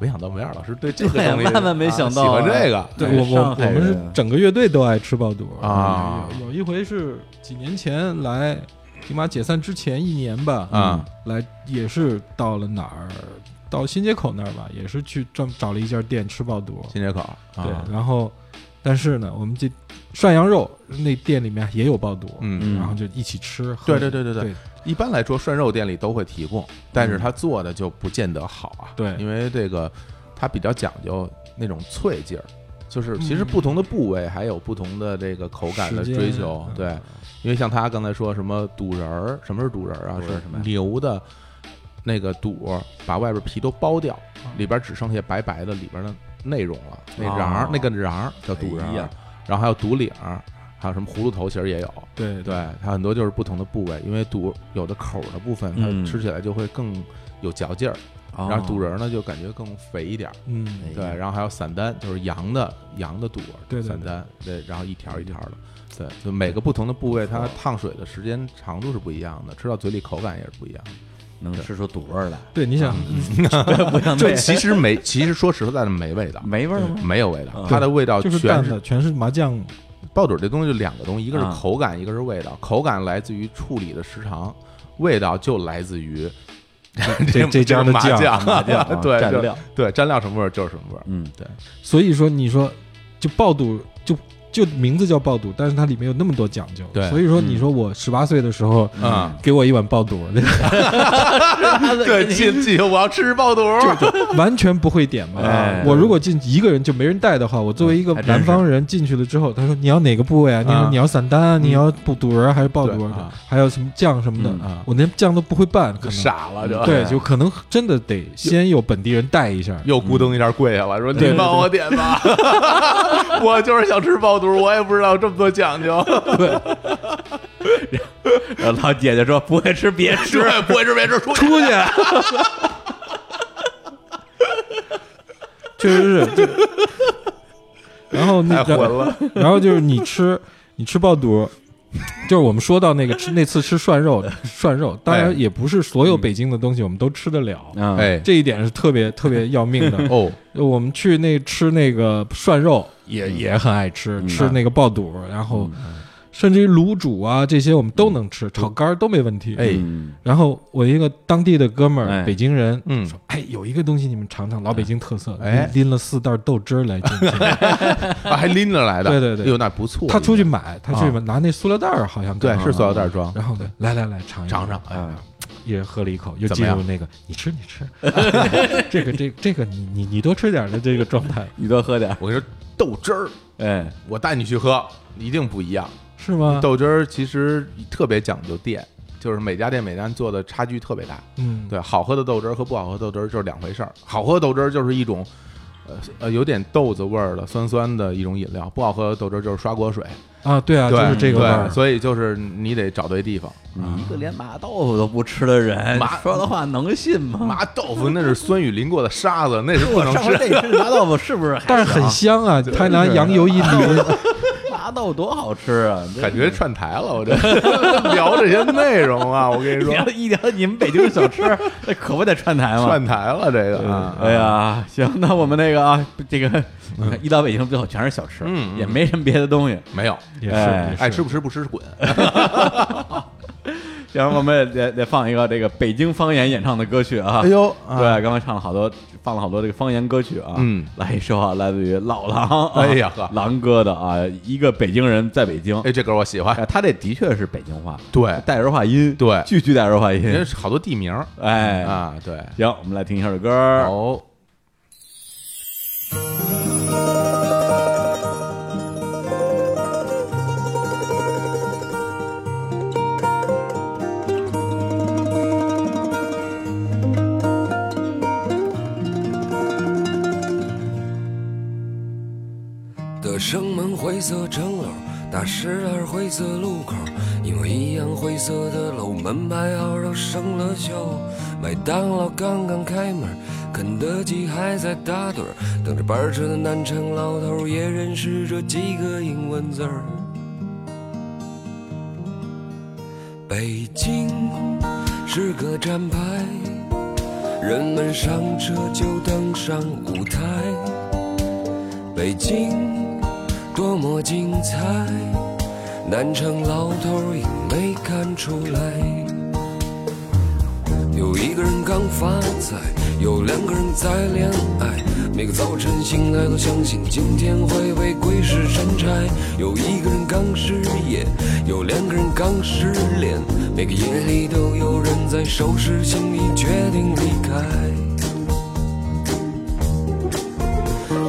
没想到梅尔老师对这个
对
东西
万万没
啊
想到
喜欢这个，哎
对
对
我我
上
我
海
们是
人
整个乐队都爱吃爆肚
啊
有有一回是几年前来迪马解散之前一年吧，
啊
来也是到了哪儿，到新街口那儿吧，也是去专找了一家店吃爆肚，
新街口
对
啊，，
然后但是呢，我们这涮羊肉那店里面也有爆肚，
嗯。
然后就一起吃，喝
对对对对对
对，
一般来说，涮肉店里都会提供，但是他做的就不见得好啊。
对
因为这个它比较讲究那种脆劲儿，就是其实不同的部位还有不同的这个口感的
时间
追求。
嗯
对，因为像他刚才说什么肚仁儿，什么是肚仁儿啊？
肚仁儿
是
什么呀
牛的那个肚儿，把外边皮都剥掉，里边只剩下白白的里边的内容了，那瓤儿、
哦
那个瓤儿叫肚仁
哎
儿
呀，
然后还有肚领儿，还有什么葫芦头其实也有。
对
对，它很多就是不同的部位，因为肚有的口儿的部分，它
嗯
吃起来就会更有嚼劲儿，
哦，
然后肚仁儿呢就感觉更肥一点儿。
嗯，
哎
对，然后还有散丹，就是羊的羊的肚儿，
对对
散丹，对，然后一条一条的，对，就每个不同的部位，它烫水的时间长度是不一样的，吃到嘴里口感也是不一样的。
能吃出肚味儿来，嗯
对，你想，
不像
就
那
其实没，其实说实在的没味道，
没味儿吗？
没有味道，
嗯
它的味道
就是
全
淡
是
的，全是麻酱，
爆肚这东西就两个东西，一个是
啊
口感，一个是味道。口感来自于处理的时长，味道就来自于
这这家的
麻
酱
酱，
麻酱啊
对
蘸
就
料
对蘸料什么味儿就是什么味儿。
嗯，
所以说你说就爆肚就。就名字叫爆肚，但是它里面有那么多讲究，
对
所以说你说我十八岁的时候，
嗯，
给我一碗爆肚，那个
对， 进进去我要吃爆肚。
完全不会点嘛。
哎
我如果进一个人就没人带的话，我作为一
哎
个
还真是
南方人进去了之后，他说你要哪个部位啊？你
啊
说你要散丹啊，你要不肚仁儿还是爆肚
对
儿
啊，
还有什么酱什么
嗯
的
啊，
我连酱都不会拌，可
就
能
傻了就，
对，就可能真的得先有本地人带一下。嗯
又咕咚一下跪下了，说：“
对
您帮我点吧， 我就是想吃爆肚，我也不知道这么多讲究，
然 后老姐姐说不会吃别吃，
对，不会吃别吃，出去
出去。确实是，就然后那
太混了。
然后就是你吃你吃爆肚，就是我们说到那个 吃那次吃涮肉，涮肉当
哎
然也不是所有北京的东西我们都吃得了，
啊，
哎，
这一点是特别特别要命的。
哦，
我们去
嗯
那吃那个涮肉也也很爱吃，吃那个爆肚，然后。甚至于卤煮啊这些我们都能吃，炒肝儿都没问题。
嗯哎
嗯
然后我一个当地的哥们儿，
哎
北京人，
嗯
说，哎，有一个东西你们尝尝，老北京特色，
哎
拎了四袋豆汁儿来进去。
啊还拎着来的，
对对对
哎呦，那不错。啊
他出去买，他去买拿那塑料袋儿，好像
对
刚
是塑料袋装，
然后呢，来来来尝一
尝尝，哎，
一人喝了一口，又
怎
进
么样
入那个你吃你吃， 这个这个这个你你你多吃点儿的这个状态
你多喝点儿，
哎我跟你说，豆汁儿，
哎，
我带你去喝，一定不一样。
是吗？
豆汁儿其实特别讲究店，就是每家店每家店做的差距特别大。
嗯，
对，好喝的豆汁儿和不好喝的豆汁儿就是两回事儿。好喝的豆汁儿就是一种，呃呃，有点豆子味儿的酸酸的一种饮料；不好喝的豆汁儿就是刷锅水，
啊，对啊，
对，
就是这个味儿嗯
对，所以就是你得找对地方。
你一个连麻豆腐都不吃的人，
麻
说的话能信吗？
麻豆腐那是酸雨淋过的沙子，那是不能
上回
吃。
那你吃麻豆腐是不是还行？
但是很香啊，他拿羊油一淋，
麻豆腐多好吃啊！这
感觉串台了，我这 聊这些内容啊，我跟你
一
说，
聊一聊你们北京小 吃，那可不得串台吗？
串台了这个啊。
哎呀，行，那我们那个啊，这个你 看一到北京最后全是小吃，
嗯嗯嗯
也没什么别的东西。
没有，
也
哎
是
爱吃不吃不吃滚。
行，我们也得得放一个这个北京方言演唱的歌曲啊。
哎呦，
对，刚才唱了好多，放了好多这个方言歌曲啊。
嗯
来一首啊，来自于老狼，啊
哎呀呵
狼哥的啊，一个北京人在北京，
哎，这歌我喜欢。
哎他这的确是北京话，
对，
带儿化音，
对
句句带儿化音
人，家好多地名儿
哎，
啊，对。
行，我们来听一下这歌。
好，
的生门灰色城楼，大石栏灰色路口，一模一样灰色的楼，门牌号都生了锈。麦当劳刚刚开门，肯德基还在打盹儿，等着班车的南城老头儿也认识这几个英文字儿。北京是个站牌，人们上车就登上舞台。北京多么精彩，南城老头儿也没看出来。有一个人刚发财，有两个人在恋爱，每个早晨醒来都相信今天会被鬼使神差。有一个人刚失业，有两个人刚失恋，每个夜里都有人在收拾行李决定离开。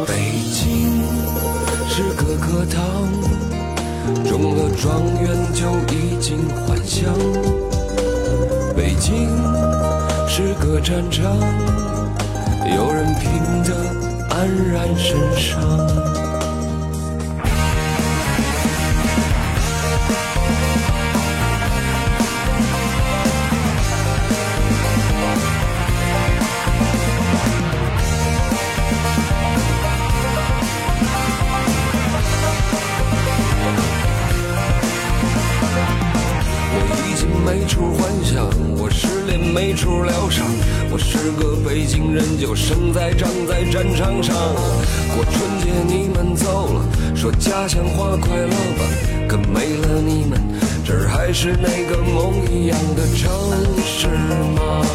北京是个课堂，中了状元就已经幻想。北京是个战场，有人拼得黯然神伤。我已经没处幻想，我失恋没处疗伤，我是个北京人，就生在长在战场上。过春节你们走了，说家乡话快乐吧，可没了你们，这儿还是那个梦一样的城市吗？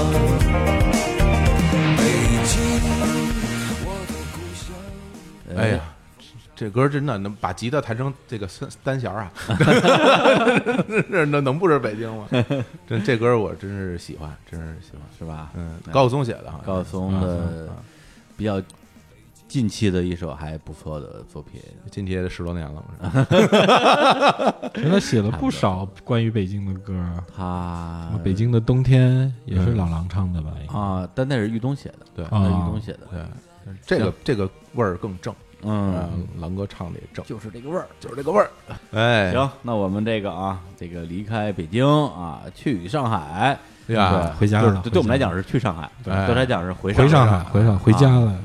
北京，我的故乡。
哎呀，这歌真的能把吉他弹成这个三三弦儿 啊， 这那能不是北京吗？这这歌我真是喜欢，真是喜欢。
是吧？
嗯，高晓松写的哈，
哎高晓松
啊
的比较近期的一首还不错的作品，
今天十多年了，我
哎
原来写了不少关于北京的歌啊，
他
北京的冬天也是老狼唱的吧？应该
啊，但那是玉东写的，
对
那是
啊
玉东写的，
对是这个这个味儿更正，
嗯，
嗯，狼哥唱的也正，
就是这个味儿。
就是这个味儿。哎，
行，那我们这个啊，这个离开北京啊，去上海
呀，
哎回家
就是
了，
对对我们来
回家
讲是去上海，对
啊哎
他来讲是回
回上
上
海，回上回家了，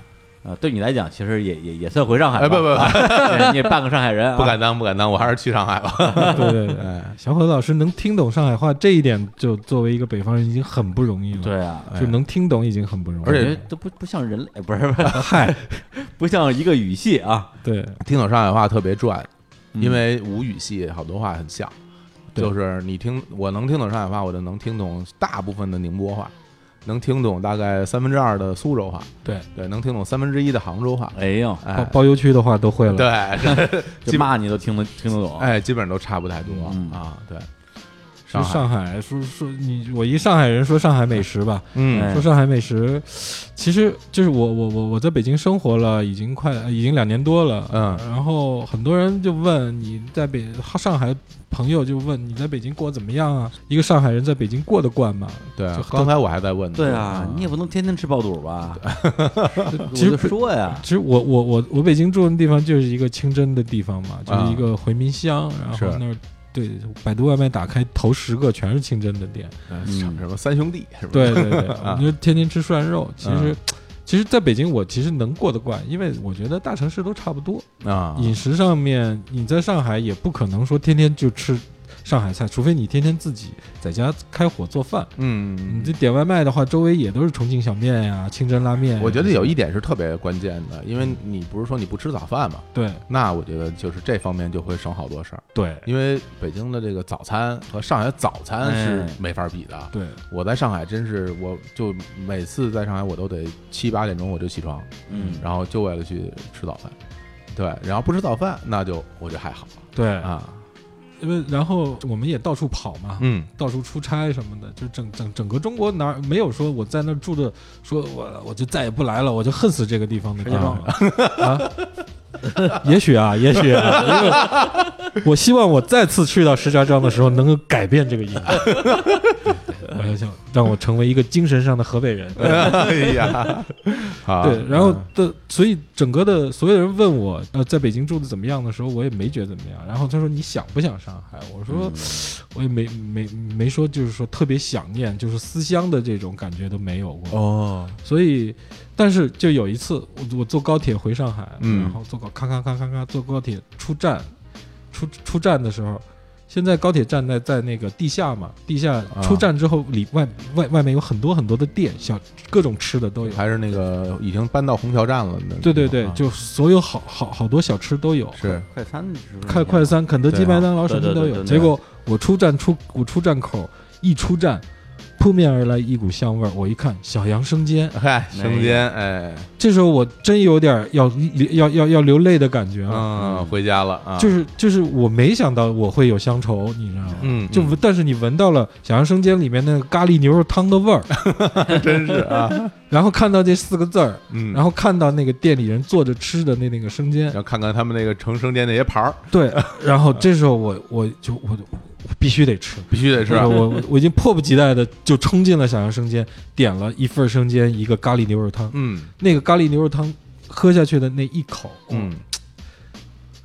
啊，对你来讲其实也也也算回上海吧，
哎不不不
不，你也半个上海 人啊，
不敢当，不敢当，我还是去上海 吧。
对对
哎
对，小伙子老师能听懂上海话，这一点就作为一个北方人已经很不容易了。，
对啊，
就能听懂已经很不容易。
哎而且
感觉都不不像人类，不是不是，嗨，不像一个语系啊，
对，
听懂上海话特别赚，因为吴语系好多话很像，就是你听我能听懂上海话，我就能听懂大部分的宁波话，能听懂大概三分之二的苏州话，
对
对，能听懂三分之一的杭州话，
哎呦，
包
哦
哎，
包邮区的话都会了。
对， 这
这骂你都听得听得懂，，
哎，基本上都差不太多
嗯
啊，对，
说
上海，
上海，说说你，我一上海人说上海美食吧，
嗯
哎
说上海美食，其实就是我我我我在北京生活了已经快已经两年多了，
嗯
然后很多人就问你在北上海朋友就问你在北京过得怎么样啊？一个上海人在北京过得惯吗？
对啊
就，
刚才我还在问呢，
对啊，你也不能天天吃爆肚吧？我
嗯 其实
就说呀，
其实我我我我北京住的地方就是一个清真的地方嘛，就是一个回民乡，然
啊是
后那儿对百度外卖打开头十个全是清真的店，
嗯
嗯
什么三兄弟是吧？嗯
对 对对，
啊
我们就天天吃涮肉。其
嗯
实，其实在北京我其实能过得惯，因为我觉得大城市都差不多。
啊，
饮食上面，你在上海也不可能说天天就吃上海菜，除非你天天自己在家开火做饭。你
嗯
这，点外卖的话，周围也都是重庆小面呀、清真拉面呀。
我觉得有一
这些
点是特别关键的，因为你不是说你不吃早饭嘛，
对
那我觉得就是这方面就会省好多事儿，
对
因为北京的这个早餐和上海早餐是没法比的。
哎对，
我在上海真是，我就每次在上海我都得七八点钟我就起床，
嗯，
然后就为了去吃早饭。对，然后不吃早饭，那就我觉得还好
对，
啊。
因为然后我们也到处跑嘛，
嗯，
到处出差什么的，就整整整个中国哪儿没有说我在那儿住着，说我我就再也不来了，我就恨死这个地方的地方了啊！ 也许啊，也许啊，因为我希望我再次去到石家庄的时候，能够改变这个 印象。我就想让我成为一个精神上的河北人。
哎呀，好
对，
嗯
然后的，所以整个的所有人问我，呃，在北京住的怎么样的时候，我也没觉得怎么样。然后他说你想不想上海？我说、
嗯
我也没没没说，就是说特别想念，就是思乡的这种感觉都没有过。
哦，
所以，但是就有一次，我我坐高铁回上海，
嗯
然后坐高咔咔咔咔咔坐高铁出站，出出站的时候。现在高铁站在在那个地下嘛，地下
啊
出站之后里外外外面有很多很多的店，小各种吃的都有。
还是那个已经搬到虹桥站了的那种啊。
对对对，就所有好好好多小吃都有，
是
快餐是不是
快快餐、肯德基、
对啊
麦当劳什么都
对对
有。
对对
结果我出站出我出站口一出站，扑面而来一股香味儿，我一看小杨生煎，
嗨，生煎，哎，
这时候我真有点要要要要流泪的感觉了，
嗯，回家了啊，
就是就是我没想到我会有乡愁，你知道吗？
嗯，
就闻但是你闻到了小杨生煎里面那个咖喱牛肉汤的味儿，
真是啊，
然后看到这四个字儿，
嗯，
然后看到那个店里人坐着吃的那那个生煎
然，后看看他们那个成生煎那些牌儿，
对，然后这时候我我就我就我必须得吃，
必须得吃啊
我我我已经迫不及待的就冲进了小杨生煎，点了一份生煎，一个咖喱牛肉汤。
嗯
那个咖喱牛肉汤喝下去的那一口，，
嗯，
哦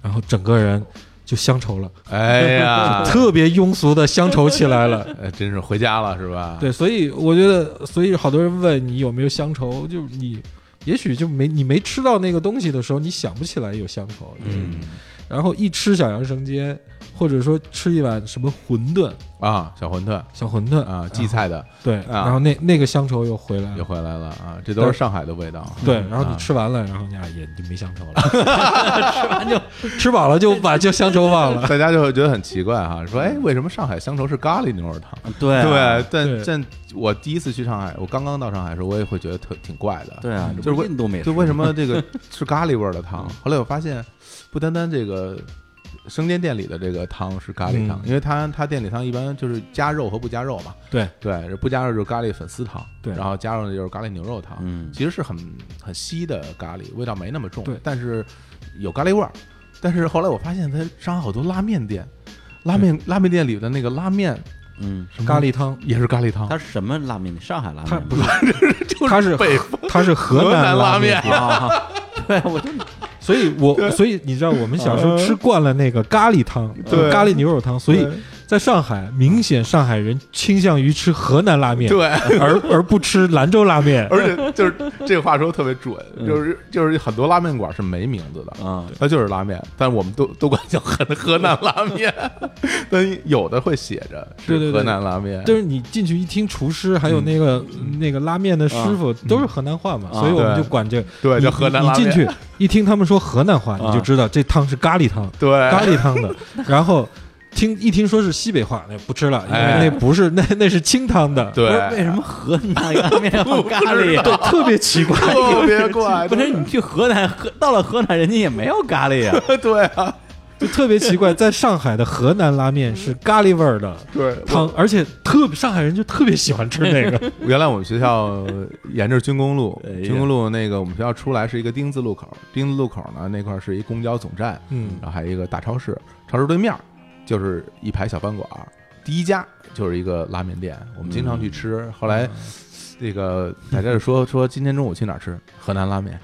然后整个人就乡愁了，
哎呀，
特别庸俗的乡愁起来了。
哎真是回家了是吧？
对，所以我觉得，所以好多人问你有没有乡愁，就是你。也许就没你没吃到那个东西的时候，你想不起来有乡愁。就是
嗯
然后一吃小杨生煎，或者说吃一碗什么馄饨，
啊，小馄饨
小馄饨
啊，荠菜的
对，
啊
然后那那个乡愁又回来
又
了。
回来了啊，这都是上海的味道。
对，然后你
啊
吃完了，然后你哎俩也就没乡愁了，吃完就吃饱了就把就乡愁忘了。
大家就会觉得很奇怪哈，说哎，为什么上海乡愁是咖喱牛肉汤？
对啊
对，但
对
但我第一次去上海，我刚刚到上海的时候，我也会觉得特挺怪的。
对啊，
就是为
印度美食，嗯
就为什么这 个是咖喱味儿的汤？后来我发现，不单单这个生煎店里的这个汤是咖喱汤，
嗯
因为它它店里汤一般就是加肉和不加肉嘛。
对
对，不加肉就是咖喱粉丝汤，
对
然后加肉的就是咖喱牛肉汤，
嗯
其实是很很稀的咖喱，味道没那么重，
对
但是有咖喱味儿。但是后来我发现，它上海好多拉面店，拉面拉面店里的那个拉面
嗯，
什么
咖喱汤，
也是咖喱汤，
它是什么拉面？上海拉面吗？
它不是，它是
北
它是河南
拉
面，
啊，对，我就
所
嗯
以我所以你知道我们小时候吃惯了那个咖喱汤，
对
咖喱牛肉汤，所以在上海，明显上海人倾向于吃河南拉面，
对，
而而不吃兰州拉面。
而且就是这个话说得特别准，
嗯
就是就是很多拉面馆是没名字的，
啊，
它就是拉面，但我们都都管叫河河南拉面， 但有的会写着是
对对对
河南拉面，嗯
就是你进去一听，厨师还有那个、那个拉面的师傅、都是河南话嘛，
啊
所以我们
啊对
就管这
对，
你
叫河南
你
拉面，啊
进去一听他们说河南话，你就知道这汤是咖喱汤，
对，
咖喱 汤的。然后听一听说是西北话，那不吃了，因
哎
为那不是那那是清汤的，
不
对
是，为什么河南 拉面放咖喱
对
啊？
特别奇怪。
特别怪，
不是你去河南，河到了河南，人家也没有咖喱啊。
对对啊，
就特别奇怪，在上海的河南拉面是咖喱味儿的
嗯对，
汤，而且特上海人就特别喜欢吃那个。
原来我们学校沿着军工路
哎，呀
军工路那个我们学校出来是一个丁字路口，丁字路口呢那块儿是一公交总站，
嗯
然后还有一个大超市，超市对面儿就是一排小饭馆儿，第一家就是一个拉面店，我们经
嗯
常去吃。后来那个大家就说说今天中午去哪儿吃？河南拉 面，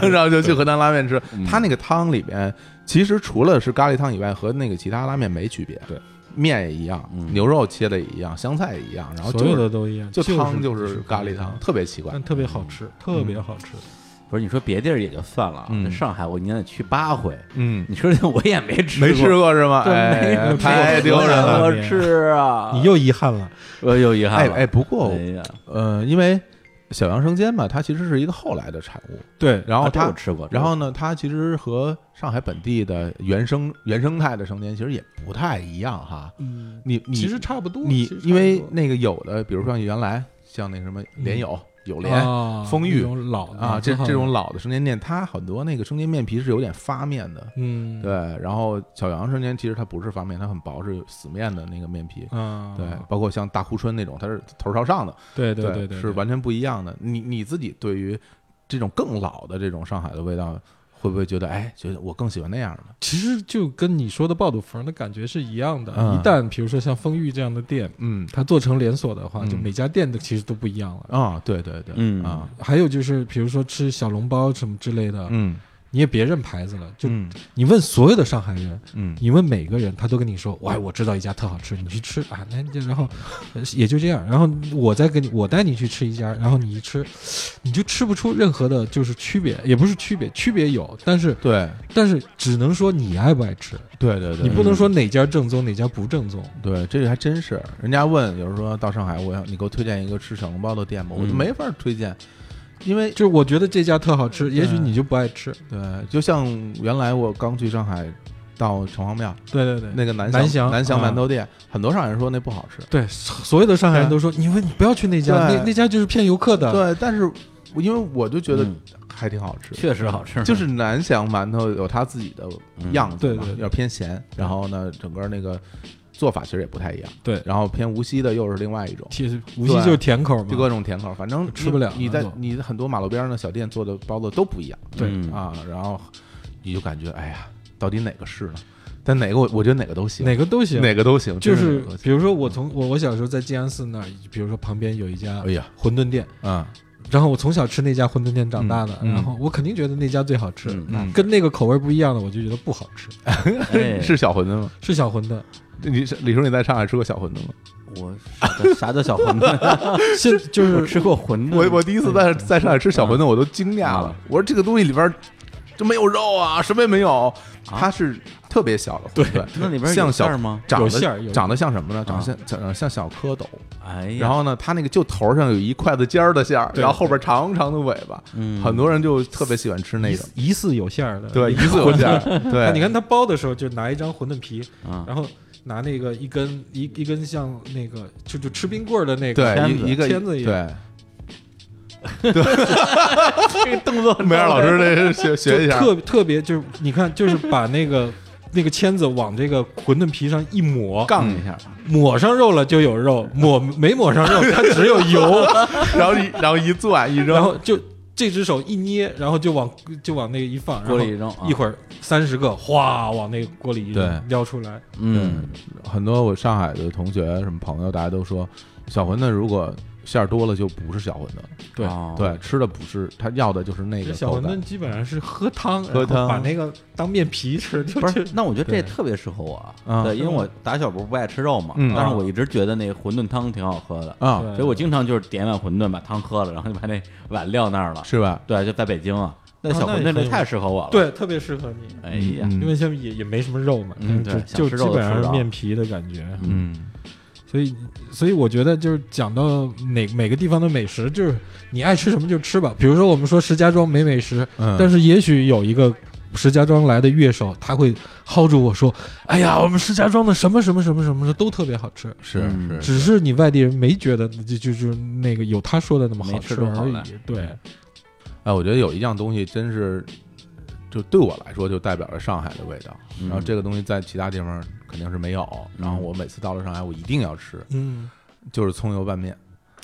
然后就去河南拉面吃。
嗯
它那个汤里面其实除了是咖喱汤以外，和那个其他拉面没区别。
对。
面也一样，
嗯
牛肉切的也一样，香菜也一样，然后
所
就
有
是
的都一样，
就是汤就
就是
是咖喱汤，，特别奇怪
但。特别好吃，特别好吃。
不是你说别地儿也就算了啊，
嗯
那上海我一年得去八回，
嗯，
你说这 我也没吃过，
没吃过是吗？
对没
哎，
人
太丢人了。
我吃啊！
你又遗憾了，
我又遗憾
哎
了。
哎，不过
哎呀，
呃，因为小杨生煎嘛，它其实是一个后来的产物。
对，
然后
啊这
它，
我吃过，
然后呢，它其实和上海本地的原生原生态的生煎其实也不太一样哈。
嗯，
你你
其实差不多。
你
其实差不多嗯
因为那个有的，比如像原来像那个什么莲友、友联。
啊
丰裕
那种老的
啊，这
很好
这种老的生煎店，它很多那个生煎面皮是有点发面的，
嗯
对。然后小杨生煎其实它不是发面，它很薄，是死面的那个面皮，
啊
对。包括像大呼春那种，它是头朝上的，
对对
对
对对
是完全不一样的。你你自己对于这种更老的这种上海的味道，会不会觉得哎，觉得我更喜欢那样的？
其实就跟你说的爆肚缝的感觉是一样的。
嗯
一旦比如说像丰裕这样的店，
嗯
它做成连锁的话，就
嗯
每家店的其实都不一样了。
啊、对对对，
嗯
啊，
还有就是，比如说吃小笼包什么之类的，
嗯
你也别认牌子了，就
嗯
你问所有的上海人，
嗯
你问每个人，他都跟你说，哇，我知道一家特好吃，你去吃啊。那就然后呃也就这样，然后我再跟你，我带你去吃一家，然后你一吃，你就吃不出任何的，就是区别，也不是区别，区别有，但是
对
但是只能说你爱不爱吃，
对对对，嗯
你不能说哪家正宗哪家不正宗。
对，这个还真是。人家问，有人说到上海，我要你给我推荐一个吃小笼包的店吧，我就
嗯
没法推荐，因为
就是我觉得这家特好吃，也许你就不爱吃。
对，就像原来我刚去上海。到城隍庙
对对对，
那个南
南
翔
翔
南翔
啊
馒头店，很多上海人说那不好吃，
对，所有的上海人都说，你问你不要去那家，
对
那那家就是骗游客的。
对，但是我因为我就觉得
嗯
还挺好吃，
确实好吃，嗯
就是南翔馒头有它自己的样子嘛，
对对对
有点偏咸。然后呢，整个那个做法其实也不太一样。
对
然后偏无锡的又是另外一种，
其实无锡就是甜口
就各
嘛。
种甜口，反正
吃不了
你你
那
在
种
你很多马路边上的小店做的包子都不一样
对
嗯
啊，然后你就感觉哎呀，到底哪个是呢？但哪个我我觉得哪个都行，
哪个都行，
哪个都行，
就
真是
是
哪个都行
比如说我从我我小时候在静安寺那儿，比如说旁边有一家
哎呀，
馄饨店，
嗯
然后我从小吃那家馄饨店长大的，
嗯嗯
然后我肯定觉得那家最好吃，啊
嗯
嗯，
跟那个口味不一样的我就觉得不好吃。
哎
是小馄饨吗？
是小馄饨，
你是李叔你在上海吃过小馄饨吗？
我啥叫啥叫小馄饨？
现就
我
是
吃过馄饨，
我我第一次在在上海吃小
嗯
馄饨，我都惊讶了。我说这个东西里边儿就没有肉啊，什么也没有，它是特别小的馄饨，
那里边有
像小
馅儿吗啊
长
有馅儿
得
有
长得像什么呢？长得像长像小蝌蚪，
哎呀，
然后呢，它那个就头上有一筷子尖儿的馅儿，
对
然后后边长长的尾巴，
嗯
很多人就特别喜欢吃那
疑
个
似，疑似有馅儿的。
对，疑似有馅儿， 对，
啊
嗯
你看他包的时候就拿一张馄饨皮，
啊
然后拿那个一根一一根像那个就就吃冰棍儿的那个，
对
签子
一一个
签子一
对
样。
这个动作，
梅尔老师这 学学一
就
下，
特特别就是你看就是把那个那个签子往这个馄饨皮上一抹，嗯
杠一下，
抹上肉了就有肉，抹没抹上肉它只有 油，
然后一然后一攥一扔，
然后就这只手一捏，然后就往就往那个一放，
锅里
然后
扔啊
一会儿三十个哗往那个锅里一
对
扔撩出来，
嗯，
很多我上海的同学、什么朋友，大家都说，小馄饨如果馅儿多了就不是小馄饨了。
对
哦
对，吃的不是他要的就是那
这
个
小
口
馄
感
饨基本上是喝汤，
喝汤
然后把那个当面皮吃，就
不，
就是
那我觉得这
对
特别适合我，
啊
对，因为我打小不是不爱吃肉嘛，
嗯
但是我一直觉得那馄饨汤挺好喝的，
啊，
对
所以我经常就是点一碗馄饨，把汤喝了，然后就把那碗撂那儿了。
是吧？
对，就在北京啊，那
啊
小馄
那
饨
也可
这
以
太适合我了。，
对，特别适合你，
哎呀，
嗯
因为现在也也没什么肉嘛，
嗯
但是
对
就
想吃
就
肉
基本
吃
上
不
是
到
面皮的感觉，
嗯，
所以所以我觉得就是讲到哪每个地方的美食，就是你爱吃什么就吃吧。比如说我们说石家庄没美食，
嗯
但是也许有一个石家庄来的乐手，他会薅住我说：“哎呀，我们石家庄的什么什么什么什么的都特别好吃。”
是
嗯
是
只是你外地人没觉得，就就是那个有他说的那么好
没吃出好
而
来
已。对，
哎，我觉得有一样东西真是，就对我来说就代表了上海的味道。
嗯
然后这个东西在其他地方肯定是没有。然后我每次到了上海，我一定要吃，
嗯
就是葱油拌面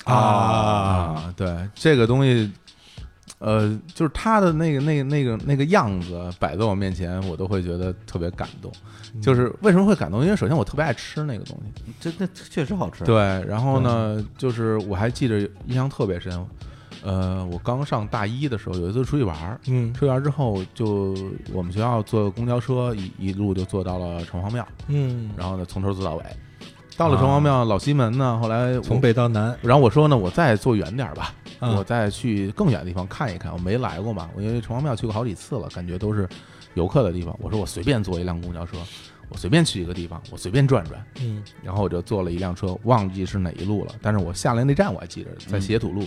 啊，
啊。对，这个东西，呃，就是它的那个、那个、那个、那个样子摆在我面前，我都会觉得特别感动。就是为什么会感动？因为首先我特别爱吃那个东西，
嗯这这确实好吃。
对，然后呢，就是我还记得印象特别深，呃，我刚上大一的时候，有一次出去玩儿，
嗯
出去玩儿之后就我们学校坐公交车一一路就坐到了城隍庙，
嗯，
然后呢从头坐到尾，到了城隍庙、老西门呢，后来我
从，北到南，
然后我说呢，我再坐远点儿吧，
嗯
我再去更远的地方看一看，我没来过嘛，我因为城隍庙去过好几次了，感觉都是游客的地方，我说我随便坐一辆公交车，我随便去一个地方，我随便转转。
嗯
然后我就坐了一辆车，忘记是哪一路了，但是我下来那站我还记着，在斜土路。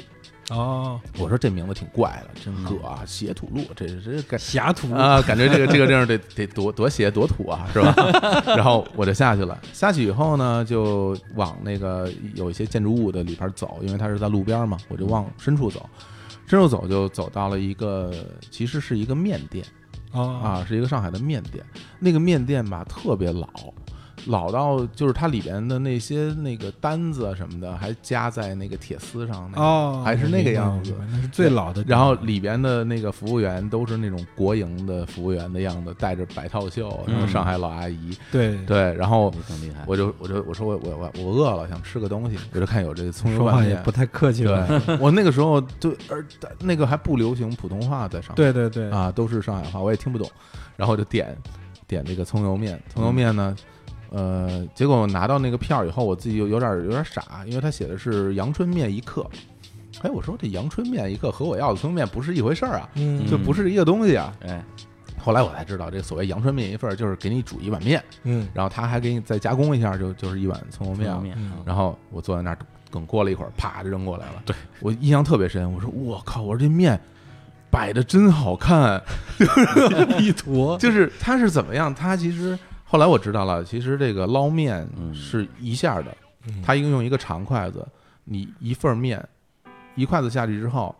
哦，
我说这名字挺怪的，真葛啊，斜土路，这这感
霞图
啊，感觉这个这个地儿得得多多斜多土啊，是吧？ 然后我就下去了，下去以后呢，就往那个有一些建筑物的里边走，因为它是在路边嘛，我就往深处走。深处走就走到了一个，其实是一个面店，
啊
啊，是一个上海的面店。那个面店吧，特别老，老到就是它里边的那些那个单子啊什么的，还夹在那个铁丝上、那个
哦，
还是那个样子
我明白，我明白那是最老的。
然后里边的那个服务员都是那种国营的服务员的样子，戴着白套袖，然后
嗯
上海老阿姨。
对
对，然后
你更厉害。
我就我就我说我我我我饿了，想吃个东西，我就看有这个葱油
说话
拌
也
面
不。太客气
对
了。，
我那个时候就而那个还不流行普通话在上海。
对对对，
啊，都是上海话，我也听不懂。然后就点点这个葱油面，葱油面呢，呃，结果我拿到那个票以后，我自己有有点有点傻，因为他写的是阳春面一克。哎，我说这阳春面一克和我要的葱油面不是一回事儿啊，
嗯
就不是一个东西啊。
哎，
后来我才知道，这所谓阳春面一份儿，就是给你煮一碗面，
嗯
然后他还给你再加工一下，就就是一碗葱油
葱
面
油
了。
面
嗯
然后我坐在那儿，等过了一会儿，啪就扔过来了。对我印象特别深，我说我靠，我说这面摆的真好看，
一坨
就是它是怎么样？它其实后来我知道了，其实这个捞面
嗯
是一下的，
嗯
它一共用一个长筷子，你一份面，一筷子下去之后，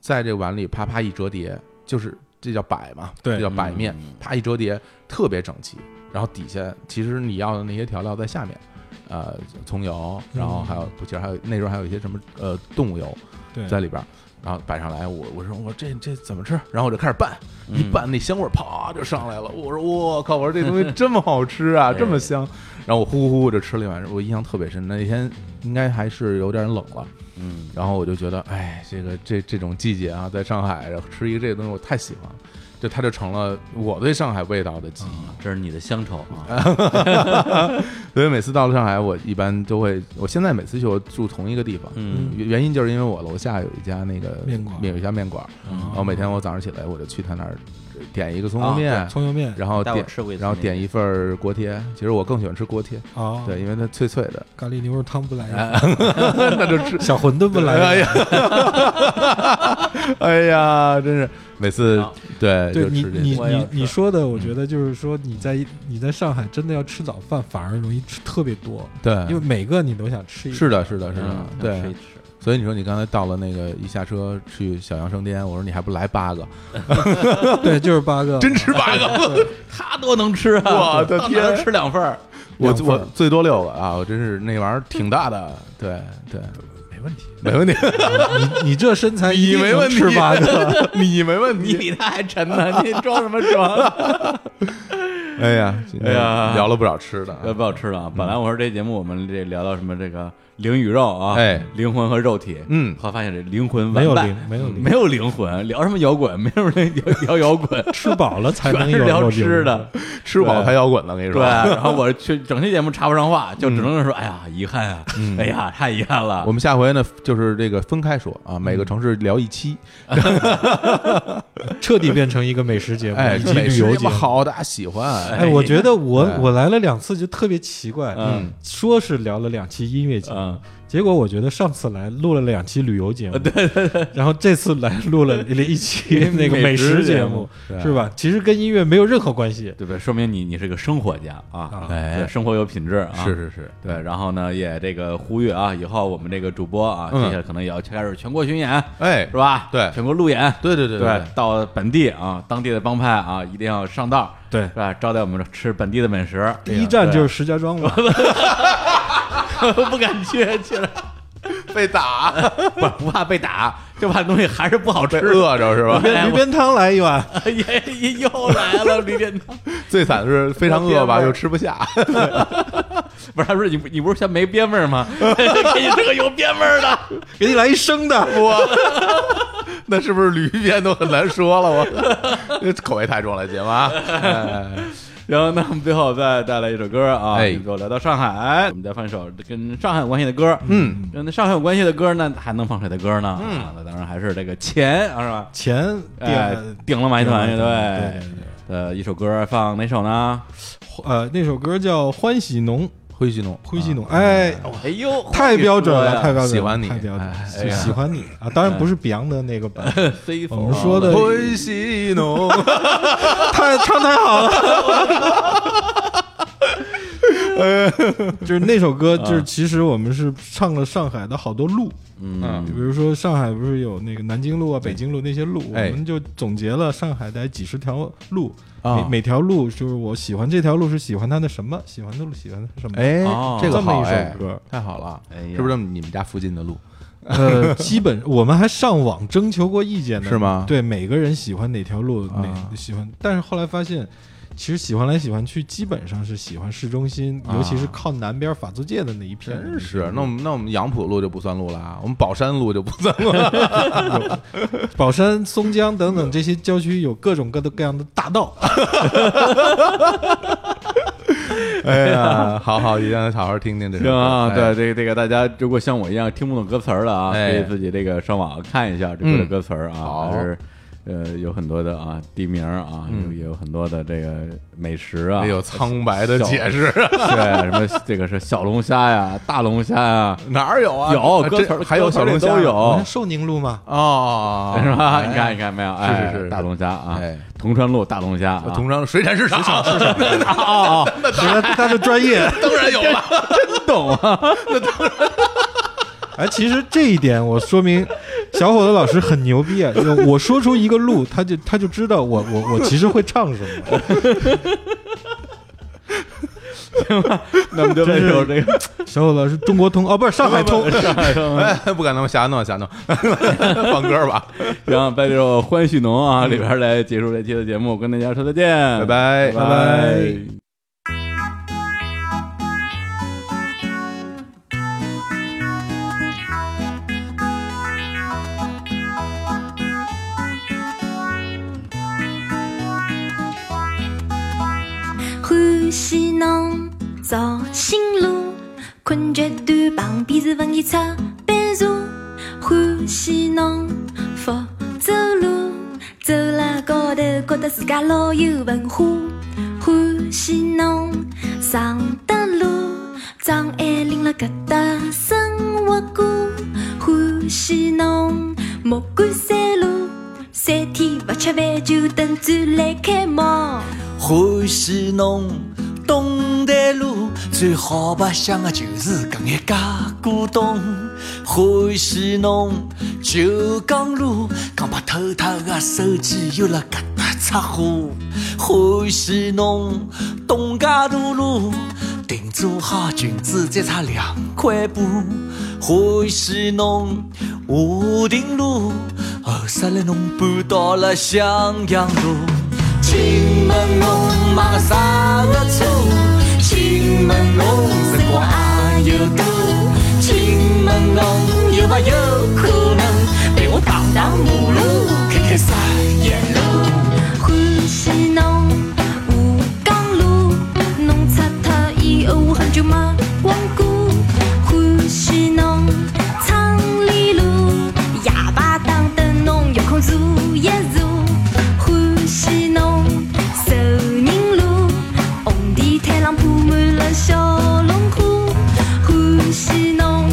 在这碗里啪啪一折叠，就是这叫摆嘛，
对
这叫摆面
嗯，
啪一折叠特别整齐，然后底下其实你要的那些调料在下面。呃，葱油，然后还有，其实还有那时候还有一些什么呃动物油
对
在里边儿，然后摆上来，我我说我这这怎么吃？然后我就开始拌，
嗯
一拌那香味儿啪就上来了。我说我靠，我说这东 西这么好吃啊，
对
这么香。然后我呼呼呼就吃了一碗，我印象特别深。那天应该还是有点冷了，
嗯，
然后我就觉得，哎，这个这这种季节啊，在上海然后吃一个这个东西，我太喜欢了。就它就成了我对上海味道的记忆，
嗯这是你的乡愁啊。
所以每次到了上海，我一般都会，我现在每次去我住同一个地方，
嗯
原原因就是因为我楼下有一家那个
面馆
有一家面馆，
嗯
然后每天我早上起来我就去他那儿点一个葱油
啊对
面，
葱油面
然后
带我
点
吃过一次
然后
那
点
个
一份儿锅贴。其实我更喜欢吃锅贴，
哦，
对，，因为它脆脆的，
咖喱牛肉汤不 来呀，
那就吃。
小馄饨不来
哎
呀。
呀，哎呀，真是每次
好
对
对
就
你
吃这嗯
你
些。
我也
你
是
你说的，我觉得就是说你在你在上海真的要吃早饭，反而容易吃特别多，因为
对，
每个你都想吃一个。
是的，是的，是的
嗯，吃一
对。
吃，
所以你说你刚才到了那个一下车去小杨生颠，我说你还不来八个，
对，就是八个，
真吃八个，
他多能吃啊！
我的
到哪
天
儿能吃两份儿，
我
两份
我最多六个啊，我真是那玩意儿挺大 的，对对，
没问题。
没问题，
你这身材一
你
定
没
能
问题
吃八个。
你没问
你
题，
比他还沉呢，你装什么装？
哎呀，今天
哎呀
聊了不少吃的啊，
呃，不好吃了啊！本来我说这节目我们这聊到什么这个灵与肉啊，
哎
灵魂和肉体，
嗯
后来发现这灵魂
没有
完败
灵没有灵
没有灵魂，聊什么摇滚，没有人聊聊摇滚，
吃饱了才
全
能
是
有
聊
肉
吃的，
吃饱才摇滚呢，我跟你
对。
说，嗯
然后我去整期节目插不上话，就只能说，哎呀，遗憾啊，哎呀，太遗憾了
我。们下回呢，就是这个分开说
嗯
啊，每个城市聊一 期，
灵，彻底变成一个美食节目
哎，
以及
美
旅
食
游
这
节
么
目。
好，大家喜欢，
哎，我觉得我
哎
我来了两次就特别奇怪，
嗯，
说是聊了两期音乐节目，
嗯，
结果我觉得上次来录了两期旅游
啊
节目，对对对， 然后这次来录了 一期那个美食节目，是吧？其实跟音乐没有任何关系。
啊对不对？说明你你是个生活家啊，
哎
对生活有品质啊，
是是是，
对，然后呢，也这个呼吁啊，以后我们这个主播啊，接
嗯
下来可能也要开始全国巡演，
哎
是，吧？
对
全国路演，
对对对
对
对，
到本地啊，当地的帮派啊，一定要上道，
对
是吧？招待我们吃本地的美食，
第一站就是是石 家庄嘛，
哎
不敢去，去了
被打，
不不怕被打，就怕东西还是不好
被
吃。
饿着是吧？
哎
驴
我
鞭汤来一碗，
也也 又来了驴鞭汤，
最惨的是非常饿吧，又吃不下，
不是他说你不你不是嫌没鞭味儿吗？ 给你这个有鞭味儿的，
给你来一生的。
我 那是不是驴鞭都很难说了？我 这口味太重了，姐们啊，哎
然后呢，我们最后再带来一首歌啊，
哎
我们就聊到上海，我们再放一首跟上海有关系的歌。嗯，跟上海有关系的歌呢，还能放谁的歌呢？嗯，那当然还是这个钱啊，是吧？
前
哎
店，
顶了马戏团乐
顶了马戏
队呃，一首歌放哪首呢？
呃，那首歌叫《欢喜农》，
灰犀牛，
灰犀农，哎，
哎呦，
太标准了，太标准了，
喜欢你
太标准了，
哎
喜喜欢你啊！当然不是比昂的那个版，
C
啊
我们说的
灰犀 牛，
太唱太好了。就是那首
啊
歌，就是其实我们是唱了上海的好多路，
嗯
比如说上海不是有那个南京路啊、北京路那些路，我
哎
们就总结了上海的几十条路，
啊
每每条路就是我喜欢这条路是喜欢它的什么，喜欢的路喜欢它什么，
哎
哦，
这个
这么
好
一首
哎
歌，
太好了，
哎呀
是不是你们家附近的路？
呃，基本我们还上网征求过意见呢，
是吗
对，每个人喜欢哪条路，
啊
哪喜欢，但是后来发现，其实喜欢来喜欢去，基本上是喜欢市中心，尤其是靠南边法租界的那一片。
啊
嗯
真是，那我们那我们杨浦路就不算路了啊，我们宝山路就不算路 了。
宝山、松江等等这些郊区有各种各的各样的 大道，
哎 呀，好好，一定要好好听听这首
行
歌。
啊，
哎
对，这个这个大家如果像我一样听不懂歌词儿的啊，可
哎
以自己这个上网看一下这个
嗯
歌词儿啊，
好
还是呃有很多的啊地名儿啊，有也有很多的这个美食啊，
得嗯有苍白的解释，
对，什么这个是小龙虾呀、大龙虾呀，
哎哪儿有啊？
有
啊
歌词
这
儿
还有
歌词
小
儿里
龙虾
都有
你看寿宁路嘛，
哦，
是吧？
哎
你看，你看没有？
是
哎
是是
大龙虾啊
哎，
铜川路大龙虾啊，
同商水 产市场，
哦哦，
他他的专业。
当然有 了。
懂啊，
哎，其实这一点我说明小伙子老师很牛逼啊！就我说出一个路，他就他就知道我我我其实会唱什 么。
那我们就来一首这个
小伙子老师，中国通 哦，不是上海通，
啊
哎，不敢弄，瞎弄，瞎弄，放歌吧，
然后在这首《欢喜农》啊里边来结束这期的节目，跟大家说再
拜
见，
拜，
拜拜。
欢喜侬造新路，困觉短旁边是文艺出版社。欢喜侬福州路，走了高头觉得自家老有文化。欢喜侬常德路，张爱玲了搿搭生活过。欢喜侬木管山路，三天勿吃饭就等展览开幕。
欢喜侬东台路最好白相的就是搿眼家古董。欢喜侬九江路，讲把偷脱的手机又辣搿搭插花。欢喜侬东家大路，定做好裙子再差两块布。欢喜侬华亭路，后首来侬搬到了襄阳路。请问侬买个啥个车？请问侬辰光还有够？请问侬有没有可能陪我荡荡马路，开开啥沿路？
欢喜侬吴江路，侬擦脱以后我很久没光顾。欢喜侬昌里路，夜排档等侬有空坐一坐。欢喜侬寿宁路，红地毯浪铺满了小龙虾。欢喜侬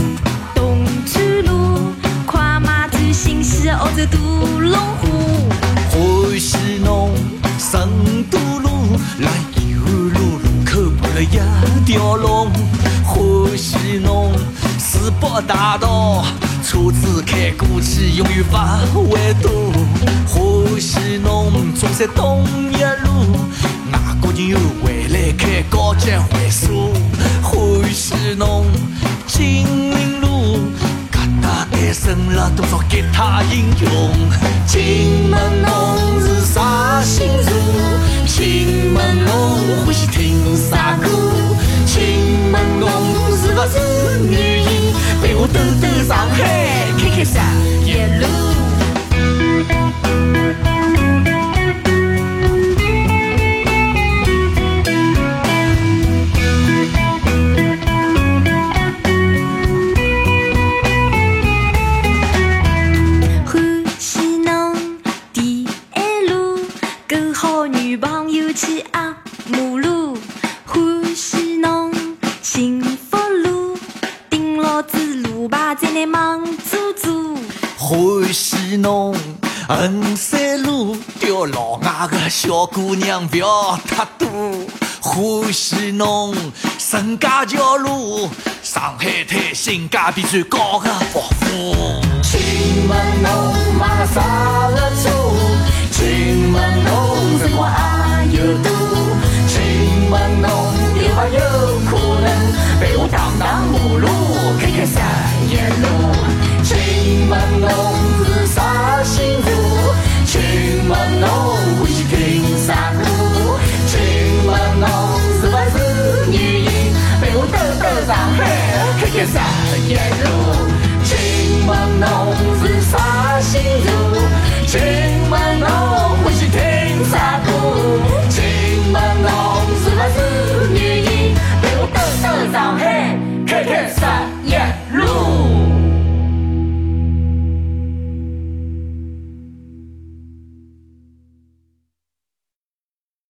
东川路，快买最新鲜的澳洲大龙虾。
欢喜侬成都路，来延安路路口盘了一条龙。欢喜侬四北大道，车子开过去永远勿会堵。欢喜侬中山东一路，外国人又回来开高级会所。欢喜侬金陵路。搿搭诞生了多少吉他英雄？请问侬是啥星座？请问侬欢喜听啥歌？请问侬是勿是女人？陪我兜兜上海，开开啥一路？
欢喜侬第一路，跟好女朋友去压马路。欢喜侬幸福路，盯牢子路牌在那忙做做。
欢喜侬衡山路钓老外个小姑娘不要太多。欢喜侬陈家桥路，上海滩性价比最高个服务。请问侬买了啥个车？请问侬辰光还有多？请问侬有没有可能陪我荡荡马路，开开三叶路？请问侬是啥星座？请问侬欢喜听啥歌？请问侬是不是女人？陪我兜兜上海，开开三叶路？请问侬是啥星座？